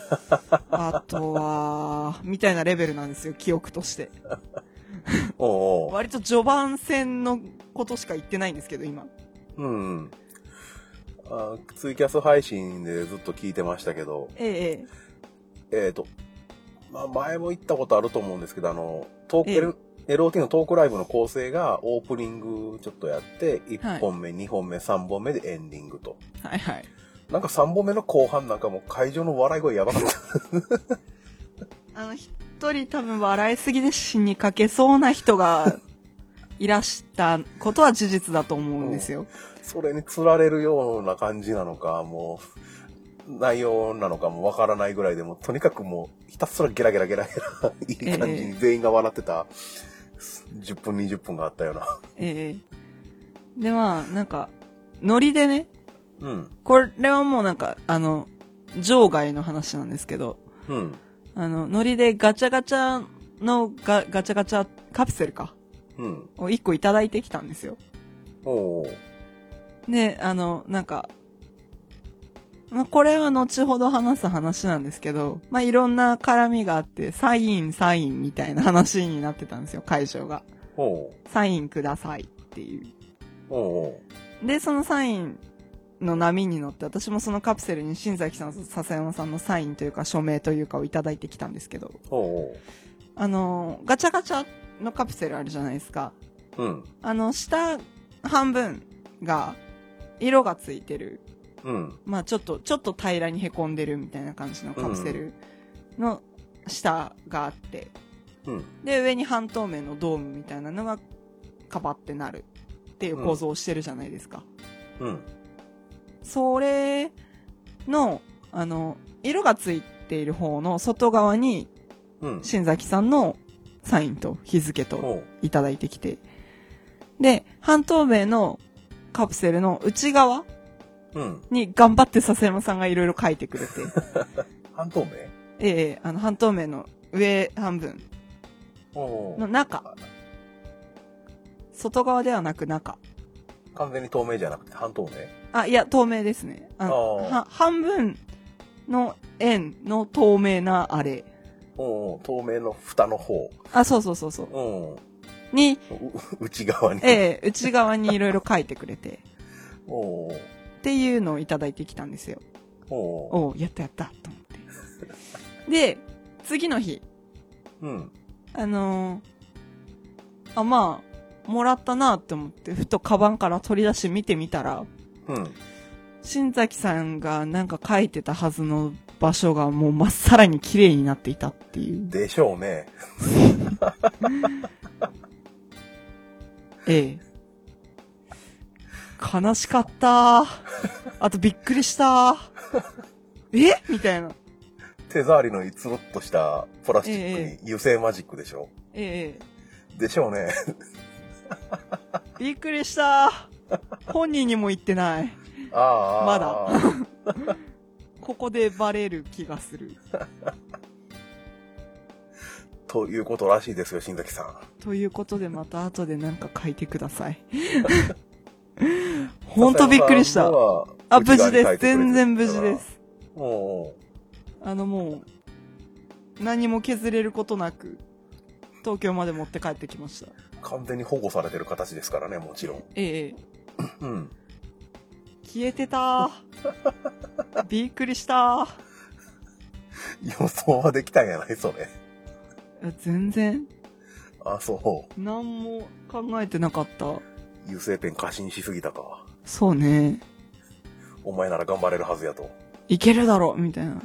[SPEAKER 4] あとは、みたいなレベルなんですよ、記憶として。
[SPEAKER 3] おうお
[SPEAKER 4] 割と序盤戦のことしか言ってないんですけど、今。
[SPEAKER 3] う。うん。あツイキャス配信でずっと聞いてましたけど、
[SPEAKER 4] ええ、え
[SPEAKER 3] えっ、と、まあ、前も行ったことあると思うんですけど、あの、トーク、
[SPEAKER 4] ええ
[SPEAKER 3] L- LOT のトークライブの構成がオープニングちょっとやって、
[SPEAKER 4] はい
[SPEAKER 3] 1本目、2本目、3本目でエンディングと。
[SPEAKER 4] え。はいはい。
[SPEAKER 3] なんか3本目の後半なんかもう会場の笑い声やばかった。
[SPEAKER 4] あの、一人多分笑いすぎで死にかけそうな人 <laughs> がいらしたことは事実だと思うんですよ。
[SPEAKER 3] それに釣られるような感じなのか、もう、内容なのかもわからないぐらいでも、とにかくもう、ひたすらゲラゲラゲラゲラ、いい感じ
[SPEAKER 4] ええ
[SPEAKER 3] に全員が笑ってた、10分20分があったような。
[SPEAKER 4] ええで、まあ、なんか、ノリでね、
[SPEAKER 3] うん。
[SPEAKER 4] これはもうなんか、あの、場外の話なんですけど、
[SPEAKER 3] うん。
[SPEAKER 4] あの、ノリでガチャガチャのガ、ガチャガチャカプセルか、
[SPEAKER 3] うん。
[SPEAKER 4] を1個いただいてきたんですよ。
[SPEAKER 3] おう
[SPEAKER 4] で、あの、なんか、まあ、これは後ほど話す話なんですけど、まあ、いろんな絡みがあって、サイン、サインみたいな話になってたんですよ、会場が。
[SPEAKER 3] おう
[SPEAKER 4] サインくださいっていう。
[SPEAKER 3] おう
[SPEAKER 4] で、そのサインの波に乗って、私もそのカプセルに新崎さんと笹山さんのサインというか署名というかをいただいてきたんですけど、
[SPEAKER 3] おう
[SPEAKER 4] あの、ガチャガチャのカプセルあるじゃないですか。
[SPEAKER 3] うん。
[SPEAKER 4] あの、下半分が色がついてる。
[SPEAKER 3] うん。
[SPEAKER 4] まあちょっと、ちょっと平らに凹んでるみたいな感じのカプセルの下があって、
[SPEAKER 3] うん。
[SPEAKER 4] で、上に半透明のドームみたいなのがカバってなるっていう構造をしてるじゃないですか。
[SPEAKER 3] うん。
[SPEAKER 4] それの、あの、色がついている方の外側に、
[SPEAKER 3] うん。
[SPEAKER 4] 新崎さんのサインと日付と
[SPEAKER 3] おう
[SPEAKER 4] いただいてきて、で、半透明のカプセルの内側
[SPEAKER 3] うん。
[SPEAKER 4] に頑張って笹山さんがいろいろ書いてくれて、 <laughs>
[SPEAKER 3] 半透明
[SPEAKER 4] ええあの、半透明の上半分
[SPEAKER 3] おう
[SPEAKER 4] の中。外側ではなく中。
[SPEAKER 3] 完全に透明じゃなくて半透明
[SPEAKER 4] あ、いや、透明ですね。あの
[SPEAKER 3] あー
[SPEAKER 4] は半分の円の透明なあれ。
[SPEAKER 3] うんうん、透明の蓋の方。
[SPEAKER 4] あ、そうそうそうそう。
[SPEAKER 3] うん。う
[SPEAKER 4] に、
[SPEAKER 3] 内側に。
[SPEAKER 4] ええ内側にいろいろ書いてくれて、
[SPEAKER 3] おう
[SPEAKER 4] っていうのをいただいてきたんですよ。
[SPEAKER 3] おうおう
[SPEAKER 4] おうやったやった、と思って。で、次の日、
[SPEAKER 3] うん。
[SPEAKER 4] あのーあ、まあ、もらったなって思って、ふとカバンから取り出して見てみたら、
[SPEAKER 3] うん。
[SPEAKER 4] 新崎さんがなんか書いてたはずの場所がもうまっさらに綺麗になっていたっていう。
[SPEAKER 3] でしょうね。
[SPEAKER 4] ええ。悲しかったあとびっくりしたえみたいな。
[SPEAKER 3] 手触りのいいつるっとしたプラスチック
[SPEAKER 4] え
[SPEAKER 3] に油性マジックでしょ。
[SPEAKER 4] ええ。
[SPEAKER 3] でしょう
[SPEAKER 4] <laughs>
[SPEAKER 3] ね。
[SPEAKER 4] びっくりした本人にも言ってない。
[SPEAKER 3] ああ。
[SPEAKER 4] まだ。ここでバレる気がする。
[SPEAKER 3] <laughs> ということらしいですよ、新崎さん。
[SPEAKER 4] ということでまた後でなんか書いてくだ <laughs> さい。ほんとびっくりした。あ、無事です。全然無事で。す。
[SPEAKER 3] おうおう
[SPEAKER 4] あのもう、何も削れることなく、東京まで持って帰ってきました。
[SPEAKER 3] 完全に保護されてる形ですからね、もちろん。
[SPEAKER 4] ええ。
[SPEAKER 3] うん。
[SPEAKER 4] 消えて <laughs> たーびっくりしたー
[SPEAKER 3] 予想はできたんやないそれ。
[SPEAKER 4] いや全然、
[SPEAKER 3] あ、そう。
[SPEAKER 4] 何も考えてなかった。
[SPEAKER 3] 油性ペン過信しすぎたか。
[SPEAKER 4] そうね。
[SPEAKER 3] お前なら頑張れるはずやと。
[SPEAKER 4] いけるだろうみたいな。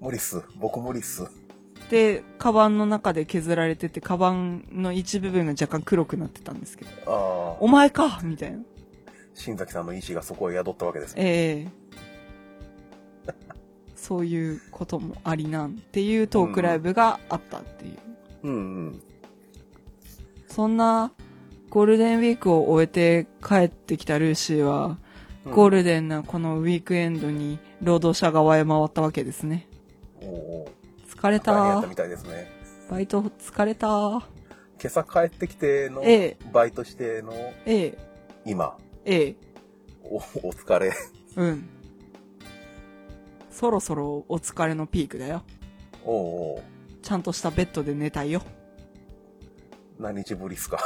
[SPEAKER 3] 無理っす。僕無理っす。
[SPEAKER 4] で、カバンの中で削られてて、カバンの一部分が若干黒くなってたんですけど。
[SPEAKER 3] あ
[SPEAKER 4] お
[SPEAKER 3] あ。
[SPEAKER 4] 前かみたいな。
[SPEAKER 3] 新崎さんの意志がそこへ宿ったわけです。
[SPEAKER 4] ええそういうこともありなんっていうトークライブがあったっていう。
[SPEAKER 3] うんうん。
[SPEAKER 4] そんなゴールデンウィークを終えて帰ってきたルーシーは、
[SPEAKER 3] うん
[SPEAKER 4] ゴールデンなこのウィークエンドに労働者側へ回ったわけですね。
[SPEAKER 3] おうおう
[SPEAKER 4] 疲れ
[SPEAKER 3] 大変や
[SPEAKER 4] た
[SPEAKER 3] ったみ。たいですね。
[SPEAKER 4] バイト疲れた。
[SPEAKER 3] 今朝帰ってきての、
[SPEAKER 4] ええ
[SPEAKER 3] バイトしての、
[SPEAKER 4] ええ、
[SPEAKER 3] 今、
[SPEAKER 4] ええ、
[SPEAKER 3] お、お疲れ。 <laughs>
[SPEAKER 4] うん。そろそろお疲れのピークだよ。
[SPEAKER 3] おうおう
[SPEAKER 4] ちゃんとしたベッドで寝たいよ。
[SPEAKER 3] 何日ぶりっすか。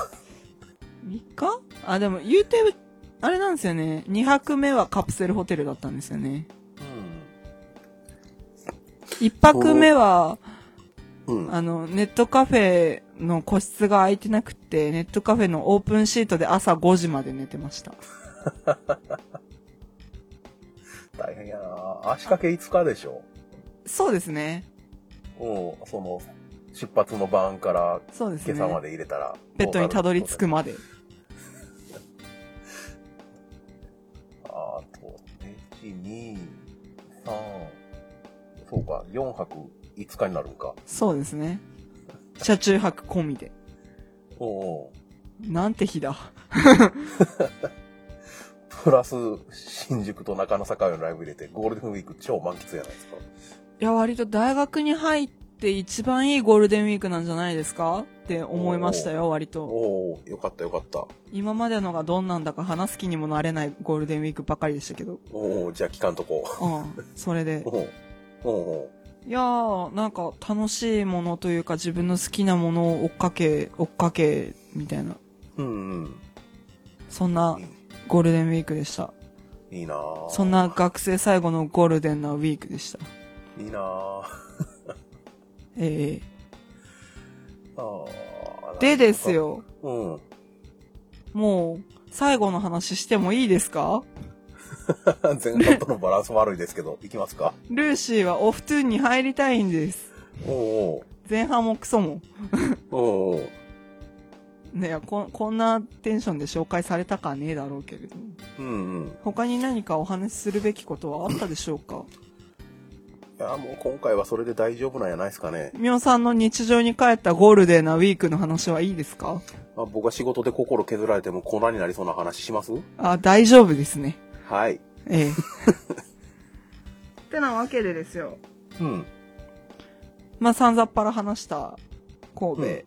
[SPEAKER 4] 3日あ、でも言うて、あれなんですよね。2泊目はカプセルホテルだったんですよね。1泊目は、
[SPEAKER 3] うん。うん。
[SPEAKER 4] あの、ネットカフェの個室が空いてなくて、ネットカフェのオープンシートで朝5時まで寝てました。
[SPEAKER 3] 大変やな足掛け5日でしょ。
[SPEAKER 4] そうですね。
[SPEAKER 3] うん。その、出発の晩から
[SPEAKER 4] そうです
[SPEAKER 3] 今
[SPEAKER 4] ね。
[SPEAKER 3] 朝まで入れたら、
[SPEAKER 4] ベッドにたどり着くまで。
[SPEAKER 3] あと、1、2、3、そうか、4泊5日になるんか。
[SPEAKER 4] そうですね。車中泊込みで。
[SPEAKER 3] おうおう
[SPEAKER 4] なんて日だ。
[SPEAKER 3] プラス、新宿と中野坂上のライブ入れて、ゴールデンウィーク超満喫やないですか。
[SPEAKER 4] いや、割と大学に入って一番いいゴールデンウィークなんじゃないですかって思いましたよ、割と。
[SPEAKER 3] おおよかったよかった。
[SPEAKER 4] 今までのがどんなんだか話す気にもなれないゴールデンウィークばかりでしたけど。
[SPEAKER 3] おおじゃあ聞かんとこ
[SPEAKER 4] うん。そ
[SPEAKER 3] <laughs>
[SPEAKER 4] れで
[SPEAKER 3] う。。おうおうおう
[SPEAKER 4] いやー、なんか楽しいものというか自分の好きなものを追っかけ、追っかけ、みたいな。
[SPEAKER 3] うんうん。
[SPEAKER 4] そんないゴールデンウィークでした。
[SPEAKER 3] いいなぁ
[SPEAKER 4] そんな学生最後のゴールデンなウィークでした。
[SPEAKER 3] いいなぁ
[SPEAKER 4] え
[SPEAKER 3] あ
[SPEAKER 4] え
[SPEAKER 3] ー
[SPEAKER 4] でです。よ。
[SPEAKER 3] うん。 <laughs>
[SPEAKER 4] もう、最後の話してもいいですか
[SPEAKER 3] 前半とのバランス悪いですけど、いきますか。
[SPEAKER 4] ルーシーはオフトゥーンに入りたいんです。
[SPEAKER 3] おう
[SPEAKER 4] 前半もクソも。
[SPEAKER 3] おうおうおう
[SPEAKER 4] ねえこ、こんなテンションで紹介されたかねえだろうけれども。
[SPEAKER 3] うんうん。
[SPEAKER 4] 他に何かお話しするべきことはあったでしょうか
[SPEAKER 3] いや、もう今回はそれで大丈夫なんやないですかね。
[SPEAKER 4] みおさんの日常に帰ったゴールデンなウィークの話はいいですか
[SPEAKER 3] まあ、僕は仕事で心削られても粉になりそうな話します
[SPEAKER 4] あ、大丈夫ですね。
[SPEAKER 3] はい。
[SPEAKER 4] ええ。 <laughs> ってなわけでですよ。
[SPEAKER 3] うん。
[SPEAKER 4] まあ、散々っぱら話した神戸
[SPEAKER 3] うん
[SPEAKER 4] で、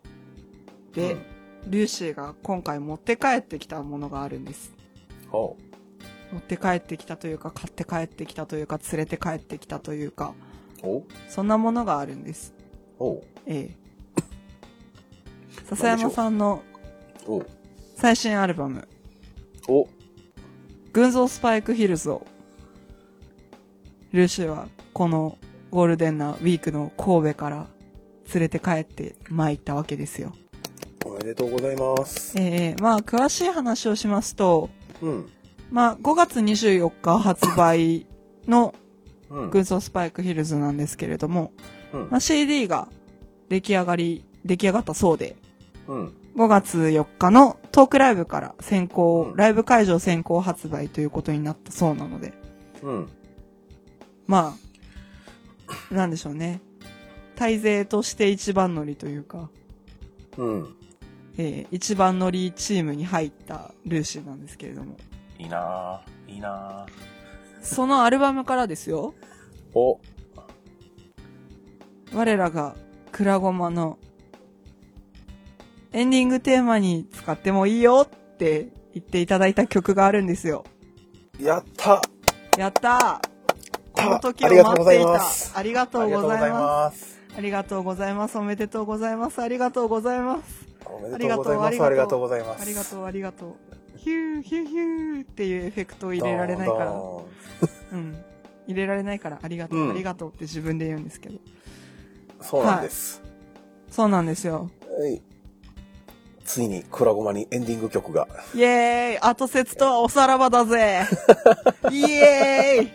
[SPEAKER 4] リューシーが今回持って帰ってきたものがあるんです。
[SPEAKER 3] おう
[SPEAKER 4] 持って帰ってきたというか買って帰ってきたというか連れて帰ってきたというか
[SPEAKER 3] おう
[SPEAKER 4] そんなものがあるんです
[SPEAKER 3] おう
[SPEAKER 4] ええ笹山さんの
[SPEAKER 3] おう
[SPEAKER 4] 最新アルバム
[SPEAKER 3] お
[SPEAKER 4] 「群像スパイクヒルズを」ルーシーはこのゴールデンなウィークの神戸から連れて帰ってまいったわけですよ
[SPEAKER 3] おめでとうございます。
[SPEAKER 4] ええまあ詳しい話をしますと
[SPEAKER 3] うん。
[SPEAKER 4] まあ5月24日発売の
[SPEAKER 3] うん。
[SPEAKER 4] 群像スパイクヒルズなんですけれども、
[SPEAKER 3] うん
[SPEAKER 4] まあ、CD が出来上がり、出来上がったそうで、
[SPEAKER 3] うん。
[SPEAKER 4] 5月4日のトークライブから先行
[SPEAKER 3] う、ん
[SPEAKER 4] ライブ会場先行発売ということになったそうなので、
[SPEAKER 3] うん。
[SPEAKER 4] まあ、なんでしょうね。大勢として一番乗りというか、
[SPEAKER 3] うん。
[SPEAKER 4] えー一番乗りチームに入ったルーシーなんですけれども、
[SPEAKER 3] いいなぁ。いいな
[SPEAKER 4] そのアルバムからですよ、
[SPEAKER 3] ぁ。お。
[SPEAKER 4] 我らがクラゴマのエンディングテーマに使ってもいいよって言っていただいた曲があるんですよ。
[SPEAKER 3] やった
[SPEAKER 4] やったーこの時
[SPEAKER 3] あり
[SPEAKER 4] を
[SPEAKER 3] がとうご
[SPEAKER 4] 待っ
[SPEAKER 3] ざ
[SPEAKER 4] てい
[SPEAKER 3] い
[SPEAKER 4] た
[SPEAKER 3] ます。
[SPEAKER 4] ありがとうございます。
[SPEAKER 3] す。
[SPEAKER 4] ありがとうございます。おめでとうございます。ありがとうございます。
[SPEAKER 3] おめでとうございます。
[SPEAKER 4] あ
[SPEAKER 3] あ
[SPEAKER 4] り
[SPEAKER 3] り
[SPEAKER 4] が
[SPEAKER 3] が
[SPEAKER 4] と
[SPEAKER 3] と
[SPEAKER 4] う
[SPEAKER 3] うございます。
[SPEAKER 4] ありがと
[SPEAKER 3] う。
[SPEAKER 4] う、ありがとう。ヒュー、ヒュー、ヒューっていうエフェクトを入れられないから。うん。入れられないから、ありがとう、
[SPEAKER 3] うん
[SPEAKER 4] ありがとうって自分で言うんですけど。
[SPEAKER 3] そうなんです。
[SPEAKER 4] そうなんですよ。
[SPEAKER 3] はいついにクラゴマにエンディング曲が。
[SPEAKER 4] イエーイ後説とはおさらばだぜイエーイ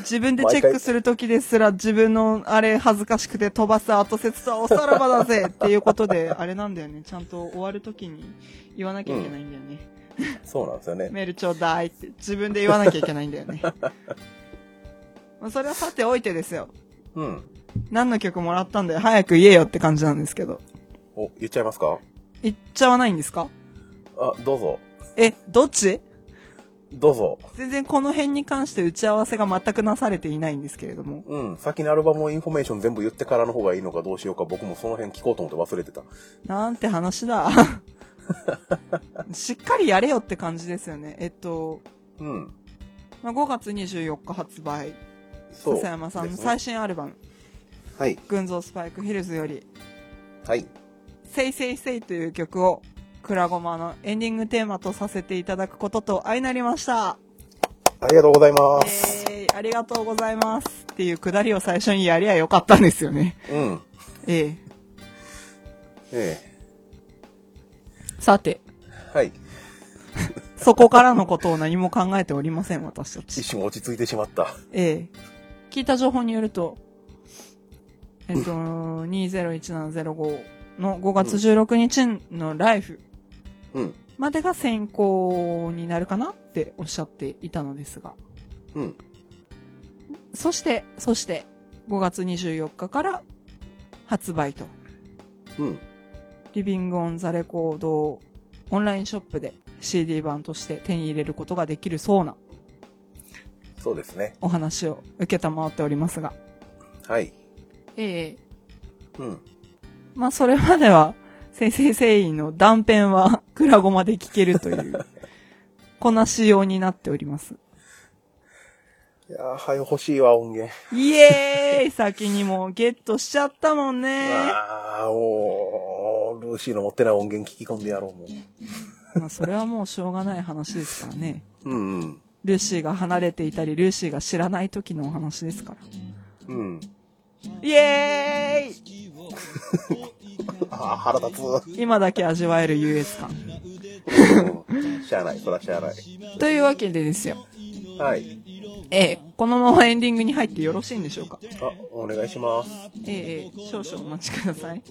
[SPEAKER 4] 自分でチェックするときですら自分のあれ恥ずかしくて飛ばす後説とはおさらばだぜっていうことで、あれなんだよね。ちゃんと終わるときに言わなきゃいけないんだよね。
[SPEAKER 3] そうなんですよね。
[SPEAKER 4] メールちょうだいって自分で言わなきゃいけないんだよね。まあそれはさておいてですよ。
[SPEAKER 3] うん。
[SPEAKER 4] 何の曲もらったんだよ。早く言えよって感じなんですけど。
[SPEAKER 3] お、言っちゃいますか
[SPEAKER 4] 言っちゃわないんですか
[SPEAKER 3] あ、どうぞ。
[SPEAKER 4] え、どっち
[SPEAKER 3] どうぞ。
[SPEAKER 4] 全然この辺に関して打ち合わせが全くなされていないんですけれども。
[SPEAKER 3] うん。先にアルバムのインフォメーション全部言ってからの方がいいのかどうしようか、僕もその辺聞こうと思って忘れてた。
[SPEAKER 4] なんて
[SPEAKER 3] <laughs>
[SPEAKER 4] 話だ。しっかりやれよって感じですよね。えっと、
[SPEAKER 3] うん。
[SPEAKER 4] まあ、5月24日発売、
[SPEAKER 3] そう。
[SPEAKER 4] 笹山さんの
[SPEAKER 3] ですね
[SPEAKER 4] 最新アルバム、
[SPEAKER 3] はい。
[SPEAKER 4] 群像スパイクヒルズより、
[SPEAKER 3] はい。
[SPEAKER 4] せいせいせいという曲を、クラゴマのエンディングテーマとさせていただくことと相なりました。
[SPEAKER 3] ありがとうございます。
[SPEAKER 4] えー、ありがとうございます。っていうくだりを最初にやりゃよかったんですよね。
[SPEAKER 3] うん。
[SPEAKER 4] ええ
[SPEAKER 3] え
[SPEAKER 4] さて、
[SPEAKER 3] えはい。
[SPEAKER 4] そこからのことを何も考えておりません、私た
[SPEAKER 3] 一
[SPEAKER 4] ち。
[SPEAKER 3] 瞬落ち着いてしまった。
[SPEAKER 4] ええ。聞いた情報によると、えっと、201705の5月16日のライフ
[SPEAKER 3] うん。
[SPEAKER 4] までが先行になるかなっておっしゃっていたのですが。
[SPEAKER 3] うん。
[SPEAKER 4] そして、そして、5月24日から発売と、
[SPEAKER 3] うん。
[SPEAKER 4] リビングオンザレコードをオンラインショップで CD 版として手に入れることができるそうな
[SPEAKER 3] そうですね。
[SPEAKER 4] お話を受けたまわっておりますが。
[SPEAKER 3] はい。
[SPEAKER 4] ええ
[SPEAKER 3] うん。
[SPEAKER 4] まあ、それまでは、先生繊維の断片は、クラゴマで聞けるという、こな仕様になっております。
[SPEAKER 3] いやー、はい、欲しいわ、音源。
[SPEAKER 4] イエーイ先にもうゲットしちゃったもんね。
[SPEAKER 3] ああ、もう、ルーシーの持ってない音源聞き込んでやろう、も
[SPEAKER 4] まあ、それはもうしょうがない話ですからね。
[SPEAKER 3] う。うんうん。
[SPEAKER 4] ルーシーが離れていたり、ルーシーが知らない時のお話ですから。
[SPEAKER 3] うん。
[SPEAKER 4] イエーイ
[SPEAKER 3] ああ、腹立つ。
[SPEAKER 4] 今だけ味わえる優越感。
[SPEAKER 3] うんしゃあない、そらしゃあない。
[SPEAKER 4] というわけでですよ。
[SPEAKER 3] はい。
[SPEAKER 4] ええ、このままエンディングに入ってよろしいんでしょうか
[SPEAKER 3] あ、お願いします。
[SPEAKER 4] ええ少々お待ちください。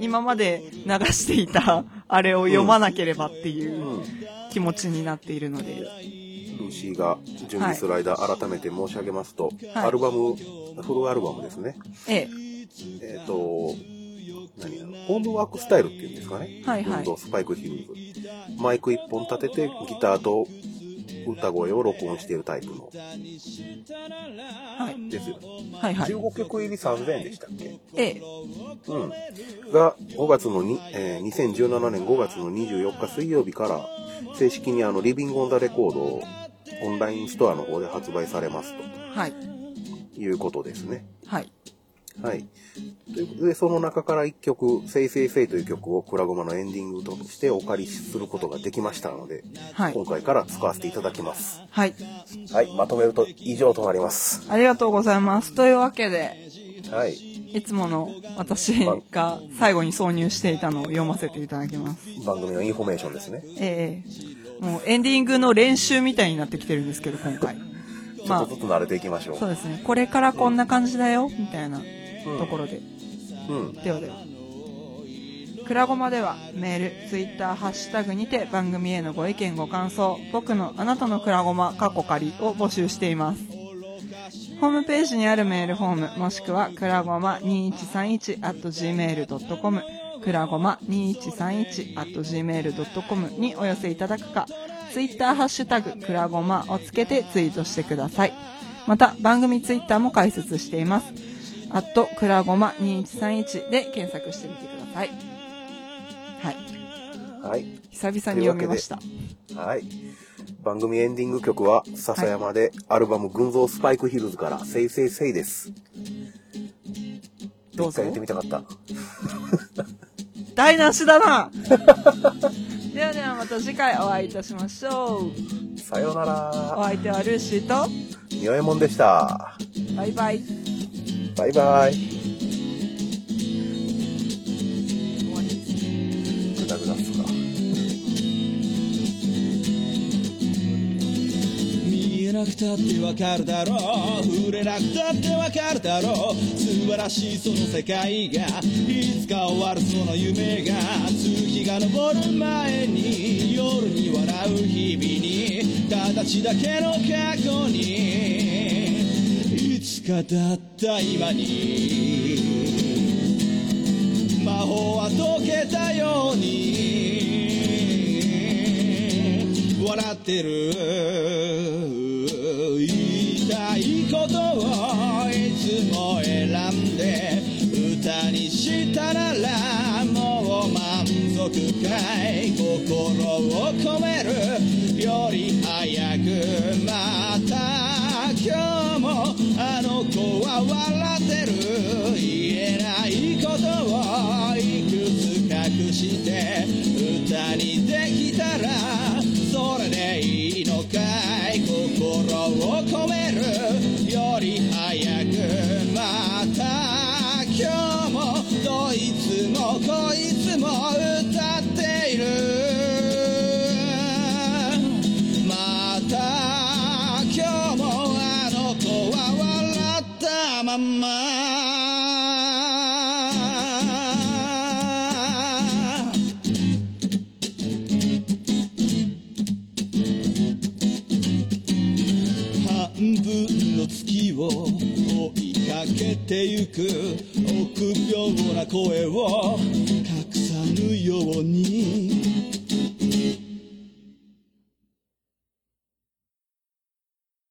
[SPEAKER 4] 今まで流していたあれを読まなければっていう気持ちになっているので、
[SPEAKER 3] ルーシーが準備する間、改めて申し上げますと、
[SPEAKER 4] はい
[SPEAKER 3] アルバム、フルアルバムですね。
[SPEAKER 4] え
[SPEAKER 3] えっ、と、何やろ、ホームワークスタイルっていうんですかね。
[SPEAKER 4] はいはい
[SPEAKER 3] 運動スパイクヒルズ。マイク一本立てて、ギターと歌声を録音しているタイプの。
[SPEAKER 4] はい
[SPEAKER 3] ですよね。
[SPEAKER 4] はいはい。
[SPEAKER 3] 15曲入り3000円でしたっけ
[SPEAKER 4] A。
[SPEAKER 3] うん。が、5月のに、えー2017年5月の24日水曜日から、正式にあの、リビングオンザレコードをオンラインストアの方で発売されます
[SPEAKER 4] はい。
[SPEAKER 3] ということですね。
[SPEAKER 4] はい。
[SPEAKER 3] はい。ということで、その中から1曲、せいせいせいという曲をクラゴマのエンディングとしてお借りすることができましたので、
[SPEAKER 4] はい
[SPEAKER 3] 今回から使わせていただきます。
[SPEAKER 4] はい。
[SPEAKER 3] はい、まとめると以上となります。
[SPEAKER 4] ありがとうございます。というわけで、
[SPEAKER 3] はい。
[SPEAKER 4] いつもの私が最後に挿入していたのを読ませていただきます。
[SPEAKER 3] 番組のインフォメーションですね。
[SPEAKER 4] ええもうエンディングの練習みたいになってきてるんですけど、今回。
[SPEAKER 3] ちょ
[SPEAKER 4] ま
[SPEAKER 3] っ
[SPEAKER 4] あ
[SPEAKER 3] とずつ慣れていきましょう。
[SPEAKER 4] そうですね。これからこんな感じだよ、みたいなところで。
[SPEAKER 3] うん。
[SPEAKER 4] ではでは。くらごまではメール、ツイッター、ハッシュタグにて番組へのご意見、ご感想、僕のあなたのくらごま、かっこかりを募集しています。ホームページにあるメールフォーム、もしくはくらごま 2131-gmail.com、くらごま 2131-gmail.com にお寄せいただくか、ツイッターハッシュタグ、くらごまをつけてツイートしてください。また、番組ツイッターも開設しています。アットくらごま2131で検索してみてください。はい。
[SPEAKER 3] はい。
[SPEAKER 4] 久々に読みました。
[SPEAKER 3] はい。番組エンディング曲は、笹山で、アルバム群像スパイクヒルズから、せいせいせいです。
[SPEAKER 4] どう
[SPEAKER 3] 一
[SPEAKER 4] ぞ
[SPEAKER 3] 回言ってみたかった。
[SPEAKER 4] 台無しだな <laughs> ではではまた次回お会いいたしましょう。
[SPEAKER 3] さような
[SPEAKER 4] お
[SPEAKER 3] ら。
[SPEAKER 4] 相手はルーシーと、
[SPEAKER 3] におえもんでした。
[SPEAKER 4] バイバイ。
[SPEAKER 3] バイバイ。グダグダっすか。
[SPEAKER 5] 見えなくたってわかるだろう触れなくたってわかるだろう素晴らしいその世界がいつか終わるその夢が月が昇る前に夜に笑う日々に形だけの過去にいつかだった今に魔法は溶けたように笑ってる言いたいことをいつも選んで歌にしたならもう満足かい心を込めるより早くまた今日もあの子は笑ってる言えないことをいくつ隠して歌にできたらそれでいいのかい心を込めるより早くまた今日もどいつもこいつも歌っているまた今日もあの子は笑ったまんま半分の月を追いかけてゆく臆病な声を隠さぬように